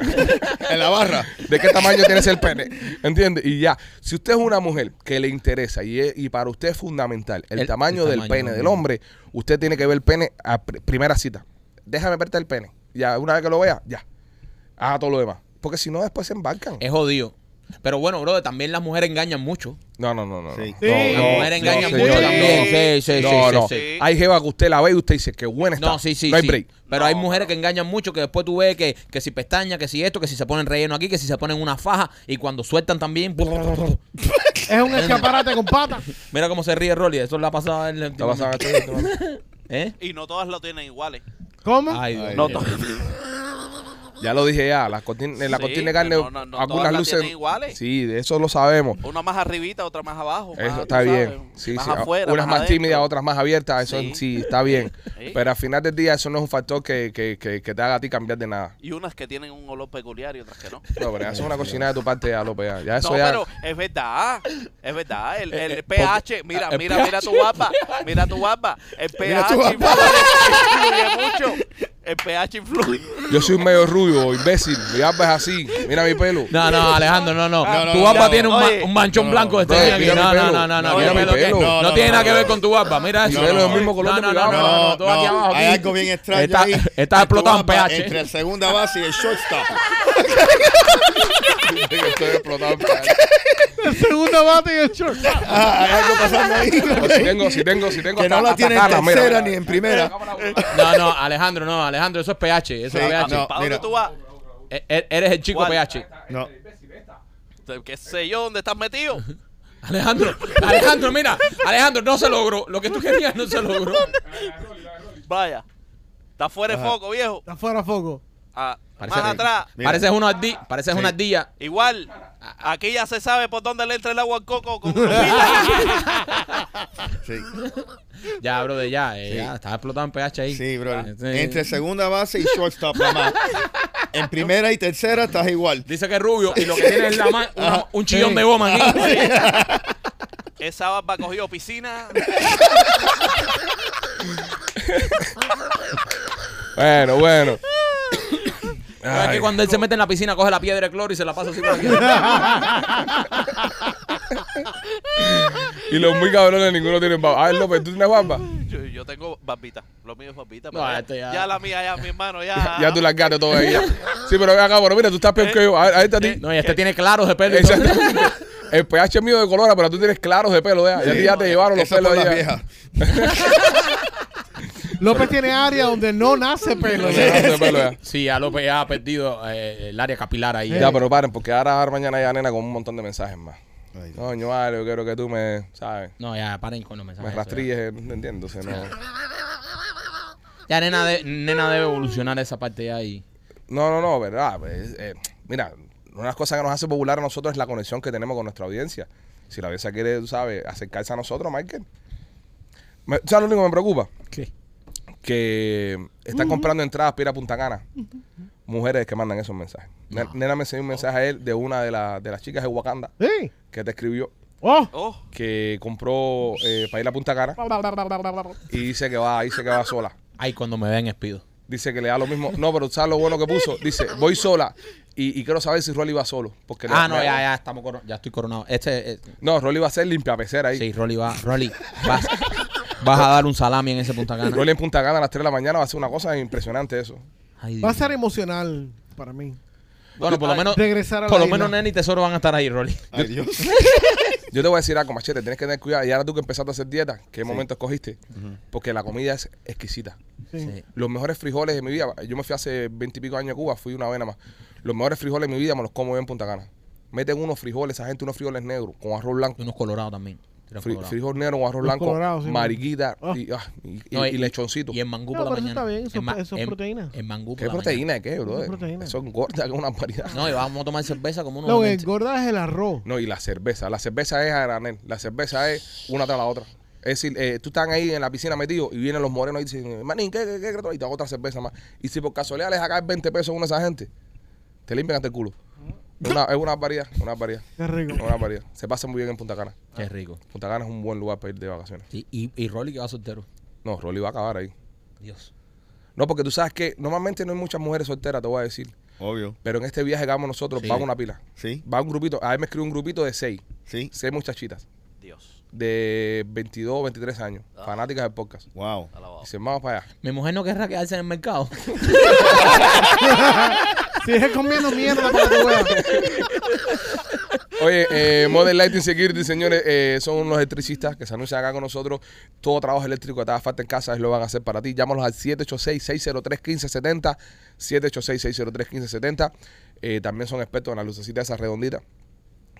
G: En la barra.
C: ¿De qué tamaño tienes el pene? ¿Entiendes? Y ya, si usted es una mujer que le interesa y, es- y para usted es fundamental el,
D: El-
C: tamaño
D: el
C: del
D: tamaño,
C: pene del
D: ¿no?
C: hombre, usted tiene que ver el pene a pr- primera cita. Déjame verte el pene. Ya, una vez que lo vea, ya. Haga todo lo demás. Porque si no, después se embarcan.
D: Es jodido. Pero bueno, brother, también las mujeres engañan mucho.
C: No, no, no, no.
G: Sí.
C: No,
D: Las
C: no,
D: mujeres
C: no,
D: engañan
C: señora,
D: mucho
C: no.
D: también. Sí, sí,
C: no,
D: sí, sí,
C: no.
D: sí.
F: sí.
C: Hay jeva que usted la ve y usted dice, qué buena está.
D: No, sí, sí.
C: No hay
D: sí.
C: break.
D: Pero hay
F: No,
D: mujeres que engañan mucho, que después tú ves que, que si pestaña, que si esto, que si se ponen relleno aquí, que si se ponen una faja y cuando sueltan también.
E: Es un escaparate con patas.
D: Mira cómo se ríe Rolly. Eso le ha pasado a él.
C: Te vas a- te- te vas a-
D: ¿Eh?
F: Y no todas lo tienen iguales.
E: ¿Cómo?
D: Ay, Dios.
G: Ay,
D: No,
G: Dios.
C: Ya lo dije ya, las cortinas, la
F: Sí,
C: cortina de carne,
F: pero no- no
C: algunas
F: todas las
C: luces.
F: tienen iguales.
C: Sí, de eso lo sabemos.
F: Una más arribita, otra más abajo. más,
C: Eso
F: tú
C: está
F: sabes,
C: bien. Sí,
F: más
C: sí. ah,
F: afuera,
C: Unas más
F: adentro.
C: tímidas, otras más abiertas. Eso sí,
F: Sí.
C: está bien.
F: Sí.
C: Pero al final del día, eso no es un factor que, que, que, que te haga a ti cambiar de nada.
F: Y unas que tienen un olor peculiar y otras que no.
C: No, pero eso es una cocina de tu parte ya, López. Ya, Ya eso
F: no,
C: ya.
F: pero es verdad, es verdad. El, el
D: eh,
F: pH, mira,
C: ah,
D: el
F: mira,
D: pH,
F: mira tu barba, mira tu barba. El
G: Mira tu
F: pH
G: barba.
F: influye mucho. El pH influye.
C: Yo soy medio rubio, imbécil. Mi barba es así. Mira mi pelo.
D: no, Alejandro, no, no.
G: Ah, No, no,
D: tu
G: no,
D: barba
G: no.
D: tiene un, ma-
F: Oye.
D: un manchón
G: No,
D: blanco de
C: bro,
D: este aquí.
C: mira mi
D: No, no,
C: pelo.
D: no, no, no.
C: No,
D: mira
G: mi
D: pelo, ¿qué?
C: pelo.
D: No,
G: No, no,
D: tiene nada
G: no,
D: que
G: no.
D: ver con tu barba. Mira eso.
C: Mi pelo es el mismo color
D: no,
C: de mi
D: no,
C: barba.
D: no, no, no, tú aquí abajo,
G: hay
D: aquí.
G: algo bien extraño
D: Está-
G: ahí.
D: estás explotado en
G: Tu barba
D: pH.
G: Entre segunda base y el shortstop.
C: Estoy explotado.
E: El segundo bate y el short.
G: Ah, hay algo pasando
C: O Pues si
G: ahí.
C: tengo, si tengo, si tengo.
G: que no
C: hasta-
G: la
C: hasta
G: tiene en
C: canas, mira,
G: tercera
C: mira.
G: ni en primera.
D: No, no, Alejandro, no, Alejandro, eso es pH. Eso
G: Sí,
D: es pH.
G: no.
F: ¿Para dónde
G: mira.
F: tú vas?
D: E- e- Eres el chico
F: ¿Cuál?
D: pH.
G: No.
F: ¿Qué sé yo? ¿Dónde estás metido?
D: Alejandro, Alejandro, mira, Alejandro, no se logró. Lo que tú querías no se logró.
F: Vaya. Está fuera de
G: Ajá.
F: foco, viejo.
E: Está fuera foco.
F: Ah,
D: Parece-
F: más atrás.
G: Mira.
D: Pareces una ardilla, pareces una ardilla.
F: Igual, aquí ya se sabe por dónde le entra el agua al coco con una pila.
G: Sí.
D: Ya, bro, de ya, eh,
G: Sí.
D: ya, estaba explotado en pH ahí.
G: Sí, bro.
D: Sí.
G: Entre segunda base y shortstop, nada más. En primera y tercera estás igual.
D: Dice que es rubio y lo que tiene es la ma- una-
G: Ajá.
D: un chillón de goma aquí.
F: Esa barba cogió piscina.
C: Bueno, bueno.
D: ¿Sabes
C: Ay.
D: que cuando él se mete en la piscina coge la piedra de cloro y se la pasa así por aquí?
C: Y los muy cabrones ninguno tiene barba. Ay, López, ¿tú tienes barba?
F: Yo, yo tengo barbita. Lo mío es barbita.
D: No,
F: pero ya,
D: esto ya-
F: ya la mía, ya mi hermano, ya.
C: Ya tú la gato todo ahí. ya. Sí, pero ven acá, pero mira, tú estás peor que yo. A ver, a ver, a ti.
D: No, y este tiene claros de pelo. y todo.
C: Exactamente. El pH mío de colora, pero tú tienes claros de pelo, ya. Y a ti ya te llevaron los
G: Esa es
C: pelos
G: por la
C: ahí, ya.
G: vieja.
E: López tiene área donde no nace pelo.
C: Los claros de pelo, ya.
D: Sí, ya López ya ha perdido eh, el área capilar ahí.
C: Ya, pero paren, porque ahora ahora mañana ya nena con un montón de mensajes más. Coño, vale, yo quiero que tú me, ¿sabes?
D: No, ya, paren con los mensajes.
C: Me rastrilles, eh, no entiendo, o sea, no.
D: Ya, nena, de- nena debe evolucionar esa parte ya ahí.
C: No, no, no, verdad. pues, eh, mira, una de las cosas que nos hace popular a nosotros es la conexión que tenemos con nuestra audiencia. Si la audiencia quiere, tú sabes, acercarse a nosotros, Michael. Me- ¿Sabes lo único que me preocupa?
D: ¿Qué?
C: Que están comprando entradas para ir a Punta Cana. Mujeres que mandan esos mensajes. Ne- Nena me enseñó un mensaje a él de una de, la- de las chicas de Wakanda
E: Sí.
C: que te escribió
E: Oh.
F: Oh,
C: que compró eh, para ir a Punta Cana y dice que va, dice que va sola.
D: Ay, cuando me ven, espido.
C: Dice que le da lo mismo. No, pero ¿sabes lo bueno que puso? Dice, voy sola. Y, y quiero saber si Rolly va solo. Porque le-
D: Ah, no,
C: me-
D: ya, ya, estamos coro- ya estoy coronado. Este, eh,
C: No, Rolly va a ser limpia pecera ahí.
D: sí, Rolly va, Rolly, vas, vas a dar un salami en ese Punta Cana.
C: Rolly en Punta Cana a las 3 de la mañana va a ser una cosa impresionante eso.
D: Ay, Dios
E: Va a
D: mío.
E: ser emocional para mí.
D: Bueno, por lo menos,
E: Regresar a la
D: por lo
E: isla.
D: menos Nena y Tesoro van a estar ahí, Rolly.
G: Ay, Dios.
C: Yo te voy a decir algo, machete, tienes que tener cuidado. Y ahora tú que empezaste a hacer dieta, ¿qué momento escogiste? Porque la comida es exquisita.
D: Sí.
C: Los mejores frijoles de mi vida, yo me fui hace 20 y pico años a Cuba, fui una vez nada más. Los mejores frijoles de mi vida me los como yo en Punta Cana. Meten unos frijoles, esa gente unos frijoles negros con arroz blanco.
D: Y unos colorados también. Tiran
C: Fri-
D: colorado.
C: frijol negro con arroz
E: Los
C: blanco,
E: colorados, sí,
C: mariquita
E: Ah.
C: y, ah, y- y-
D: No,
C: y lechoncito.
D: Y en mangú
E: No,
D: por la
E: pero eso
D: mañana.
E: está bien, eso
D: En ma-
E: es- eso es
D: en-
E: proteína.
D: En mangú por
C: ¿Qué
D: la
C: proteína de qué, bro?
E: Una proteína.
C: Eso engorda, que es una paridad.
D: mañana. No, y vamos a tomar cerveza como unos
E: Lo que
D: demente.
E: engorda es el arroz.
C: No, y la cerveza. La cerveza es a granel. La cerveza es una tras la otra. Es decir, eh, tú están ahí en la piscina metido y vienen los morenos y dicen, manín, ¿qué, qué, qué, qué? Y te hago otra cerveza más. Y si por casualidad les sacas 20 pesos a una de esa gente, te limpian hasta el culo. Es una, es una variedad, una variedad,
E: Qué rico.
C: una variedad. Se pasa muy bien en Punta Cana.
D: Qué rico.
C: Punta Cana es un buen lugar para ir de vacaciones.
D: Sí, y, y Rolly que va soltero.
C: No, Rolly va a acabar ahí.
D: Dios.
C: No, porque tú sabes que normalmente no hay muchas mujeres solteras, te voy a decir.
G: Obvio.
C: Pero en este viaje que vamos nosotros,
D: Sí.
C: vamos una pila.
G: Sí,
C: Va un grupito, a mí me escribe un grupito de seis,
G: sí.
C: seis muchachitas.
F: Dios.
C: de 22 o 23 años, fanáticas del podcast.
G: Wow.
F: Alabado.
C: Dicen, vamos para allá.
D: Mi mujer no querrá quedarse en el mercado.
E: Sigue comiendo mierda para que veas.
C: Oye, eh, Modern Lighting Security, señores, eh, son unos electricistas que se anuncian acá con nosotros. Todo trabajo eléctrico que te haga falta en casa, ellos lo van a hacer para ti. Llámalos al 786-603-1570. 786-603-1570. Eh, también son expertos en las lucecitas esas redonditas.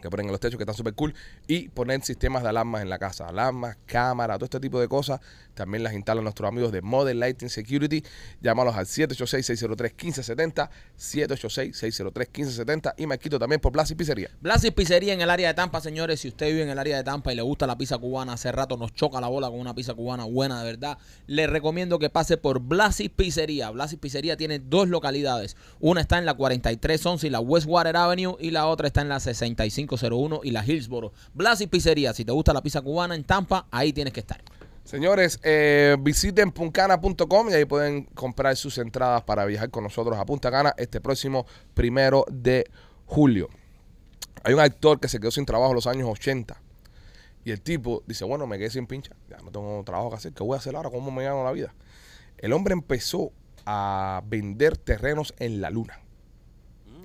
C: que ponen en los techos, que están súper cool, y poner sistemas de alarmas en la casa, alarmas, cámaras, todo este tipo de cosas, también las instalan nuestros amigos de Modern Lighting Security, llámalos al 786-603-1570, 786-603-1570, y me quito también por Plaza y Pizzería.
D: Blasis Pizzería en el área de Tampa, señores. Si usted vive en el área de Tampa y le gusta la pizza cubana, hace rato nos choca la bola con una pizza cubana buena, de verdad. Le recomiendo que pase por Blasis Pizzería. Blasis Pizzería tiene dos localidades. Una está en la 4311 y la Westwater Avenue y la otra está en la 6501 y la Hillsboro. Blasis Pizzería, si te gusta la pizza cubana en Tampa, ahí tienes que estar.
C: Señores, eh, visiten puncana.com y ahí pueden comprar sus entradas para viajar con nosotros a Punta Cana este próximo primero de julio. Hay un actor que se quedó sin trabajo en los años 80 y el tipo dice, bueno, me quedé sin pincha, ya no tengo trabajo que hacer, ¿qué voy a hacer ahora? ¿Cómo me gano la vida? El hombre empezó a vender terrenos en la luna.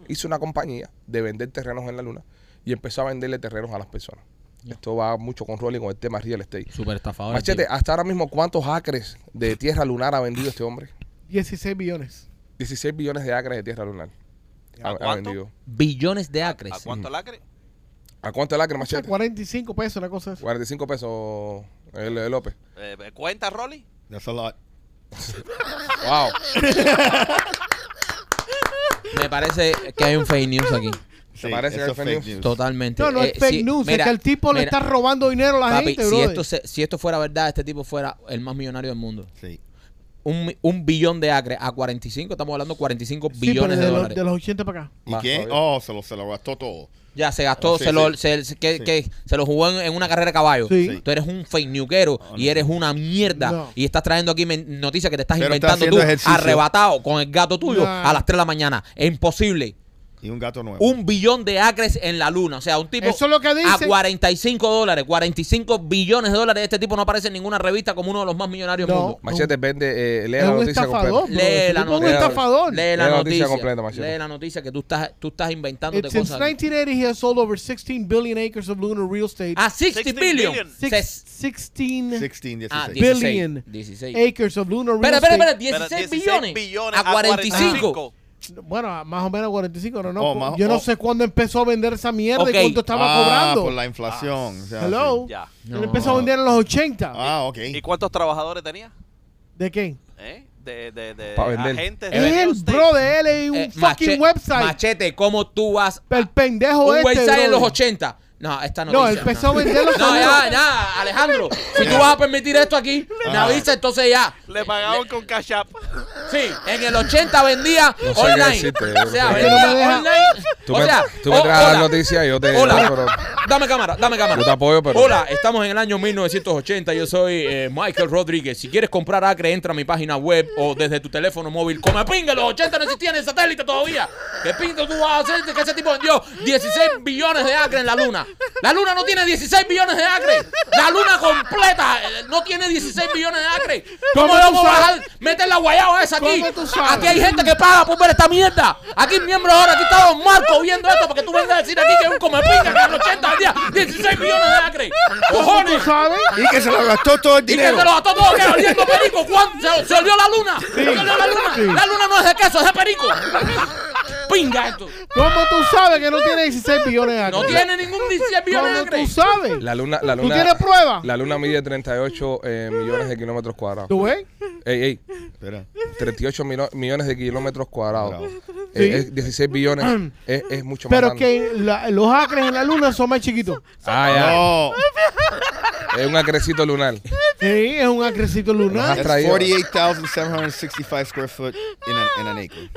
C: Hizo una compañía de vender terrenos en la luna y empezó a venderle terrenos a las personas. Esto va mucho con Rolling con el tema real estate.
D: Súper estafador.
C: Machete,
D: tío.
C: hasta ahora mismo, ¿cuántos acres de tierra lunar ha vendido este hombre?
E: 16 billones.
C: 16 billones de acres de tierra lunar.
F: ¿A cuánto?
D: Billones de acres.
F: ¿A cuánto lacre?
C: ¿A cuánto el acre,
E: O sea,
C: Machete?
E: 45 pesos, una cosa así.
C: 45 pesos, el, el López.
F: Eh, ¿Cuenta, Rolly?
G: That's a lot.
C: ¡Wow!
D: Me parece que hay un fake news aquí.
G: Sí,
C: parece
G: eso
C: que
G: es
C: hay fake
G: fake news.
D: Totalmente.
E: No, no
D: Eh,
E: es fake
D: sí,
E: news,
D: mira,
E: es que el tipo le
D: mira,
E: está robando dinero a la
D: Papi,
E: gente,
D: si
E: brother.
D: esto, se- si esto fuera verdad, este tipo fuera el más millonario del mundo.
G: Sí.
D: un, mi- un billón de acres a 45, estamos hablando de 45
E: Sí, pero
D: billones de,
E: los-
D: dólares.
E: de los 80 para acá.
G: ¿Y
C: Más
G: quién?
C: todavía.
G: Oh, se lo, se lo gastó todo.
D: Ya se gastó,
G: Sí,
D: se, lo,
G: sí.
D: se, se- que,
G: Sí.
D: que se lo jugó en, en una carrera de caballo.
E: Sí.
G: Sí.
D: Tú eres un fake newquero y eres una mierda.
E: No.
D: Y estás trayendo aquí men- noticias que te estás
G: Pero está
D: inventando
G: haciendo
D: tú,
G: ejercicio.
D: arrebatado con el gato tuyo
E: No.
D: a las 3 de la mañana. Es imposible.
G: Y un gato nuevo.
D: Un billón de acres en la luna. O sea, un tipo
E: Eso es lo que
D: a
E: dicen.
D: 45 dólares, 45 billones de dólares. Este tipo no aparece en ninguna revista como uno de los más millonarios del
E: No.
D: mundo.
C: Machete, vende, eh, lee
E: Es
C: la
E: un
C: noticia
E: estafador.
C: completa.
E: bro. Ese
D: Lee la
E: tipo es un
C: noticia.
E: estafador.
D: Lee la,
C: Lee la noticia
D: noticia.
C: completa, Machete.
D: Lee la noticia que tú estás, tú estás inventándote
E: It- Since
D: cosas. aquí.
E: 1980, he has sold over 16 billion acres of lunar real estate.
D: Ah, 60,
F: 60
D: billion.
F: billion.
E: Six-
D: Ses-
E: 16
G: 16, 16.
D: ah,
E: Billion.
D: 16. 16.
E: acres of lunar real
D: Espera, espera, espera,
E: estate.
D: 16,
F: Pero 16
D: billones,
F: billones
D: a 45.
E: Bueno, más o menos 45, no, no.
G: Oh, más-
E: yo
G: oh.
E: no sé cuándo empezó a vender esa mierda
D: Ok.
E: y cuánto estaba
G: Ah,
E: cobrando.
G: por la inflación. o sea,
E: Hello.
G: sí.
F: Ya.
E: Él empezó a vender en los 80.
G: Ah, ok.
F: ¿Y cuántos trabajadores tenía?
E: ¿De qué?
F: ¿Eh? De, de, de
C: Pa' vender.
F: agentes de real
E: Él,
F: estate.
E: bro, de él es un
D: Eh,
E: fucking
D: mache-
E: website.
D: Machete, ¿cómo tú vas?
E: El pendejo
D: Un
E: este,
D: website en
E: brother.
D: los 80. No, esta noticia.
E: No, él empezó a vender los
D: No, ya, ya, Alejandro. Si tú vas a permitir esto aquí,
C: Ah.
D: me avisa, entonces ya.
F: Le pagaban con Cash App.
D: Sí, en el 80 vendía
C: No sé qué
D: online.
C: decirte,
D: O sea,
C: bro.
E: Es que no
D: vendía
E: me deja-
D: online.
C: Tú
D: o
C: me,
D: sea,
C: tú me
D: oh,
C: traes las
D: hola.
C: noticias y yo te...
D: Hola.
C: pero-
D: Dame cámara, dame cámara.
C: Yo te apoyo, pero-
D: Hola, estamos en el año 1980. Yo soy eh, Michael Rodríguez. Si quieres comprar acre, entra a mi página web o desde tu teléfono móvil. Come pinga, los 80 no existían el satélite todavía. ¿Qué pinto tú vas a hacer? de Que ese tipo vendió 16 billones de acre en la luna. La luna no tiene 16 billones de acre. La luna completa eh, no tiene 16 billones de acre. ¿Cómo,
E: ¿Cómo tú
D: vamos a
E: sabes?
D: bajar? Meter la guayaba esa aquí.
E: ¿Cómo tú sabes?
D: Aquí hay gente que paga por ver esta mierda. Aquí miembro ahora, aquí está Don Marco viendo esto porque tú vengas a decir aquí que es un comepinga que en los 80 vendía 16 millones de acres.
E: ¿Tú
D: ¡Cojones!
E: sabes?
G: Y que se lo gastó todo el
D: ¿Y que se
G: dinero.
D: lo gastó todo que oliendo perico? ¿Cuándo? ¿Se, se olió la luna? ¿Se olió la luna?
E: Sí.
D: La luna no es de queso, es de perico. ¡Pinga esto!
E: ¿Cómo tú sabes que no tiene 16 billones de acres?
D: No tiene ningún 16 millones de
E: ¿Cómo tú
D: acres.
E: sabes?
C: La luna, la
E: ¿Tú
C: luna,
E: tienes prueba?
C: La luna mide 38 eh, millones de kilómetros cuadrados.
E: ¿Tú ves?
C: Ey, ey,
G: Espera.
C: 38 milo- millones de kilómetros cuadrados.
G: Bravo.
C: Eh, es 16 billones. es, es mucho más
E: Pero
C: grande.
E: que la- los acres en la luna son más chiquitos.
C: Ah,
G: No.
C: ya. Es un acrecito lunar.
E: Sí, es un acrecito
C: Nos
E: lunar.
C: has
G: That's
C: traído,
G: 48,765 square foot in an, in an acre.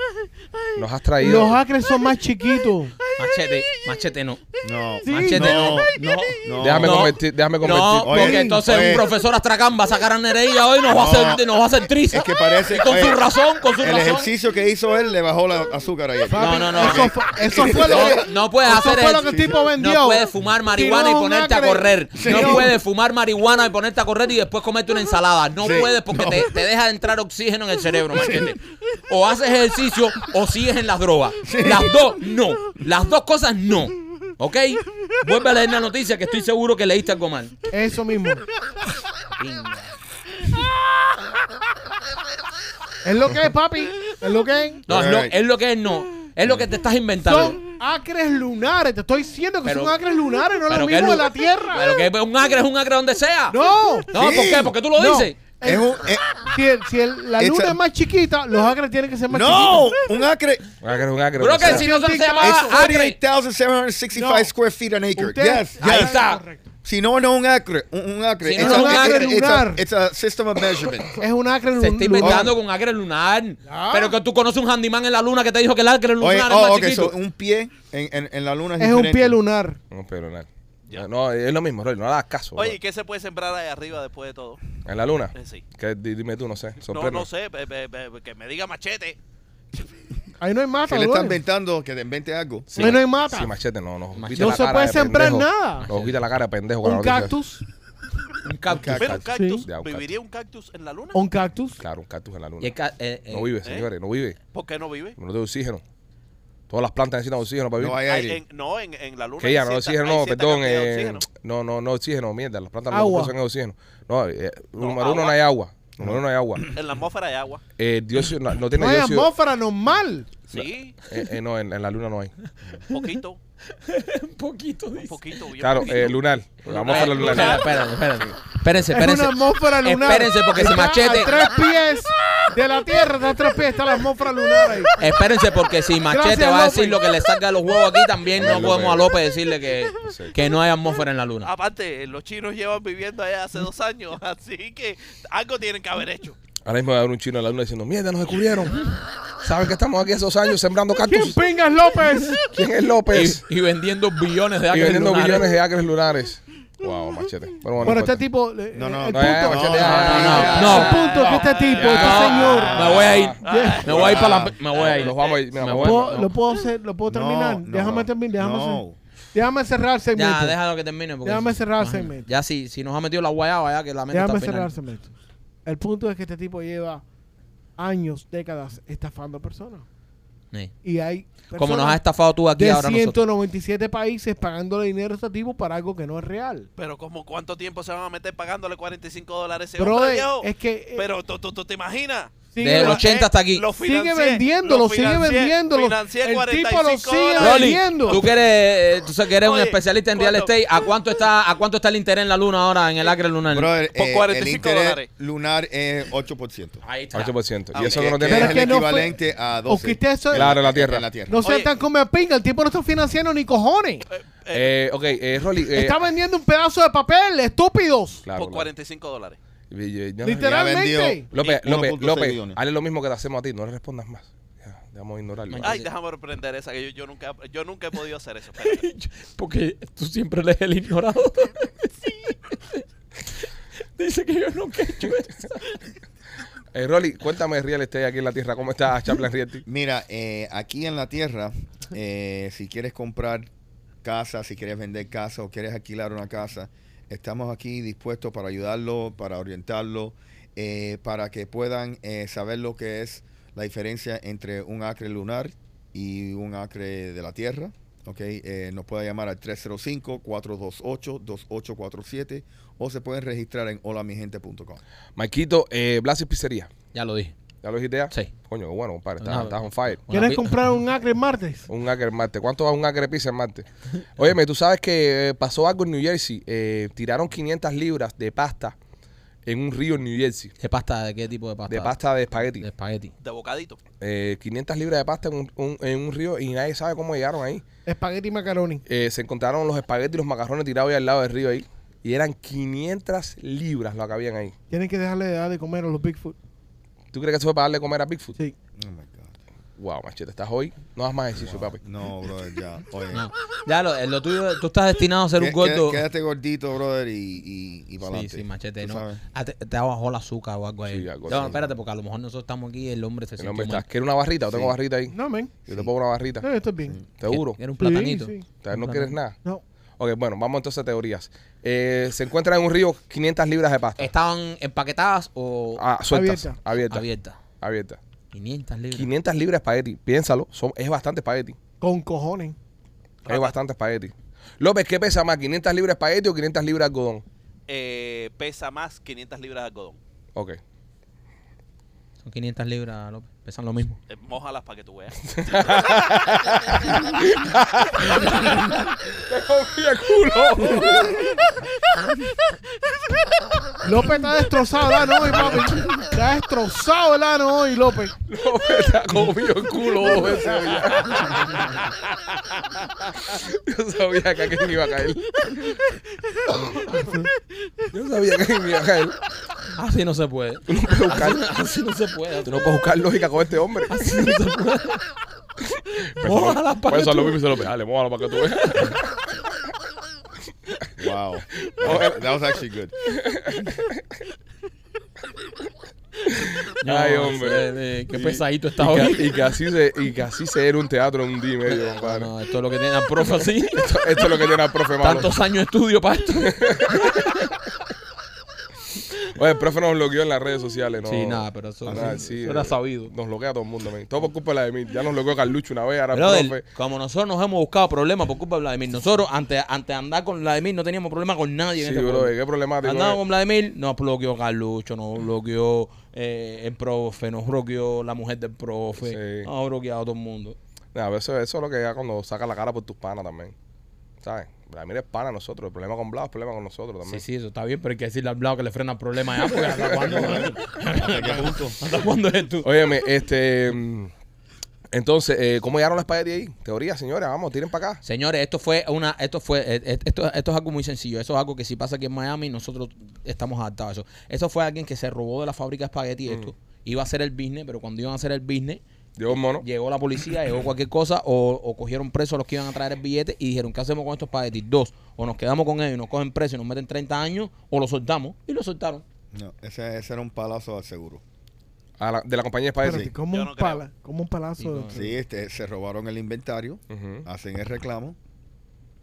C: nos has traído.
E: Los acres son más chiquitos.
D: Machete, machete no.
G: No.
E: Sí.
D: Machete no.
G: No, no,
D: no.
G: no.
C: Déjame
D: No.
C: convertir, déjame convertir.
D: No,
G: Oye,
D: porque entonces
G: oye.
D: un profesor Astracán va a sacar a Nereida hoy y nos va a
G: No.
D: hacer, nos va a hacer trizas.
G: Es que parece-
D: Y con
G: oye,
D: su razón, con su
G: El
D: razón.
G: ejercicio que hizo él le bajó la azúcar ayer.
D: No, no, no.
E: Eso, fu- eso fue lo
D: No,
E: que,
D: no puedes
E: eso
D: hacer
E: fue lo
D: ejercicio.
E: que el tipo vendió.
D: No puedes fumar marihuana y
E: Tiró un
D: ponerte a
E: acre.
D: correr. No
E: Tiró-
D: puedes fumar marihuana y ponerte a correr y después comerte una ensalada. No
G: Sí,
D: puedes porque
G: no.
D: te, te deja entrar oxígeno en el cerebro, machete. O haces ejercicio o sigues en las drogas. Las dos, no. Las dos cosas, no. ¿Ok? Vuelve a leer la noticia que estoy seguro que leíste algo mal.
E: Eso mismo. Es lo que es, papi. Es lo que es.
D: No, es lo,
G: Alright.
D: es lo que es, no. Es lo que te estás inventando.
E: Son acres lunares. Te estoy diciendo que
D: Pero-
E: son acres lunares, no lo
D: Pero que
E: mismo
D: es lu-
E: de la Tierra.
D: Pero que un acre es un acre donde sea.
E: No.
D: No, ¿por
G: Sí.
D: qué? Porque tú lo
E: No.
D: dices.
G: Es un, eh,
E: Si, el- si el- la
G: It's
E: luna
G: a-
E: es más chiquita, los acres tienen que ser más
G: no, un acre.
C: Un acre, Ah, un acre.
D: Bro,
C: o
D: que
C: sea,
D: si no se
G: It's
D: llamaba Ah, acre.
G: 48,765
E: No.
G: square feet an acre.
E: chiquitos. Ah,
G: Yes,
D: Ahí
G: yes.
D: está.
E: correcto.
G: Si no, no un acre. Un, un acre.
D: Si no, no un acre
G: it's a-
E: lunar.
G: It's a system of measurement.
E: Es un acre
D: Se
E: lun-
D: está
E: lunar.
D: inventando con acre lunar. Pero que tú conoces un handyman en la luna que te dijo que el acre lunar
G: Oye,
D: es
G: oh,
D: más
G: ok, so
D: chiquito.
G: un pie en, en, en la luna es,
E: Es un
G: diferente.
E: pie lunar.
C: No, pero nada. No, es lo mismo, Roy. No le das caso.
F: Oye, ¿y
C: bro.
F: qué se puede sembrar ahí arriba después de todo?
C: ¿En la luna?
F: Eh, sí.
C: ¿Qué? Di- dime tú, no sé.
F: No,
C: sorpréndeme.
F: no sé, be- be- be- que me diga machete.
E: Ahí no hay mata.
G: Que le
E: brother.
G: están inventando, que te invente algo.
C: Sí,
E: Ahí no hay
C: ma-
E: mata.
C: Sí, machete, no. No,
D: Machete.
C: quita
E: No
C: la
E: se
C: cara
E: puede
C: de
E: sembrar
C: pendejo.
E: nada.
C: Nos quita la cara de pendejo. con la
E: un
C: noticia.
E: cactus.
D: Un cactus.
F: ¿Pero un
G: Cactus.
F: cactus?
E: Sí.
C: Ya, un
F: ¿Viviría un cactus en la luna?
E: Un cactus.
C: Claro, un cactus en la luna.
D: Y el ca- eh, eh,
C: No vive, señores, no vive.
F: ¿Por qué no vive?
C: No tiene oxígeno. Todas las plantas necesitan oxígeno para
G: No
C: vivir.
G: hay
F: Hay-
G: aire.
F: en- no, en, en la luna.
C: que ya,
F: hay
C: no
F: cierta-
C: oxígeno,
F: hay
C: no,
F: cierta
C: perdón.
F: cantidad de
C: eh,
F: oxígeno.
C: no, no, no oxígeno, mierda. Las plantas
E: Agua.
C: no producen oxígeno. No, eh, número uno
F: agua.
C: no hay agua. Número uno no hay agua.
F: En la atmósfera hay agua.
C: Eh, dióxido, no, no tiene
E: No hay
C: dióxido.
E: atmósfera normal.
F: Sí,
C: Eh, eh, no, en, en la luna no hay.
F: poquito,
D: Un poquito,
F: un
D: dice.
F: poquito. bien
C: Claro,
F: poquito.
C: eh, lunar. Vamos a la
D: Eh, espera,
C: lunar.
D: espera, espera. Espérense,
E: Es
D: espérense.
E: una atmósfera lunar.
D: Espérense, porque si
E: Está
D: machete-
E: A tres pies de la Tierra, está a tres pies, está la atmósfera lunar ahí.
D: Espérense, porque si Machete
E: Gracias,
D: va a
E: López.
D: decir lo que le salga de los huevos aquí, también
C: También
D: no
C: López.
D: podemos a López decirle que,
C: Sí.
D: que no hay atmósfera en la
F: Ah,
E: Ah,
D: luna.
F: Aparte, los chinos llevan viviendo allá hace dos años, así que algo tienen que haber hecho.
C: Ahora mismo va a haber un chino a la luna diciendo, mierda, nos descubrieron. ¿Sabes que estamos aquí esos años sembrando
E: ¿Quién
C: cactus?
E: pingas López?
C: ¿Quién es
E: pues.
C: López?
D: Y, y vendiendo billones de
C: Y
D: acres
C: vendiendo
D: lunares.
C: billones de acres lunares. Wow, machete. Pero bueno,
E: Bueno,
C: no importa.
E: este tipo. eh,
G: No, no,
E: el
C: No,
E: punto,
C: ya, machete, ya, ya,
D: no,
C: ya,
D: no.
C: ya.
E: el punto es que este tipo, este
C: Ah,
E: señor.
D: Me voy a ir.
E: Ya.
D: Me voy a ir para la. Me voy a ir.
C: Los vamos a ir. Mira,
D: Me
C: me
D: voy.
C: voy.
E: ¿Puedo- ¿Lo puedo hacer? ¿Lo puedo terminar?
G: No,
E: déjame
G: no,
E: terminar. Déjame,
G: no.
E: cer- déjame cerrar el segmento.
D: Ya, déjalo que termine. porque-
E: Déjame cerrar el
D: Imagínate.
E: segmento.
D: Ya, si, si nos ha metido la guayaba, ya que la mente
E: déjame
D: está
E: cerrar el
D: penal.
E: segmento. El punto es que este tipo lleva años, décadas estafando personas.
D: Sí.
E: Y hay. Personas
D: Como nos has estafado tú aquí
E: de
D: ahora nosotros.
E: 197 países pagándole dinero a este tipo para algo que no es real.
F: Pero como cuánto tiempo se van a meter pagándole 45 dólares a ese
E: Bro,
F: hombre,
E: eh,
F: viejo?
E: es que. eh,
F: Pero tú, tú- tú te imaginas. eh,
E: sigue
D: Del
E: la-
D: 80 hasta aquí.
F: Lo
E: Sigue
F: financié,
E: vendiéndolo, sigue
F: financié,
E: vendiéndolo.
F: financié
E: El tipo
F: 45
E: lo sigue
F: dólares.
E: vendiendo.
D: Rolly,
E: Entiendo.
D: tú que eres, eh, tú sabes que eres un
F: Oye,
D: especialista en real
F: ¿cuánto?
D: estate, ¿a cuánto está a cuánto está el interés en la luna ahora en el acre lunar?
G: Brother,
F: Por
G: eh,
F: 45
G: el interés
F: dólares.
G: lunar es 8%.
D: Ahí está.
C: 8%.
F: Ah,
C: Y eso
G: que,
C: no
G: que
E: Pero
G: es
C: tiene...
E: que
G: el
E: no fue-
G: equivalente a 12.
E: quité eso-
C: Claro, la tierra.
G: En la tierra.
E: No sean
F: Oye.
E: tan come pinga, el tipo no está financiando ni cojones.
C: Eh, ok, eh, Rolly. eh,
E: está vendiendo un pedazo de papel, estúpidos.
C: claro,
F: por
C: claro.
F: 45 dólares.
C: Y- y- ya-
E: Literal. literalmente.
G: vendido
C: López, López,
G: 1.6
C: López,
G: millones.
C: hazle lo mismo que te hacemos a ti. No le respondas más. Ya, dejamos ignorarlo.
F: Ay,
D: sí.
F: déjame reprender esa, que yo, yo nunca, yo nunca he podido hacer eso. espérate.
D: Porque tú siempre lees el ignorado. Dice que yo nunca he hecho eso.
C: Eh, Rolly, cuéntame Real Estate aquí en la Tierra. ¿Cómo está Chaplin Realty?
G: Mira, eh, aquí en la tierra, eh, si quieres comprar casa, si quieres vender casa o quieres alquilar una casa, estamos aquí dispuestos para ayudarlo, para orientarlo, eh, para que puedan eh, saber lo que es la diferencia entre un acre lunar y un acre de la tierra. ok. Eh, nos puede llamar al 305-428-2847 o se pueden registrar en holamigente.com.
C: Maikito, eh, Blas y Pizzería.
D: Ya lo dije.
C: ¿Ya lo dijiste ya?
D: Sí.
C: Coño, qué bueno, compadre. Estás,
D: No.
C: estás on fire.
D: Una
E: ¿Quieres
D: pi-
E: comprar un acre en martes?
C: Un acre en Marte. ¿Cuánto va un acre de pizza en Marte? Óyeme, tú sabes que eh, pasó algo en New Jersey. Eh, tiraron 500 libras de pasta en un río en New Jersey.
D: ¿De pasta? ¿De qué tipo de pasta?
C: De pasta de espagueti.
D: De espagueti.
F: De bocadito.
C: Eh, 500 libras de pasta en un, un- en un río y nadie sabe cómo llegaron ahí.
E: Espagueti y macaroni.
C: Eh, se encontraron los espaguetis y los macarrones tirados ahí al lado del río ahí. Y eran 500 libras lo que habían ahí.
E: Tienen que dejarle de dar de comer a los Bigfoot.
C: ¿Tú crees que eso fue para darle de comer a Bigfoot?
E: Sí.
G: Oh my God.
C: Wow, machete, estás hoy. No hagas más ejercicio, papi.
G: No, brother, ya. Oye.
D: No. Ya lo, eh, lo tuyo, tú estás destinado a ser un
G: Qué- qué-
D: gordo.
G: Quédate gordito, brother, y, y, y para
D: Sí,
G: adelante.
D: sí, machete.
G: Tú
D: No.
G: sabes.
D: Ah, te, te bajó el azúcar o algo ahí.
C: Sí, algo
D: no,
C: así.
D: espérate, porque a lo mejor nosotros estamos aquí y el hombre se
C: El
D: sintió
C: hombre
D: mal.
C: está. ¿Quieres una barrita? Yo tengo barrita ahí.
E: No, men.
C: Yo te pongo una barrita.
E: No, esto es bien.
C: Seguro.
D: Era un
E: Sí,
D: platanito.
E: sí.
C: Tal vez No quieres nada.
E: No.
C: Ok, bueno, vamos entonces a teorías. Eh, se encuentra en un río 500 libras de pasta.
D: ¿Estaban empaquetadas o
C: Ah, sueltas. Abierta. Abierta.
D: abiertas? 500 libras.
C: 500 libras de espagueti. Piénsalo. son- es bastante espagueti.
E: Con cojones.
C: Es bastante espagueti. López, ¿qué pesa más? ¿500 libras de espagueti o 500 libras de algodón?
F: Eh, pesa más 500 libras de algodón.
C: Ok.
D: Son 500 libras, López. Pesan lo mismo.
F: Eh, mójalas para que tú veas.
E: López está destrozado el ano hoy, papi. Está destrozado el ano hoy, López.
C: López te ha comido el culo dos veces hoy ya. Yo sabía que alguien iba a caer. Yo sabía que alguien iba a caer.
D: Así no se puede.
C: Tú no puedes buscar,
D: Así no se puede.
C: tú no puedes buscar lógica con este hombre.
D: Así no se puede. Ojalá para que
C: Pues eso
D: tú-
C: lo mismo y se lo ve. Dale, mójalo para que tú veas.
G: Wow. That, eh, that was actually good.
C: Ay,
D: No,
C: hombre.
D: eh, eh, qué pesadito está
C: Y que,
D: hoy.
C: y que así se, y que así se era un teatro en un día y medio, compadre.
D: No, esto es lo que tiene el profe así.
C: Esto, esto es lo que tiene el profe malo.
D: Tantos años de estudio para esto.
C: Oye, el profe nos bloqueó en las redes sociales, ¿no?
D: Sí, nada, pero eso,
C: Nada,
D: eso-
C: sí,
D: eso era
C: eh,
D: sabido.
C: Nos bloquea a todo el mundo, men. Todo por culpa de la de mí. Ya nos bloqueó Carlucho una vez, ahora el
D: Brother,
C: profe.
D: como nosotros nos hemos buscado problemas por culpa de Vladimir, nosotros antes, antes de andar con Vladimir no teníamos problema con nadie en
C: Sí,
D: este
C: bro,
D: programa.
C: qué problemático.
D: Andamos
C: eh.
D: con Vladimir, nos bloqueó Carlucho, nos bloqueó eh, el profe, nos bloqueó la mujer del profe,
C: Sí.
D: nos ha bloqueado todo el mundo.
C: Nah, pero eso, eso es lo que ya cuando saca la cara por tus panas también. ¿Sabes? Vladimir es pana de nosotros. El problema con Blas es problema con nosotros
D: Sí,
C: también.
D: sí, eso está bien, pero hay que decirle al Blau que le frena el problema ya, porque hasta cuándo. ¿Hasta cuándo es tú?
C: Óyeme, este. mm, Entonces, eh, ¿cómo llegaron las paredes ahí? Teoría, señora, vamos, tiren para acá.
D: Señores, esto fue una, esto fue, eh, eh, esto, esto es algo muy sencillo. Eso es algo que si pasa aquí en Miami, nosotros estamos adaptados a eso. Eso fue alguien que se robó de la fábrica de
G: Mm.
D: espagueti esto. Iba a hacer el business, pero cuando iban a hacer el business,
C: Llegó un mono.
D: llegó la policía, llegó cualquier cosa, o, o cogieron presos a los que iban a traer el billete y dijeron, ¿qué hacemos con estos espaguetis? Dos, o nos quedamos con ellos y nos cogen presos y nos meten 30 años, o los soltamos y los soltaron.
G: No, ese, ese era un palazo al seguro.
C: A la- de la compañía de espagueti.
E: Espérate, como
F: Yo
E: un,
F: no creo.
E: pala, como un palazo. de-
G: Sí, este, se robaron el inventario,
C: Ujú.
G: hacen el reclamo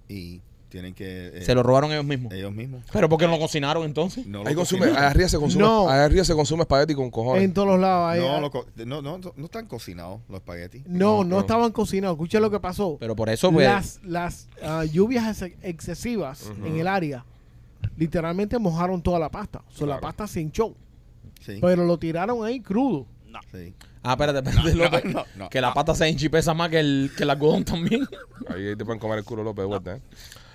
G: y tienen que... eh,
D: Se lo robaron ellos mismos.
G: Ellos mismos.
D: Pero ¿por qué no lo cocinaron entonces?
G: No
C: Ahí
G: lo
C: consume,
G: cocinan.
C: arriba se consume,
E: No.
C: arriba se consume espagueti con cojones.
E: En todos los lados. ahí-
G: No,
E: ah,
G: lo co- no, no, no están cocinados los espaguetis.
E: no,
C: no,
E: no
C: no.
E: estaban cocinados. Escucha lo que pasó.
D: Pero por eso, pues,
E: las las ah, lluvias ex- excesivas en el área literalmente mojaron toda la pasta. O sea,
C: Claro.
E: La pasta se hinchó.
G: Sí.
E: Pero lo tiraron ahí crudo.
F: No.
G: sí.
D: Ah, espérate, espérate, López.
G: no, no.
D: que la pata se hincha y pesa más que el, que el algodón también.
C: Ahí te pueden comer el culo López de vuelta, ¿eh?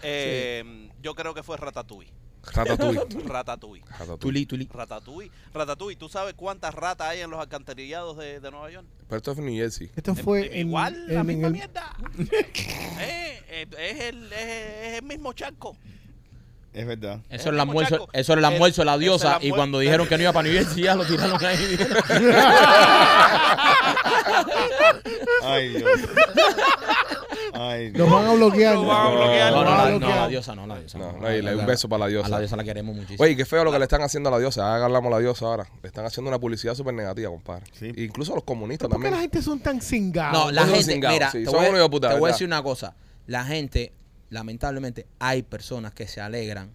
F: Eh, Yo creo que fue Ratatouille.
C: Ratatouille.
F: Ratatouille.
C: Ratatouille.
D: Tuli, tuli.
F: Ratatouille. Ratatouille. ¿Tú sabes cuántas ratas hay en los alcantarillados de, de Nueva York?
C: Pero esto es New Jersey.
E: Esto fue en,
F: Em, Igual, la
E: en- en
F: misma
E: el-
F: mierda. Eh, eh, es, el, es- es el mismo charco.
G: Es verdad.
D: Eso era el
F: muchacho,
D: almuerzo, eso era el almuerzo de la
F: el-
D: diosa.
F: ese
D: y
F: almuer-
D: cuando dijeron que no iba para New Jersey, ya lo tiraron ahí.
G: Ay, Dios. Ay,
E: Nos van a bloquear.
F: Nos van a bloquear.
D: No, no,
E: Nos van a
D: la, no, la
E: bloquear.
D: diosa no, la diosa.
C: No, no, y le- un beso para la diosa.
D: A Ah, la diosa la queremos muchísimo.
C: Oye, qué feo lo que le están haciendo a la diosa. Ah, hablamos a la diosa ahora. Le están haciendo una publicidad súper negativa, compadre.
G: Sí.
C: E Incluso a los comunistas
E: ¿Por qué
C: también.
E: la gente son tan cingados?
D: no, la
C: son
D: gente,
C: cingados,
D: mira,
C: sí,
D: te,
C: son
D: voy,
C: unos hijos de puta,
D: te voy a
C: ¿verdad?
D: decir una cosa. La gente, lamentablemente, hay personas que se alegran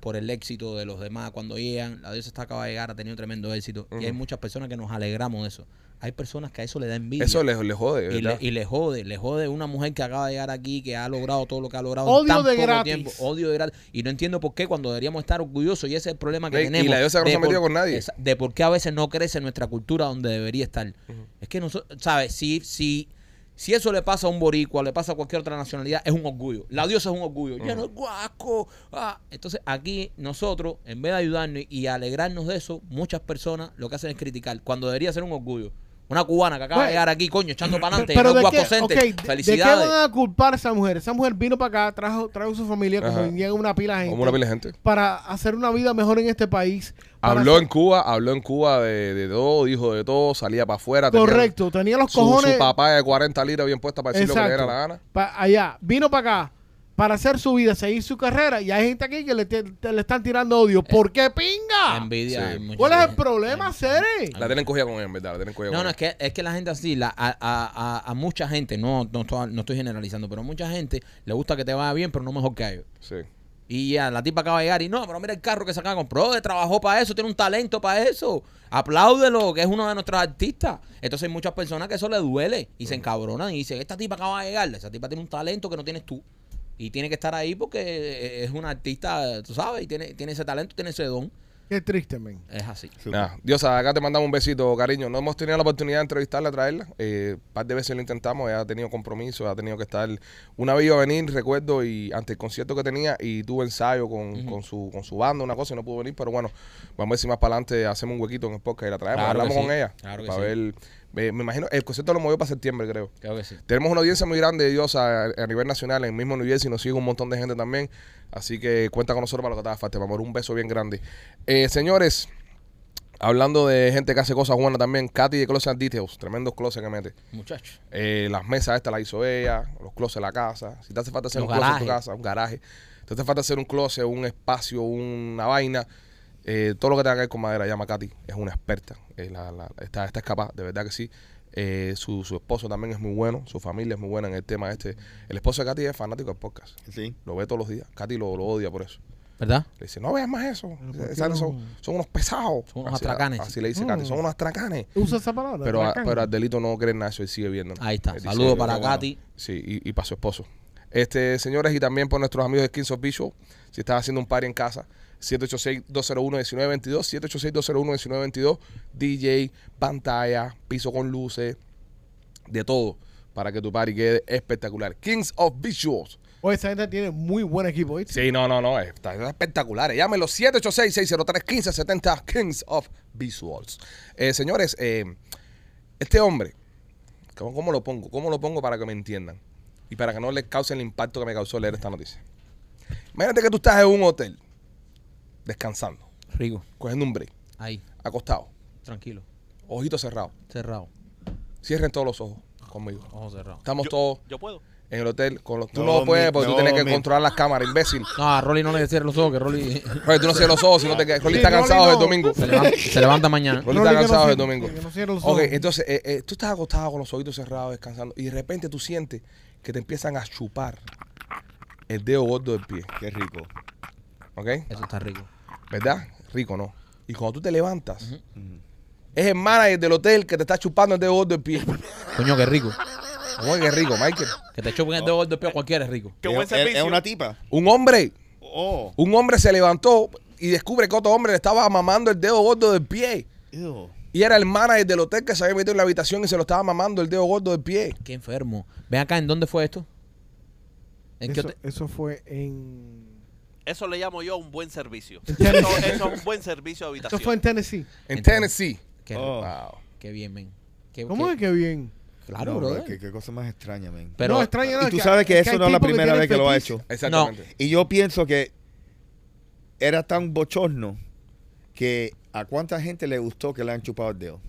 D: por el éxito de los demás cuando llegan. La diosa está acaba de llegar, ha tenido tremendo éxito. Y hay muchas personas que nos alegramos de eso. Hay personas que a eso le da envidia.
C: Eso le, le jode,
D: y le,
C: ¿verdad?
D: y le jode, le jode una mujer que acaba de llegar aquí, que ha logrado todo lo que ha logrado
E: Odio
D: en tan
E: de
D: poco
E: gratis.
D: tiempo. Odio de gratis. Y no entiendo por qué cuando deberíamos estar orgullosos, y ese es el problema que
C: Y- y
D: tenemos.
C: la diosa que no
D: de
C: se ha metido
D: por-
C: con nadie.
D: esa- De por qué a veces no crece nuestra cultura donde debería estar. Es que nosotros, ¿sabes? Si, si, si eso le pasa a un boricua, le pasa a cualquier otra nacionalidad, es un orgullo. La diosa es un orgullo. Ya no es guaco. Ah. Entonces aquí nosotros, en vez de ayudarnos y- y alegrarnos de eso, muchas personas lo que hacen es criticar, cuando debería ser un orgullo. Una cubana que acaba de
E: Bueno,
D: llegar aquí, coño, echando para adelante.
E: Pues, pero
D: no
E: de
D: guapo
E: qué,
D: ausente.
E: ok, de- de qué
D: Felicidades.
E: van a culpar a esa mujer? Esa mujer vino para acá, trajo, trajo su familia, como
C: Ajá.
E: llega una pila de gente,
C: Como una pila de gente.
E: para hacer una vida mejor en este país. para
C: Habló
E: hacer-
C: en Cuba, habló en Cuba de, de todo, dijo de todo, salía para afuera. tenía
E: correcto, tenía los
C: Su,
E: cojones
C: su papá de 40 libras bien puesta para decir lo que le
E: Exacto.
C: diera la gana.
E: pa- allá, vino para acá para hacer su vida, seguir su carrera y hay gente aquí que le, te- te- le están tirando
C: Eh,
E: odio. ¿Por qué pinga?
D: Envidia.
C: Sí.
D: hay mucha
E: ¿Cuál es el
D: gente.
E: problema, Cere?
C: La tienen cogida con él, en ¿verdad? La tienen cogida
D: No,
C: con
D: no,
C: él.
D: es que, es que la gente así, la, a, a- a- a mucha gente, no, no, estoy- no estoy generalizando, pero a mucha gente le gusta que te vaya bien, pero no mejor que a ellos.
C: Sí.
D: Y ya, la tipa acaba de llegar y no, pero mira el carro que se acaba de comprar. Brother, trabajó para eso, tiene un talento para eso. Apláudelo, que es uno de nuestros artistas. Entonces hay muchas personas que eso le duele y se encabronan y dicen, esta tipa acaba de llegar, esa tipa tiene un talento que no tienes tú. Y tiene que estar ahí porque eh, es una artista, tú sabes, y tiene, tiene ese talento, tiene ese don.
E: Qué triste, men.
D: Es así.
G: Súper.
C: Nada, Diosa, acá te mandamos un besito, cariño. No hemos tenido la oportunidad de entrevistarla, traerla. Eh, un par de veces lo intentamos, ella ha tenido compromisos, ha tenido que estar. Una vez iba a venir, recuerdo, y ante el concierto que tenía, y tuvo ensayo con, con su, con su banda, una cosa, y no pudo venir. Pero bueno, vamos a ver si más para adelante hacemos un huequito en el podcast y la traemos.
D: Claro que
C: Hablamos
D: sí,
C: con ella.
D: claro que
C: para
D: sí.
C: ver. eh, me imagino, el concierto lo movió para septiembre, creo.
D: Creo que sí.
C: Tenemos una audiencia muy grande de Diosa a, a nivel nacional, en el mismo New Jersey, nos sigue un montón de gente también. Así que cuenta con nosotros para lo que te haga falta, mi amor. Un beso bien grande. Eh, señores, hablando de gente que hace cosas buenas también, Katy de Closet and Details, tremendos closets que mete.
D: Muchachos.
C: Eh, las mesas estas las hizo ella, los closets de la casa. Si te hace falta hacer
D: Los
C: un closet en tu
D: garajes.
C: casa, un garaje. Si te hace falta hacer un closet, un espacio, una vaina. eh, todo lo que tenga que ver con madera, llama a Katy. Es una experta. eh, la- la- está, está capaz, de verdad que sí. Eh, su, su esposo también es muy bueno. Su familia es muy buena en el tema este. El esposo de Katy es fanático del podcast.
G: Sí.
C: Lo ve todos los días. Katy lo, lo odia por eso.
D: ¿Verdad?
C: Le dice, no veas más eso.
E: ¿por qué
C: Esas
E: no? Mm.
C: Son, son unos pesados.
D: Son unos
C: Así-
D: atracanes.
C: Así le dice Katy. Son unos atracanes.
E: Usa esa palabra.
C: Pero, a-
E: Huracán.
C: pero al delito no cree en eso y sigue viendo.
D: Ahí está.
C: Él dice,
D: Saludos
C: "Yo,
D: para
C: bueno".
D: Katy.
C: Sí, y, y para su esposo. Este, señores, y también por nuestros amigos de Skins of Visual, si estás haciendo un party en casa, 786-201-1922, 786-201-1922, DJ, pantalla, piso con luces, de todo, para que tu party quede espectacular. Kings of Visuals.
E: Oye, esa gente tiene muy buen equipo, ¿viste?
C: Sí, no, no, no, está, está espectacular. Llámelo 786-603-1570, Kings of Visuals. Eh, señores, eh, este hombre ¿Cómo, cómo lo pongo? ¿Cómo lo pongo para que me entiendan? Y para que no les cause el impacto que me causó leer esta noticia. Imagínate que tú estás en un hotel, descansando,
D: Rico.
C: cogiendo un break,
D: Ahí,
C: acostado,
D: tranquilo.
C: ojitos cerrados.
D: Cerrado.
C: Cierren todos los ojos conmigo.
D: Ojo cerrado.
C: Estamos
F: Yo-
C: todos
F: Yo puedo.
C: en el hotel con los... Tú
G: No,
C: no, puedes
G: mi-
C: porque
G: no,
C: tú tienes que
G: mi-
C: controlar las cámaras, imbécil.
D: No, a Rolly no le cierres los ojos, que Rolly
C: Oye, tú no cierres los ojos si no te quedas. Rolly está
E: Rolly
C: cansado
E: no.
C: del domingo.
D: se levanta, se levanta mañana.
C: Rolly
E: Rolly,
C: está
E: que no
C: cansado del
E: cierre-
C: domingo.
E: que no cierre los
C: Ok,
E: ojos.
C: entonces eh, eh, tú estás acostado con los ojitos cerrados, descansando, y de repente tú sientes que te empiezan a chupar el dedo gordo del pie.
G: Qué rico.
C: ¿Ok?
D: Eso está rico.
C: ¿Verdad? Rico, ¿no? Y cuando tú te levantas, es el manager del hotel que te está chupando el dedo gordo del pie.
D: Coño, qué rico.
C: Oye, qué rico, Michael.
D: Que te chupen el dedo gordo del pie a cualquiera es rico.
F: Qué
G: Es-
F: buen
G: es-
F: servicio.
G: Es una tipa.
C: Un hombre,
G: Oh.
C: un hombre se levantó y descubre que otro hombre le estaba mamando el dedo gordo del pie.
G: Ew.
C: Y era el manager del hotel que se había metido en la habitación y se lo estaba mamando el dedo gordo del pie.
D: Qué enfermo. Ven acá, ¿en dónde fue esto? ¿En qué
E: Eso,
D: hotel?
E: eso fue en.
F: Eso le llamo yo un buen servicio.
E: Entiendo.
F: Eso, eso es un buen servicio de
E: Eso
F: habitación.
E: fue en Tennessee.
C: En
D: Entonces-
C: Tennessee.
D: Qué, ah,
G: Oh.
C: Wow.
D: qué bien, men. Qué-
E: ¿Cómo
D: qué-
E: es que bien?
D: Claro,
G: No,
D: brother.
G: bro, qué, qué cosa más extraña, man.
D: Pero
E: no, extraño no,
G: y tú
E: que-
G: sabes que
E: es hay
G: eso no es la
E: tipos
G: primera
E: tienen
G: vez que lo ha
E: fetiche.
G: hecho.
C: Exactamente.
G: Y yo pienso que era tan bochorno que a cuánta gente le gustó que le han chupado el dedo.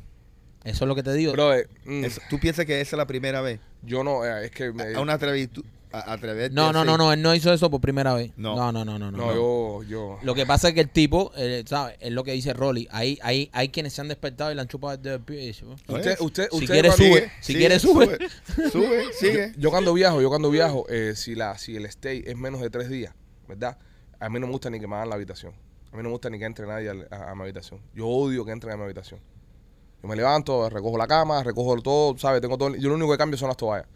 D: eso es lo que te digo.
C: Bro, eh, mm,
G: Eso- ¿Tú piensas que esa es la primera vez?
C: yo no, eh, es que... me-
G: A una atrevitu- a- atreverte
D: no, no,
G: así.
D: no, no, él no hizo eso por primera vez.
G: No.
D: No, no, no, no. no,
C: no, yo, yo...
D: Lo que pasa es que el tipo, eh, ¿sabes? Es lo que dice Rolly. Hay, hay, hay quienes se han despertado y le han chupado el dedo del pie. y dice, "Oh".
C: Usted, usted,
D: Si
C: usted
D: quiere,
C: cuando-
D: sube. Si quieres, sube.
G: Sube, sube, sigue.
C: Yo cuando viajo, yo cuando viajo, eh, si la, si el stay es menos de tres días, ¿verdad? A mí no me gusta ni que me hagan la habitación. A mí no me gusta ni que entre nadie al- a, a mi habitación. Yo odio que entren a mi habitación. Yo me levanto, recojo la cama, recojo todo, ¿sabes? Tengo todo. Yo lo único que cambio son las toallas.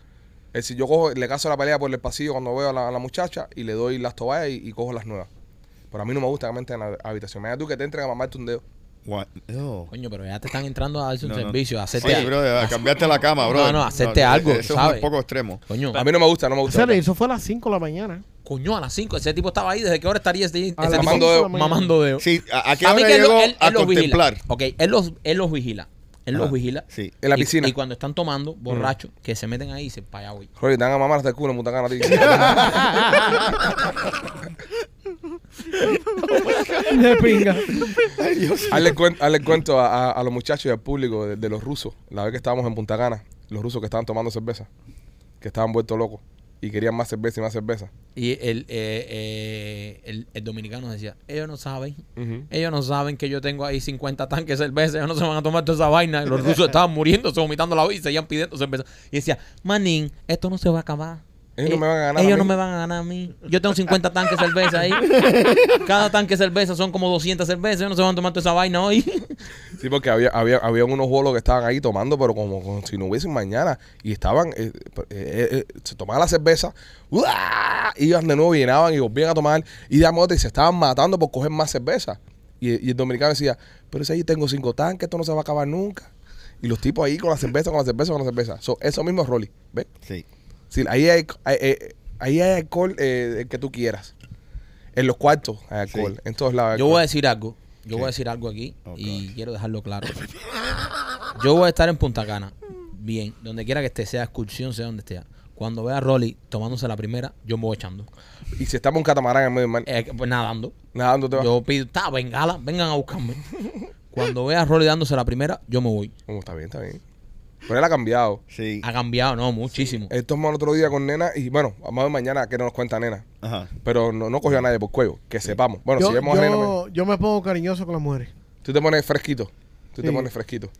C: Es decir, yo cojo, le caso la pelea por el pasillo cuando veo a la, a la muchacha y le doy las toallas y, y cojo las nuevas. Pero a mí no me gusta que me entren a la habitación. Me da tú que te entren a mamarte un dedo.
G: What? No.
D: Coño, pero ya te están entrando a darse un
G: No, no.
D: servicio, a hacerte.
G: Sí, bro, a cambiarte la cama, bro.
D: No, no, hacerte algo,
G: Eso es
D: ¿sabes?
G: un poco extremo.
D: Coño,
C: A mí no me gusta, no me
E: O
C: gusta.
E: sea, eso fue a las 5 de la mañana.
D: coño, a las 5. Ese tipo estaba ahí. ¿Desde qué hora estaría ese, ese
E: A las
D: tipo
C: mamando
E: cinco de la
C: dedo.
E: mañana.
D: mamando dedo?
G: Sí, ¿a, a qué
D: A
G: hora
D: que él,
G: llegó
D: él-
G: a
D: él los
G: contemplar?
D: vigila. Ok, él los, él los vigila. Él los
G: Ajá,
D: vigila.
G: Sí.
C: En la
D: Y-
C: piscina.
D: Y, cuando están tomando, borrachos, que se meten ahí y dicen, para allá voy.
C: Jorge, te van a mamar hasta el culo, mutacana, tío.
E: De pinga.
C: Hazle, cuen- hazle cuento a, a- a los muchachos y al público de, de los rusos. La vez que estábamos en Punta Cana, los rusos que estaban tomando cerveza, que estaban vueltos locos y querían más cerveza y más cerveza.
D: Y el, eh, eh, el, el dominicano decía, ellos no saben. Ellos no saben que yo tengo ahí 50 tanques de cerveza. Ellos no se van a tomar toda esa vaina. Los rusos estaban muriéndose, vomitando la vida y seguían pidiendo cerveza. Y decía, manín, esto no se va a acabar.
C: Ellos
D: Eh,
C: no me van a ganar
D: Ellos
C: a
D: no
C: mí".
D: me van a ganar a mí. Yo tengo 50 tanques de cerveza ahí. Cada tanque de cerveza son como 200 cervezas. Ellos no se van a tomar toda esa vaina hoy.
C: Sí, porque había, había, había unos bolos que estaban ahí tomando, pero como, como si no hubiesen mañana. Y estaban, eh, eh, eh, eh, se tomaban la cerveza, ¡uah! iban de nuevo, llenaban y volvían a tomar. Y de amor, y se estaban matando por coger más cerveza. Y, y el dominicano decía, pero si ahí tengo cinco tanques, esto no se va a acabar nunca. Y los tipos ahí con la cerveza, con la cerveza, con la cerveza. So, eso mismo es Rolly, ¿ves?
G: Sí.
C: Sí, ahí hay, hay- eh, ahí hay alcohol eh, el que tú quieras. En los cuartos hay alcohol.
G: Sí.
C: En todos lados. hay
D: Yo
C: alcohol.
D: voy a decir algo. Yo
G: ¿Qué?
D: voy a decir algo aquí
G: Oh,
D: y
G: God.
D: quiero dejarlo claro. Yo voy a estar en Punta Cana. Bien, donde quiera que esté, sea excursión, sea donde esté. Cuando vea a Rolly tomándose la primera, yo me voy echando.
C: Y si estamos en un catamarán en medio del mar,
D: Eh, pues nadando.
C: nadando te vas.
D: Yo pido, está, bengala, vengan a buscarme. Cuando vea a Rolly dándose la primera, yo me voy.
C: Oh, está bien, está bien. Pero él ha cambiado.
G: Sí.
D: Ha cambiado, no, muchísimo.
C: Él tomó el otro día con nena y bueno, vamos a ver mañana que nos cuenta nena.
G: Ajá.
C: Pero no, no cogió a nadie por cuello, que sepamos. Bueno,
E: Yo,
C: si vemos a nena,
E: yo- yo me pongo cariñoso con las mujeres.
C: me- tú te pones fresquito. Tú te
E: Sí.
C: pones fresquito.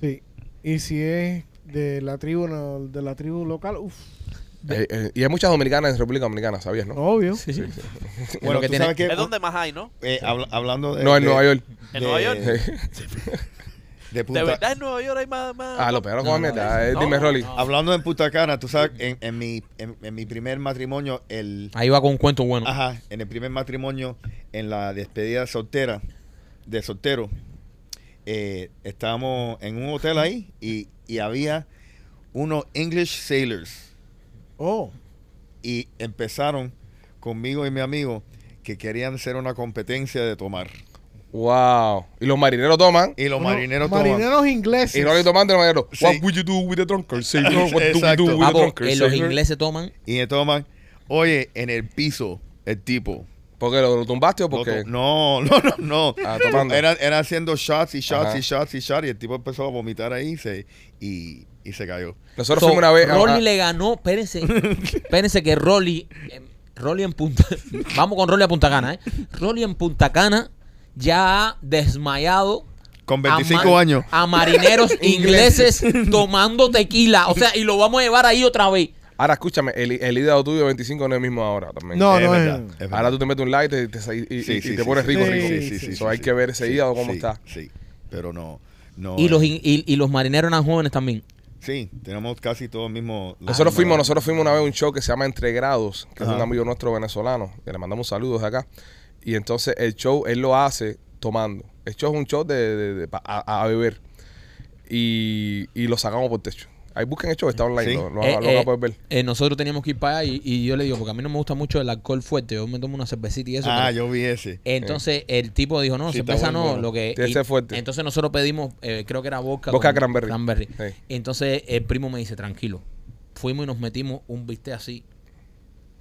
E: Sí. Y si es de la tribu, no- de la tribu local, uff,
C: Eh, eh, y hay muchas dominicanas en República Dominicana, ¿sabías, no?
E: obvio.
G: Bueno,
D: que
G: tú
D: tiene-
G: sabes que...
F: Es donde más hay, ¿no?
G: eh, habla- hablando de...
C: No, en
G: de-
C: Nueva York.
F: En Nueva York.
G: de- De
F: De
G: Punta,
F: verdad en Nueva York hay más. más-
C: Ah, lo peor no,
D: No, no,
C: mierda.
D: no.
C: Eh, dime,
F: No,
C: Rolly.
F: no.
G: Hablando en Punta Cana, tú sabes, en, en mi, en, en mi primer matrimonio, el...
D: Ahí va con un cuento bueno.
G: Ajá, en el primer matrimonio, en la despedida soltera, de soltero, eh, estábamos en un hotel ahí y, y había unos English sailors
E: Oh,
G: y empezaron conmigo y mi amigo que querían hacer una competencia de tomar.
C: Wow. Y los marineros toman.
G: Y los
E: Uno-
G: marineros toman.
E: Marineros ingleses.
C: Y no le toman de los marineros.
G: Sí.
C: What would you do with the drunker sailor? What do we
G: Exacto.
C: do with the
D: Papo,
C: drunker
D: eh, los
C: sailor?
D: ingleses toman.
G: Y le toman. Oye, en el piso, el tipo.
C: ¿Por qué? ¿Lo, lo tumbaste o
G: lo
C: por qué?
G: to- No, no, no, no.
C: Ah, tomando.
G: Era, era haciendo shots y shots
C: Ajá.
G: y shots y shots. Y el tipo empezó a vomitar ahí y se, y, y se cayó.
C: Nosotros
D: So,
C: fuimos una vez. a-
D: Rolly
C: a-
D: le ganó. Espérense. Espérense que Rolly. eh, Rolly en Punta. Vamos con Rolly a Punta Cana, ¿eh? Rolly en Punta Cana ya ha desmayado.
G: Con
D: a
G: 25
D: ma-
G: años.
D: A marineros ingleses tomando tequila. O sea, y lo vamos a llevar ahí otra vez.
C: Ahora escúchame, el, el hígado tuyo de 25 no es el mismo ahora también.
E: No,
G: Es
E: no es-
G: verdad, es verdad.
C: Ahora tú te metes un light y te, sa- y- y-
G: Sí,
C: y
G: sí,
C: te
G: sí,
C: pones
G: sí,
C: rico,
G: sí,
C: rico.
G: sí, sí, sí,
C: So, hay
G: sí,
C: que ver ese
G: sí,
C: hígado cómo
G: sí,
C: está.
G: Sí, pero no. no
D: Y los,
G: eh,
D: in- y, y los marineros eran jóvenes también.
G: Sí, tenemos casi todos el mismo.
C: Nosotros fuimos, nosotros fuimos una vez a un show que se llama Entre Grados, que es
G: Ajá.
C: un amigo nuestro venezolano, que le mandamos saludos de acá. Y entonces el show él lo hace tomando. El show es un show de, de- de- pa- a, a beber. Y, y lo sacamos por techo. Ahí busquen el show, está online,
G: Sí.
C: lo, lo-
D: Eh,
C: lo van a
D: eh,
C: poder ver.
D: eh, nosotros teníamos que ir para allá y, y yo le digo, porque a mí no me gusta mucho el alcohol fuerte. Yo me tomo una cervecita y eso.
G: Ah,
D: pero-
G: yo vi ese.
D: Entonces el tipo dijo, no,
G: Sí, está
D: cerveza
G: bueno,
D: no,
G: bueno.
D: lo que...
C: Tiene que
D: y-
C: ser fuerte.
D: Entonces nosotros pedimos, eh, creo que era vodka.
C: Vodka
D: con
C: cranberry. Sí.
D: Entonces el primo me dice, tranquilo. Fuimos y nos metimos un bistec así.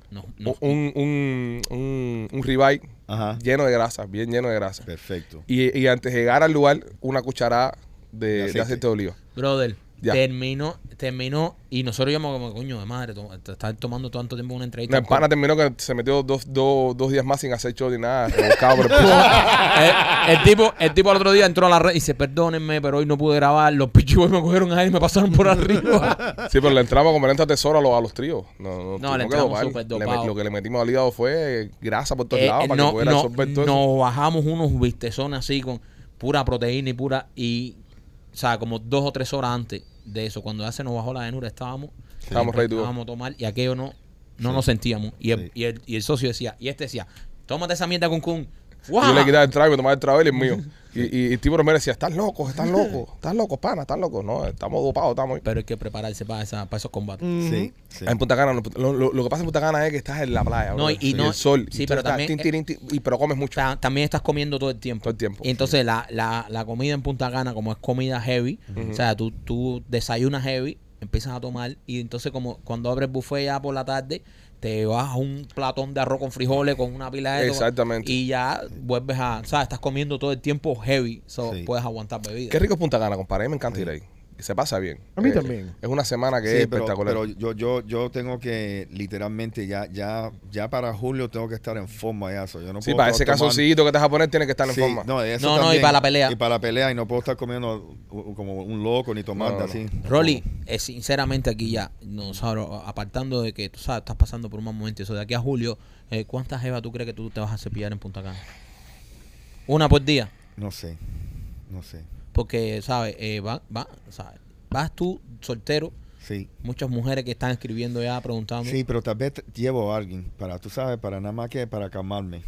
D: Nos- nos-
C: Un, un, un, un ribeye
G: Ajá.
C: lleno de grasa, bien lleno de grasa.
G: Perfecto.
C: Y, y antes de llegar al lugar, una cucharada de, de aceite.
G: aceite.
C: de oliva.
D: Brother,
C: Ya.
D: terminó, terminó y nosotros íbamos como, coño de madre, to- te estás tomando tanto tiempo una entrevista.
C: Una empana terminó que se metió dos, dos, dos días más sin hacer show ni nada, rebuscado por el pues, piso.
D: el, el tipo, el tipo al otro día entró a la red y dice, perdónenme, pero hoy no pude grabar, los pichiboys me cogieron ahí y me pasaron por arriba.
C: Sí, pero le entramos con 40 tesoro a los, a los tríos. No, no,
D: No, le
C: tuvimos que
D: entramos
C: dopar.
D: súper
C: Le met-
D: dopado.
C: Lo que le metimos al hígado fue grasa por todos
D: Eh,
C: lados
D: eh,
C: para que pudiera absorber todo eso.
D: nos bajamos unos bistezones así con pura proteína y pura y o sea como dos o tres horas antes de eso cuando ya se nos bajó la denura estábamos
C: Estábamos ready to go.
D: estábamos a tomar y aquello no no nos sentíamos y el,
G: Sí.
D: y, el, y el socio decía y este decía tómate esa mierda con con
C: Yo le quitaba el trago, me tomaba el trago y el mío. Y, y, y el tipo me decía, estás loco, estás loco, estás loco, pana, estás loco. No, estamos dopados, estamos ahí.
D: pero hay que prepararse para, esa, para esos combates
G: Sí, sí.
C: Ah, En Punta Cana, lo, lo- lo que pasa en Punta Cana es que estás en la playa,
D: No,
C: brother,
D: y no-
C: el sol,
D: sí,
C: tú
D: pero
C: estás
D: también-
C: tin, tin, tin, y, pero comes mucho.
D: Ta- también estás comiendo todo el tiempo.
C: Todo el tiempo,
D: Y entonces la, la, la comida en Punta Cana, como es comida heavy, o sea, tú, tú desayunas heavy, empiezas a tomar y entonces como cuando abres buffet ya por la tarde, te vas a un platón de arroz con frijoles, con una pila de... todo,
C: Exactamente.
D: Y ya vuelves a... O sea, estás comiendo todo el tiempo heavy, so
G: Sí.
D: puedes aguantar bebida.
C: Qué rico es Punta Cana, compadre. A mí me encanta ir ahí. Se pasa bien.
E: A mí
C: Eh,
E: también.
C: Es una semana que
G: Sí,
C: es
G: pero,
C: espectacular.
G: pero yo, yo, yo tengo que literalmente ya, ya, ya para julio tengo que estar en forma ya eso. Yo no
C: sí,
G: puedo
C: para
G: estar
C: ese
G: tomando-
C: calzoncillito que te vas a poner tiene que estar en
G: Sí,
C: forma.
G: No, eso
D: No, no, y
G: también.
D: para la pelea.
G: Y para la pelea y no puedo estar comiendo uh, como un loco ni tomando
C: No, no,
G: así.
D: Rolly, eh, sinceramente aquí ya, nosotros apartando de que tú sabes, estás pasando por un mal momento, eso de aquí a julio, eh, ¿cuántas jevas tú crees que tú te vas a cepillar en Punta Cana? Una por día,
G: No sé, no sé.
D: porque, ¿sabes? Eh, va, va, o sea, Vas tú soltero,
G: Sí.
D: muchas mujeres que están escribiendo ya preguntando.
G: Sí, pero tal vez te- llevo a alguien para, tú sabes, para nada más que para calmarme.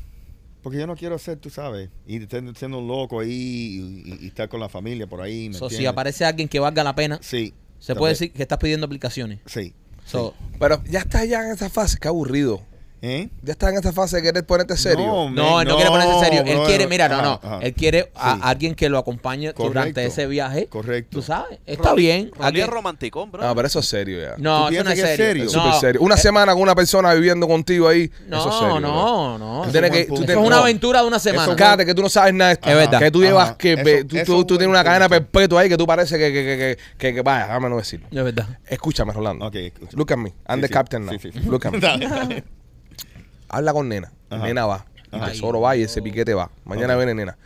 G: Porque yo no quiero ser, tú sabes, y ten- siendo un loco ahí y, y- y estar con la familia por ahí. ¿me
D: So, si
G: entiendes?
D: aparece alguien que valga la pena,
G: Sí.
D: se
G: tal
D: puede
G: vez.
D: decir que estás pidiendo aplicaciones.
G: Sí.
D: So,
C: Pero ya estás ya en esa fase, qué aburrido.
G: ¿Eh?
C: Ya estás en esa fase de querer ponerte serio.
G: man,
D: No, él no, quiere ponerse serio. Él
G: brother.
D: quiere, mira, no,
G: Ajá,
D: no.
G: ajá.
D: Él quiere a
G: Sí.
D: alguien que lo acompañe
G: Correcto.
D: durante ese viaje.
G: Correcto.
D: Tú sabes, está bien.
F: Rolly es
D: alguien-
F: romanticón, bro.
C: No, Ah, pero eso es serio ya.
D: No,
G: ¿Tú
D: eso no
G: piensas
D: es
G: que es
D: serio.
G: serio?
D: No,
C: Súper serio. Una
D: eh,
C: semana con una persona viviendo contigo ahí.
D: No,
C: eso es serio, bro.
D: no, no.
C: Tú
D: Eso
C: tienes que-
G: es un buen
C: tú
G: punto.
C: tienes-
D: es una
C: no.
D: aventura de una semana.
C: Eso, cállate, que tú no sabes nada de esto.
D: Es verdad.
C: Que tú llevas
G: Ajá.
C: que.
G: Eso-
C: ve- tú
G: eso
C: tú-
G: es un
C: tú tienes
G: buen
C: una cadena
G: punto.
C: perpetua ahí que tú parece que. que, que, que, que- que- vaya, déjame no decirlo.
D: Es verdad.
C: Escúchame, Rolando.
G: Ok, escucha.
C: Look at me. I'm
G: Sí,
C: the
G: sí.
C: captain now.
G: Sí, sí.
C: Look at me.
G: Dale, dale.
C: Habla con nena.
G: Ajá.
C: Nena va. Y
G: Ajá.
C: tesoro va y ese piquete va. Mañana viene nena.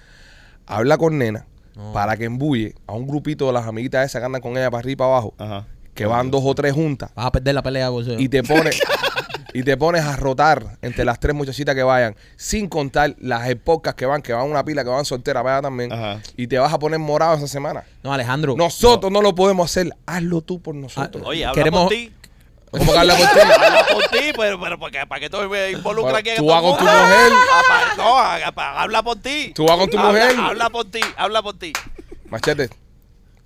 C: Habla con nena para que embulle a un grupito de las amiguitas esas que andan con ella para arriba y para abajo.
G: Ajá.
C: Que van dos o tres juntas.
D: Vas a perder la pelea eh. de boxeo.
C: Y te pones. Y te pones a rotar entre las tres muchachitas que vayan, sin contar las épocas que van, que van una pila, que van solteras, vaya también.
G: Ajá.
C: Y te vas a poner morado esa semana.
D: No, Alejandro.
C: Nosotros no. lo podemos hacer. Hazlo tú por nosotros.
D: Ah,
F: Oye, habla
D: Queremos-
F: por ti.
C: ¿Cómo que habla por ti?
F: Habla por ti, pero, pero porque, ¿para qué tú me involucras
C: Para-
F: aquí? en
C: tú
F: esta
C: vas con tu
F: cosa?
C: mujer.
F: Ah, pa- No, haga- pa- habla por ti.
C: Tú vas con tu
F: Habla-
C: mujer.
F: Habla por ti, habla por ti.
C: Machete,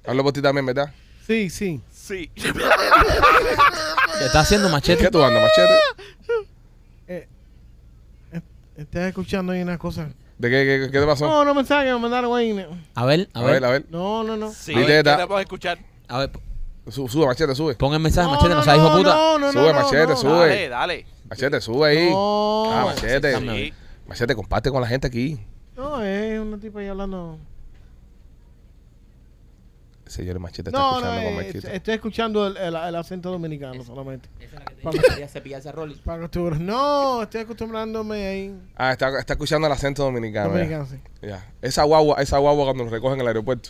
C: hablo por ti también, ¿verdad?
E: Sí, sí.
F: Sí.
D: Te está haciendo machete.
C: ¿Qué tú andas, Machete?
E: Eh, eh, estás escuchando ahí una cosa.
C: ¿De qué, qué, qué te pasó?
E: No, no mensaje que me mandaron ahí.
D: A ver, a,
C: a
D: ver,
C: ver, a ver.
E: No, no, no.
F: Sí,
C: Ahí
F: ¿qué
C: está.
F: vamos a escuchar?
D: a ver.
C: Su- sube, machete, sube.
D: Pon el mensaje,
E: no,
D: machete, no,
E: no,
D: seas hijo
E: no,
D: puta.
E: no, no,
C: Sube,
E: no,
C: machete,
E: no.
C: sube.
F: Dale, dale.
C: Machete, sube ahí.
E: No.
C: Ah, machete.
F: Sí.
C: Machete, comparte con la gente aquí.
E: No, es una tipa ahí hablando.
C: Señores, machete está
E: No, no,
C: escuchando
E: eh,
C: con machete.
E: estoy escuchando el, el- el acento dominicano solamente.
D: Esa es la que te
E: Vamos.
D: dije que quería cepillar esa Rolly.
E: Para costura. No, estoy acostumbrándome ahí.
C: Ah, está, está escuchando el acento dominicano.
E: Dominicano, sí.
C: Ya. Ya. Esa guagua, esa guagua cuando nos recogen en el aeropuerto.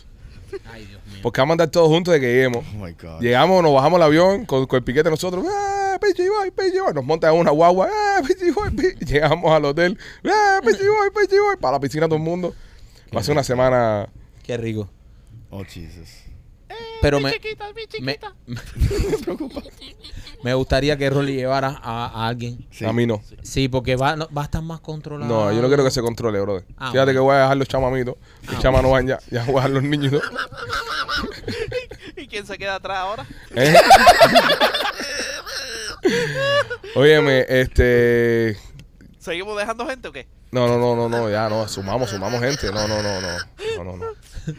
D: Ay, Dios mío.
C: Porque vamos a andar todos juntos de que lleguemos.
G: Oh my God.
C: Llegamos, nos bajamos el avión con, con el piquete nosotros. ¡Eh, Pichi Boy, Pichi Boy! Nos montan en una guagua. ¡Eh, Pichi Boy! Pi-". Llegamos al hotel. ¡Eh, Pichi Boy, Pichi Boy! Para la piscina todo el mundo. Pasé una semana.
D: Qué rico.
G: Oh, Jesus.
D: Pero me, me, me gustaría que Rolly llevara a, a alguien.
G: Sí.
C: A mí no.
D: Sí, porque va, no- va a estar más controlado.
C: No, yo no quiero que se controle, brother.
D: Ah,
C: Fíjate
D: bueno.
C: que voy a dejar los chamamitos. Los chamas no van ya. Ya voy a dejar los niños. ¿no?
F: ¿Y quién se queda atrás ahora?
C: ¿Eh? Óyeme, este.
F: ¿Seguimos dejando gente o qué?
C: No, no, no, no, no, ya, no, sumamos, sumamos gente. No, no, no, no, no, no, no.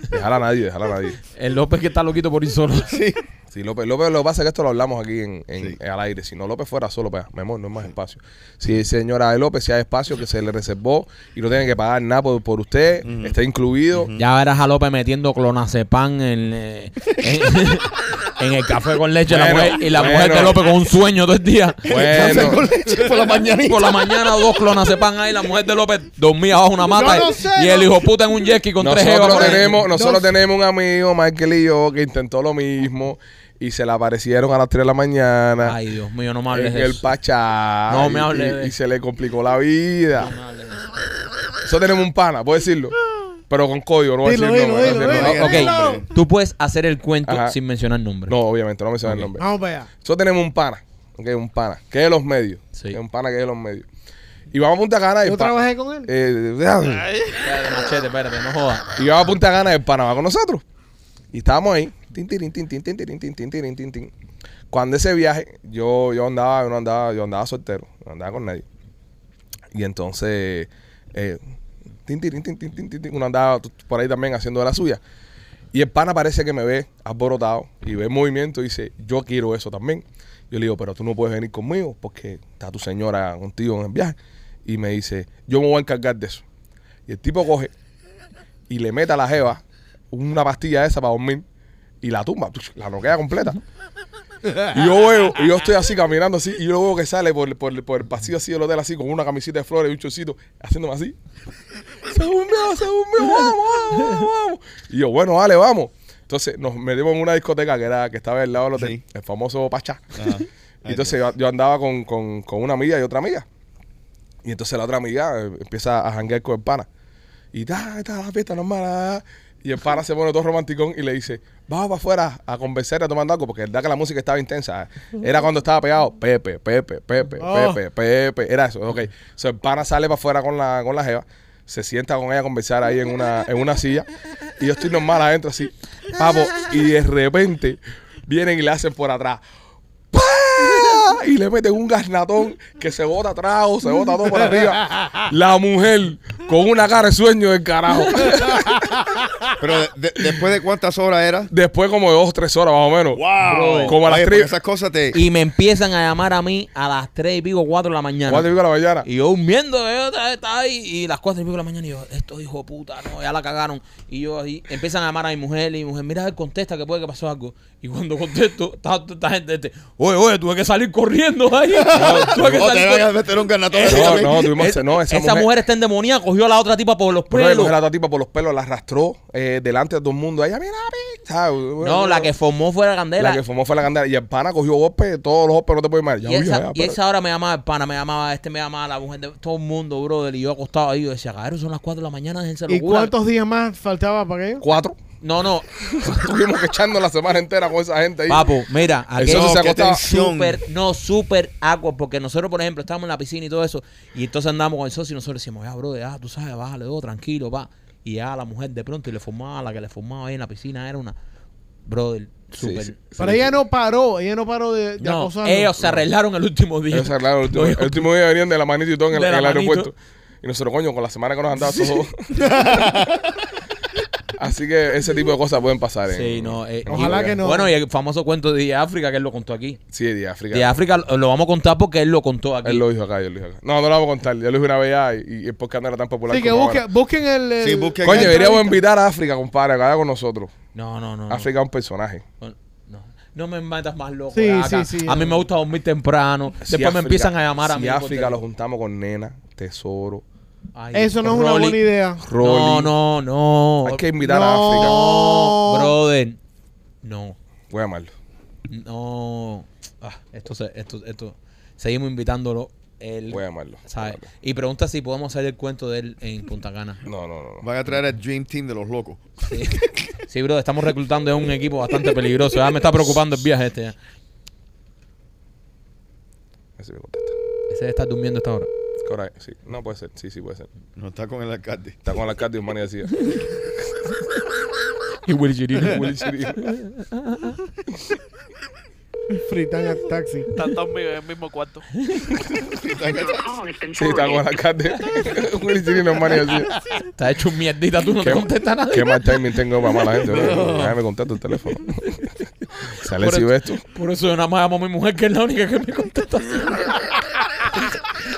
C: Dejar a nadie, dejar a nadie.
D: El López que está loquito por ir solo.
G: Sí.
C: Sí, López, López, lo que pasa es que esto lo hablamos aquí en, en-
G: Sí.
C: al aire. Si no López fuera solo, pues, mi amor, no hay más espacio. Si señora de López, si hay espacio que se le reservó y no tienen que pagar nada por, por usted, está incluido.
D: Ya verás a López metiendo clonazepam en, eh, en, en el café con leche la
C: Bueno,
D: mujer- y la mujer de
C: bueno.
D: López con un sueño todo el día.
G: Café
C: Bueno,
G: con leche por la mañanita.
D: Por la mañana dos clonazepam ahí, la mujer de López dormía bajo una mata
E: Yo no
D: y-
E: sé,
D: y, el
E: no.
D: hijo puta en un jet ski con tres jevas
C: nosotros
D: por ahí.
C: tenemos, nosotros
E: Dos.
C: tenemos un amigo, Michael y yo, que intentó lo mismo y se le aparecieron a las 3 de la mañana.
D: Ay, Dios mío, no me hables
C: en
D: de
C: el
D: eso.
C: Pachá.
D: No me
C: y-
D: hables
C: y-
D: de
C: Y
D: eso.
C: se le complicó la vida. Eso tenemos un pana, puedo decirlo. Pero con código, no voy a decir
E: Dilo,
C: el
E: dilo,
C: nombre, no voy a
E: dilo,
C: decir el
D: dilo,
C: nombre.
D: dilo.
C: No, hombre.
D: Tú puedes hacer el cuento
C: Ajá.
D: sin mencionar nombre.
C: No, obviamente, no me sabe el nombre.
E: Vamos para allá.
C: Nosotros tenemos un pana, ok, un pana, que es de los medios.
D: Sí.
C: Que es un pana que es de los medios. Y vamos a Punta Cana y
E: Yo
C: el pa-
E: trabajé con él.
C: eh,
D: Espérate, machete, espérate, no jodas.
C: Y vamos a Punta Gana el Panamá con nosotros. Y estábamos ahí. Tin, tirin, tin, tin, tin, tirin, tin, tin, tirin, tin, tin. Cuando ese viaje, yo, yo andaba, yo no andaba, yo andaba soltero, no andaba con nadie. Y entonces, eh, tin, tirin, tin, tin, tin, tin, tin, uno andaba t- por ahí también haciendo de la suya. Y el pana parece que me ve alborotado y ve movimiento y dice, yo quiero eso también. Yo le digo, pero tú no puedes venir conmigo porque está tu señora contigo en el viaje. Y me dice, yo me voy a encargar de eso. Y el tipo coge y le mete a la jeva una pastilla esa para dormir y la tumba, tuch, la noquea completa. Y yo veo, y yo estoy así caminando así, y yo veo que sale por, por- por el pasillo así del hotel así con una camisita de flores y un chorcito, haciéndome así. Se durmió, se durmió, vamos, vamos, vamos, vamos. Y yo, bueno, dale, vamos. Entonces nos metimos en una discoteca que era que estaba al lado del hotel,
G: Sí.
C: el famoso Pachá.
G: Ajá.
C: Y entonces yo, yo andaba con, con- con una amiga y otra amiga. Y entonces la otra amiga eh, empieza a janguear con el pana. Y ta, está la fiesta normal. ah. Y el pana se pone todo romanticón y le dice, vamos para afuera a convencer, a tomar algo, porque es verdad que la música estaba intensa. ¿eh? Era cuando estaba pegado, Pepe, Pepe, Pepe,
E: Oh.
C: Pepe, Pepe. Era eso, ok. So, el pana sale para afuera con la, con la jeva, se sienta con ella a conversar ahí en una, en una silla. Y yo estoy normal adentro así, papo. Y de repente vienen y le hacen por atrás. ¡Pah! Y le meten un gasnatón que se bota trago, se bota todo por arriba. La mujer con una cara de sueño del carajo.
G: Pero de- de- después de cuántas horas era.
C: Después como de dos o tres horas más o menos.
G: Bro.
C: Como a las
G: Oye, porque
C: tres.
G: Esas cosas te.
D: Y me empiezan a llamar a mí a las 3 y pico, 4 de la mañana.
C: Cuatro y pico de la mañana.
D: Y yo durmiendo, yo estaba- estaba ahí, y las cuatro y pico de la mañana, y yo, estos hijos de puta, no, ya la cagaron. Y yo ahí, empiezan a llamar a mi mujer, y mi mujer, mira, contesta que puede que pasó algo. Y cuando contesto, está esta gente, este, oye, oye, tuve que salir corriendo de ahí. Tuve que
G: No, te
D: salir
G: van a
D: corriendo.
G: meter un ganatón.
C: No,
G: también.
C: no, tuvimos-
D: Es-
C: no, esa, mujer,
D: está en demonía, cogió a la otra tipa por los
C: Pero la
D: pelos.
C: mujer a otra tipa por los pelos la arrastró eh, delante de todo el mundo. Ella, mira, mira", ¿sabes?
D: No, la que formó fue la candela.
C: La que fumó fue la candela. Y el pana cogió golpe, todos los golpes, no te puedes imaginar.
D: Y
C: Ya, uy, ya,
D: esa,
C: ya,
D: y
C: pero-
D: esa hora me llamaba el pana, me llamaba este, me llamaba la mujer de todo el mundo, brother. Y yo acostado ahí, yo decía, cabrón, son las 4 de la mañana, déjense
E: ¿Y
D: locura.
E: cuántos días más faltaba para ello?
C: Cuatro.
D: No, no,
C: Tuvimos que echarnos la semana entera con esa gente ahí.
D: papo, mira,
C: Eso
D: aquello
C: se
G: qué
C: acostaba.
G: tensión.
D: súper, no, súper agua, porque nosotros, por ejemplo, estábamos en la piscina y todo eso, y entonces andamos con el socio y nosotros decíamos, ya, brother, ya, tú sabes, bájale dos, tranquilo, va. Y ya la mujer de pronto, y le formaba, la que le formaba ahí en la piscina era una, brother,
C: Sí,
D: súper.
C: sí, sí,
E: Pero
C: sí.
E: ella no paró, ella no paró de, de
D: No,
E: acosarlo.
D: ellos se arreglaron el último día.
C: Eso, claro, el último,
D: Oye,
C: el último día venían de la manito y todo en el,
D: De
C: en
D: la
C: el
D: manito.
C: aeropuerto. Y nosotros, coño, con la semana que nos han dado estos dos. Así que ese tipo de cosas pueden pasar. en-
D: Sí, no. eh,
E: Ojalá
D: y-
E: que no.
D: Bueno, y el famoso cuento de África que él lo contó aquí.
C: Sí, de África.
D: De África lo lo vamos a contar porque él lo contó aquí.
C: Él lo dijo acá, yo lo dije acá. No, no lo vamos a contar. Yo lo dije una vez ya y, y el podcast no era tan popular.
E: Sí, que
C: como
E: busque-
C: ahora.
E: busquen el. el-
G: Sí, busquen
C: Coño,
G: el-
C: deberíamos invitar a África, compadre, que haga con nosotros.
D: No, no, no. no.
C: África es un personaje.
D: No, no me metas más loco.
E: Sí,
D: Daca.
E: sí, sí,
D: a mí
E: no.
D: me gusta dormir temprano.
C: Si
D: Después me
C: África-
D: empiezan a llamar a
C: si
D: mí. por
C: África lo
D: teléfono.
C: juntamos con Nena, Tesoro,
D: Ay,
E: Eso no es una
D: Rolly.
E: buena idea.
C: Rolly.
D: No, no, no.
C: Hay que invitar
E: No.
C: a África.
D: No, brother. No,
C: Voy a llamarlo.
D: no. Ah, esto, se- esto, esto. Seguimos invitándolo. Él,
C: Voy a llamarlo.
D: ¿sabe? Y pregunta si podemos hacer el cuento de él en Punta Cana.
C: No, no, no. no.
G: Van a traer el Dream Team de los locos.
D: Sí, sí bro, estamos reclutando a un equipo bastante peligroso. Ya me está preocupando el viaje este. ya.
C: Ese me contesta.
D: Ese está durmiendo hasta ahora.
C: ¿Qué hora es? Sí. No puede ser. Sí, sí puede ser.
G: No está con el alcalde.
C: Está con la carta de Manny decía.
D: Y Willy Chirino.
C: Willy Chirino.
E: Fritan al taxi.
F: Tanto en mi- en el mismo cuarto.
C: Sí, está con la carta. de- Willy Chirino es Manny decía.
D: Está hecho un mierdita, tú no te contestas nada.
C: Qué mal timing tengo para mala gente. ¿no? Nadie me contesta el teléfono. Sale si ves tú.
D: Por eso yo nada más amo a mi mujer, que es la única que me contesta.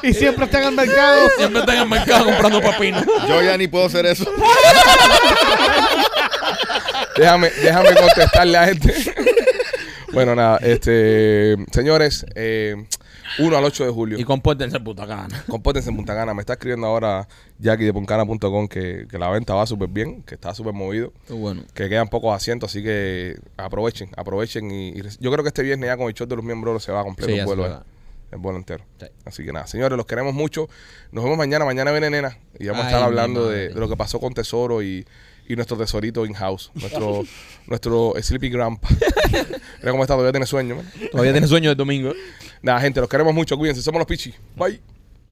E: Y siempre están al mercado.
D: Siempre está en el mercado comprando papinos.
G: Yo ya ni puedo hacer eso.
C: Déjame, déjame contestarle a gente. bueno, nada, este, señores, eh, 1 al 8 de julio.
D: Y compórtense, puta gana.
C: Compórtense en Punta Cana. Me está escribiendo ahora Jackie de puntacana.com que, que la venta va súper bien, que está súper movido,
D: Bueno.
C: que quedan pocos asientos, así que aprovechen, aprovechen. Y, y yo creo que este viernes ya con el show de los miembros se va completo
D: Sí,
C: el
D: ya
C: vuelo.
D: se
C: eh,
D: va.
C: El vuelo entero.
D: Sí.
C: Así que nada, señores, los queremos mucho. Nos vemos mañana. Mañana viene Nena y vamos a
D: Ay,
C: estar
D: mi
C: hablando
D: madre.
C: de, de lo que pasó con Tesoro y, y nuestro tesorito in-house, nuestro, nuestro Sleepy Grandpa. Mira cómo está, todavía tiene sueño. man.
D: Todavía tienes sueño de domingo.
C: Nada, gente, los queremos mucho. Cuídense, somos los Pichi. Bye.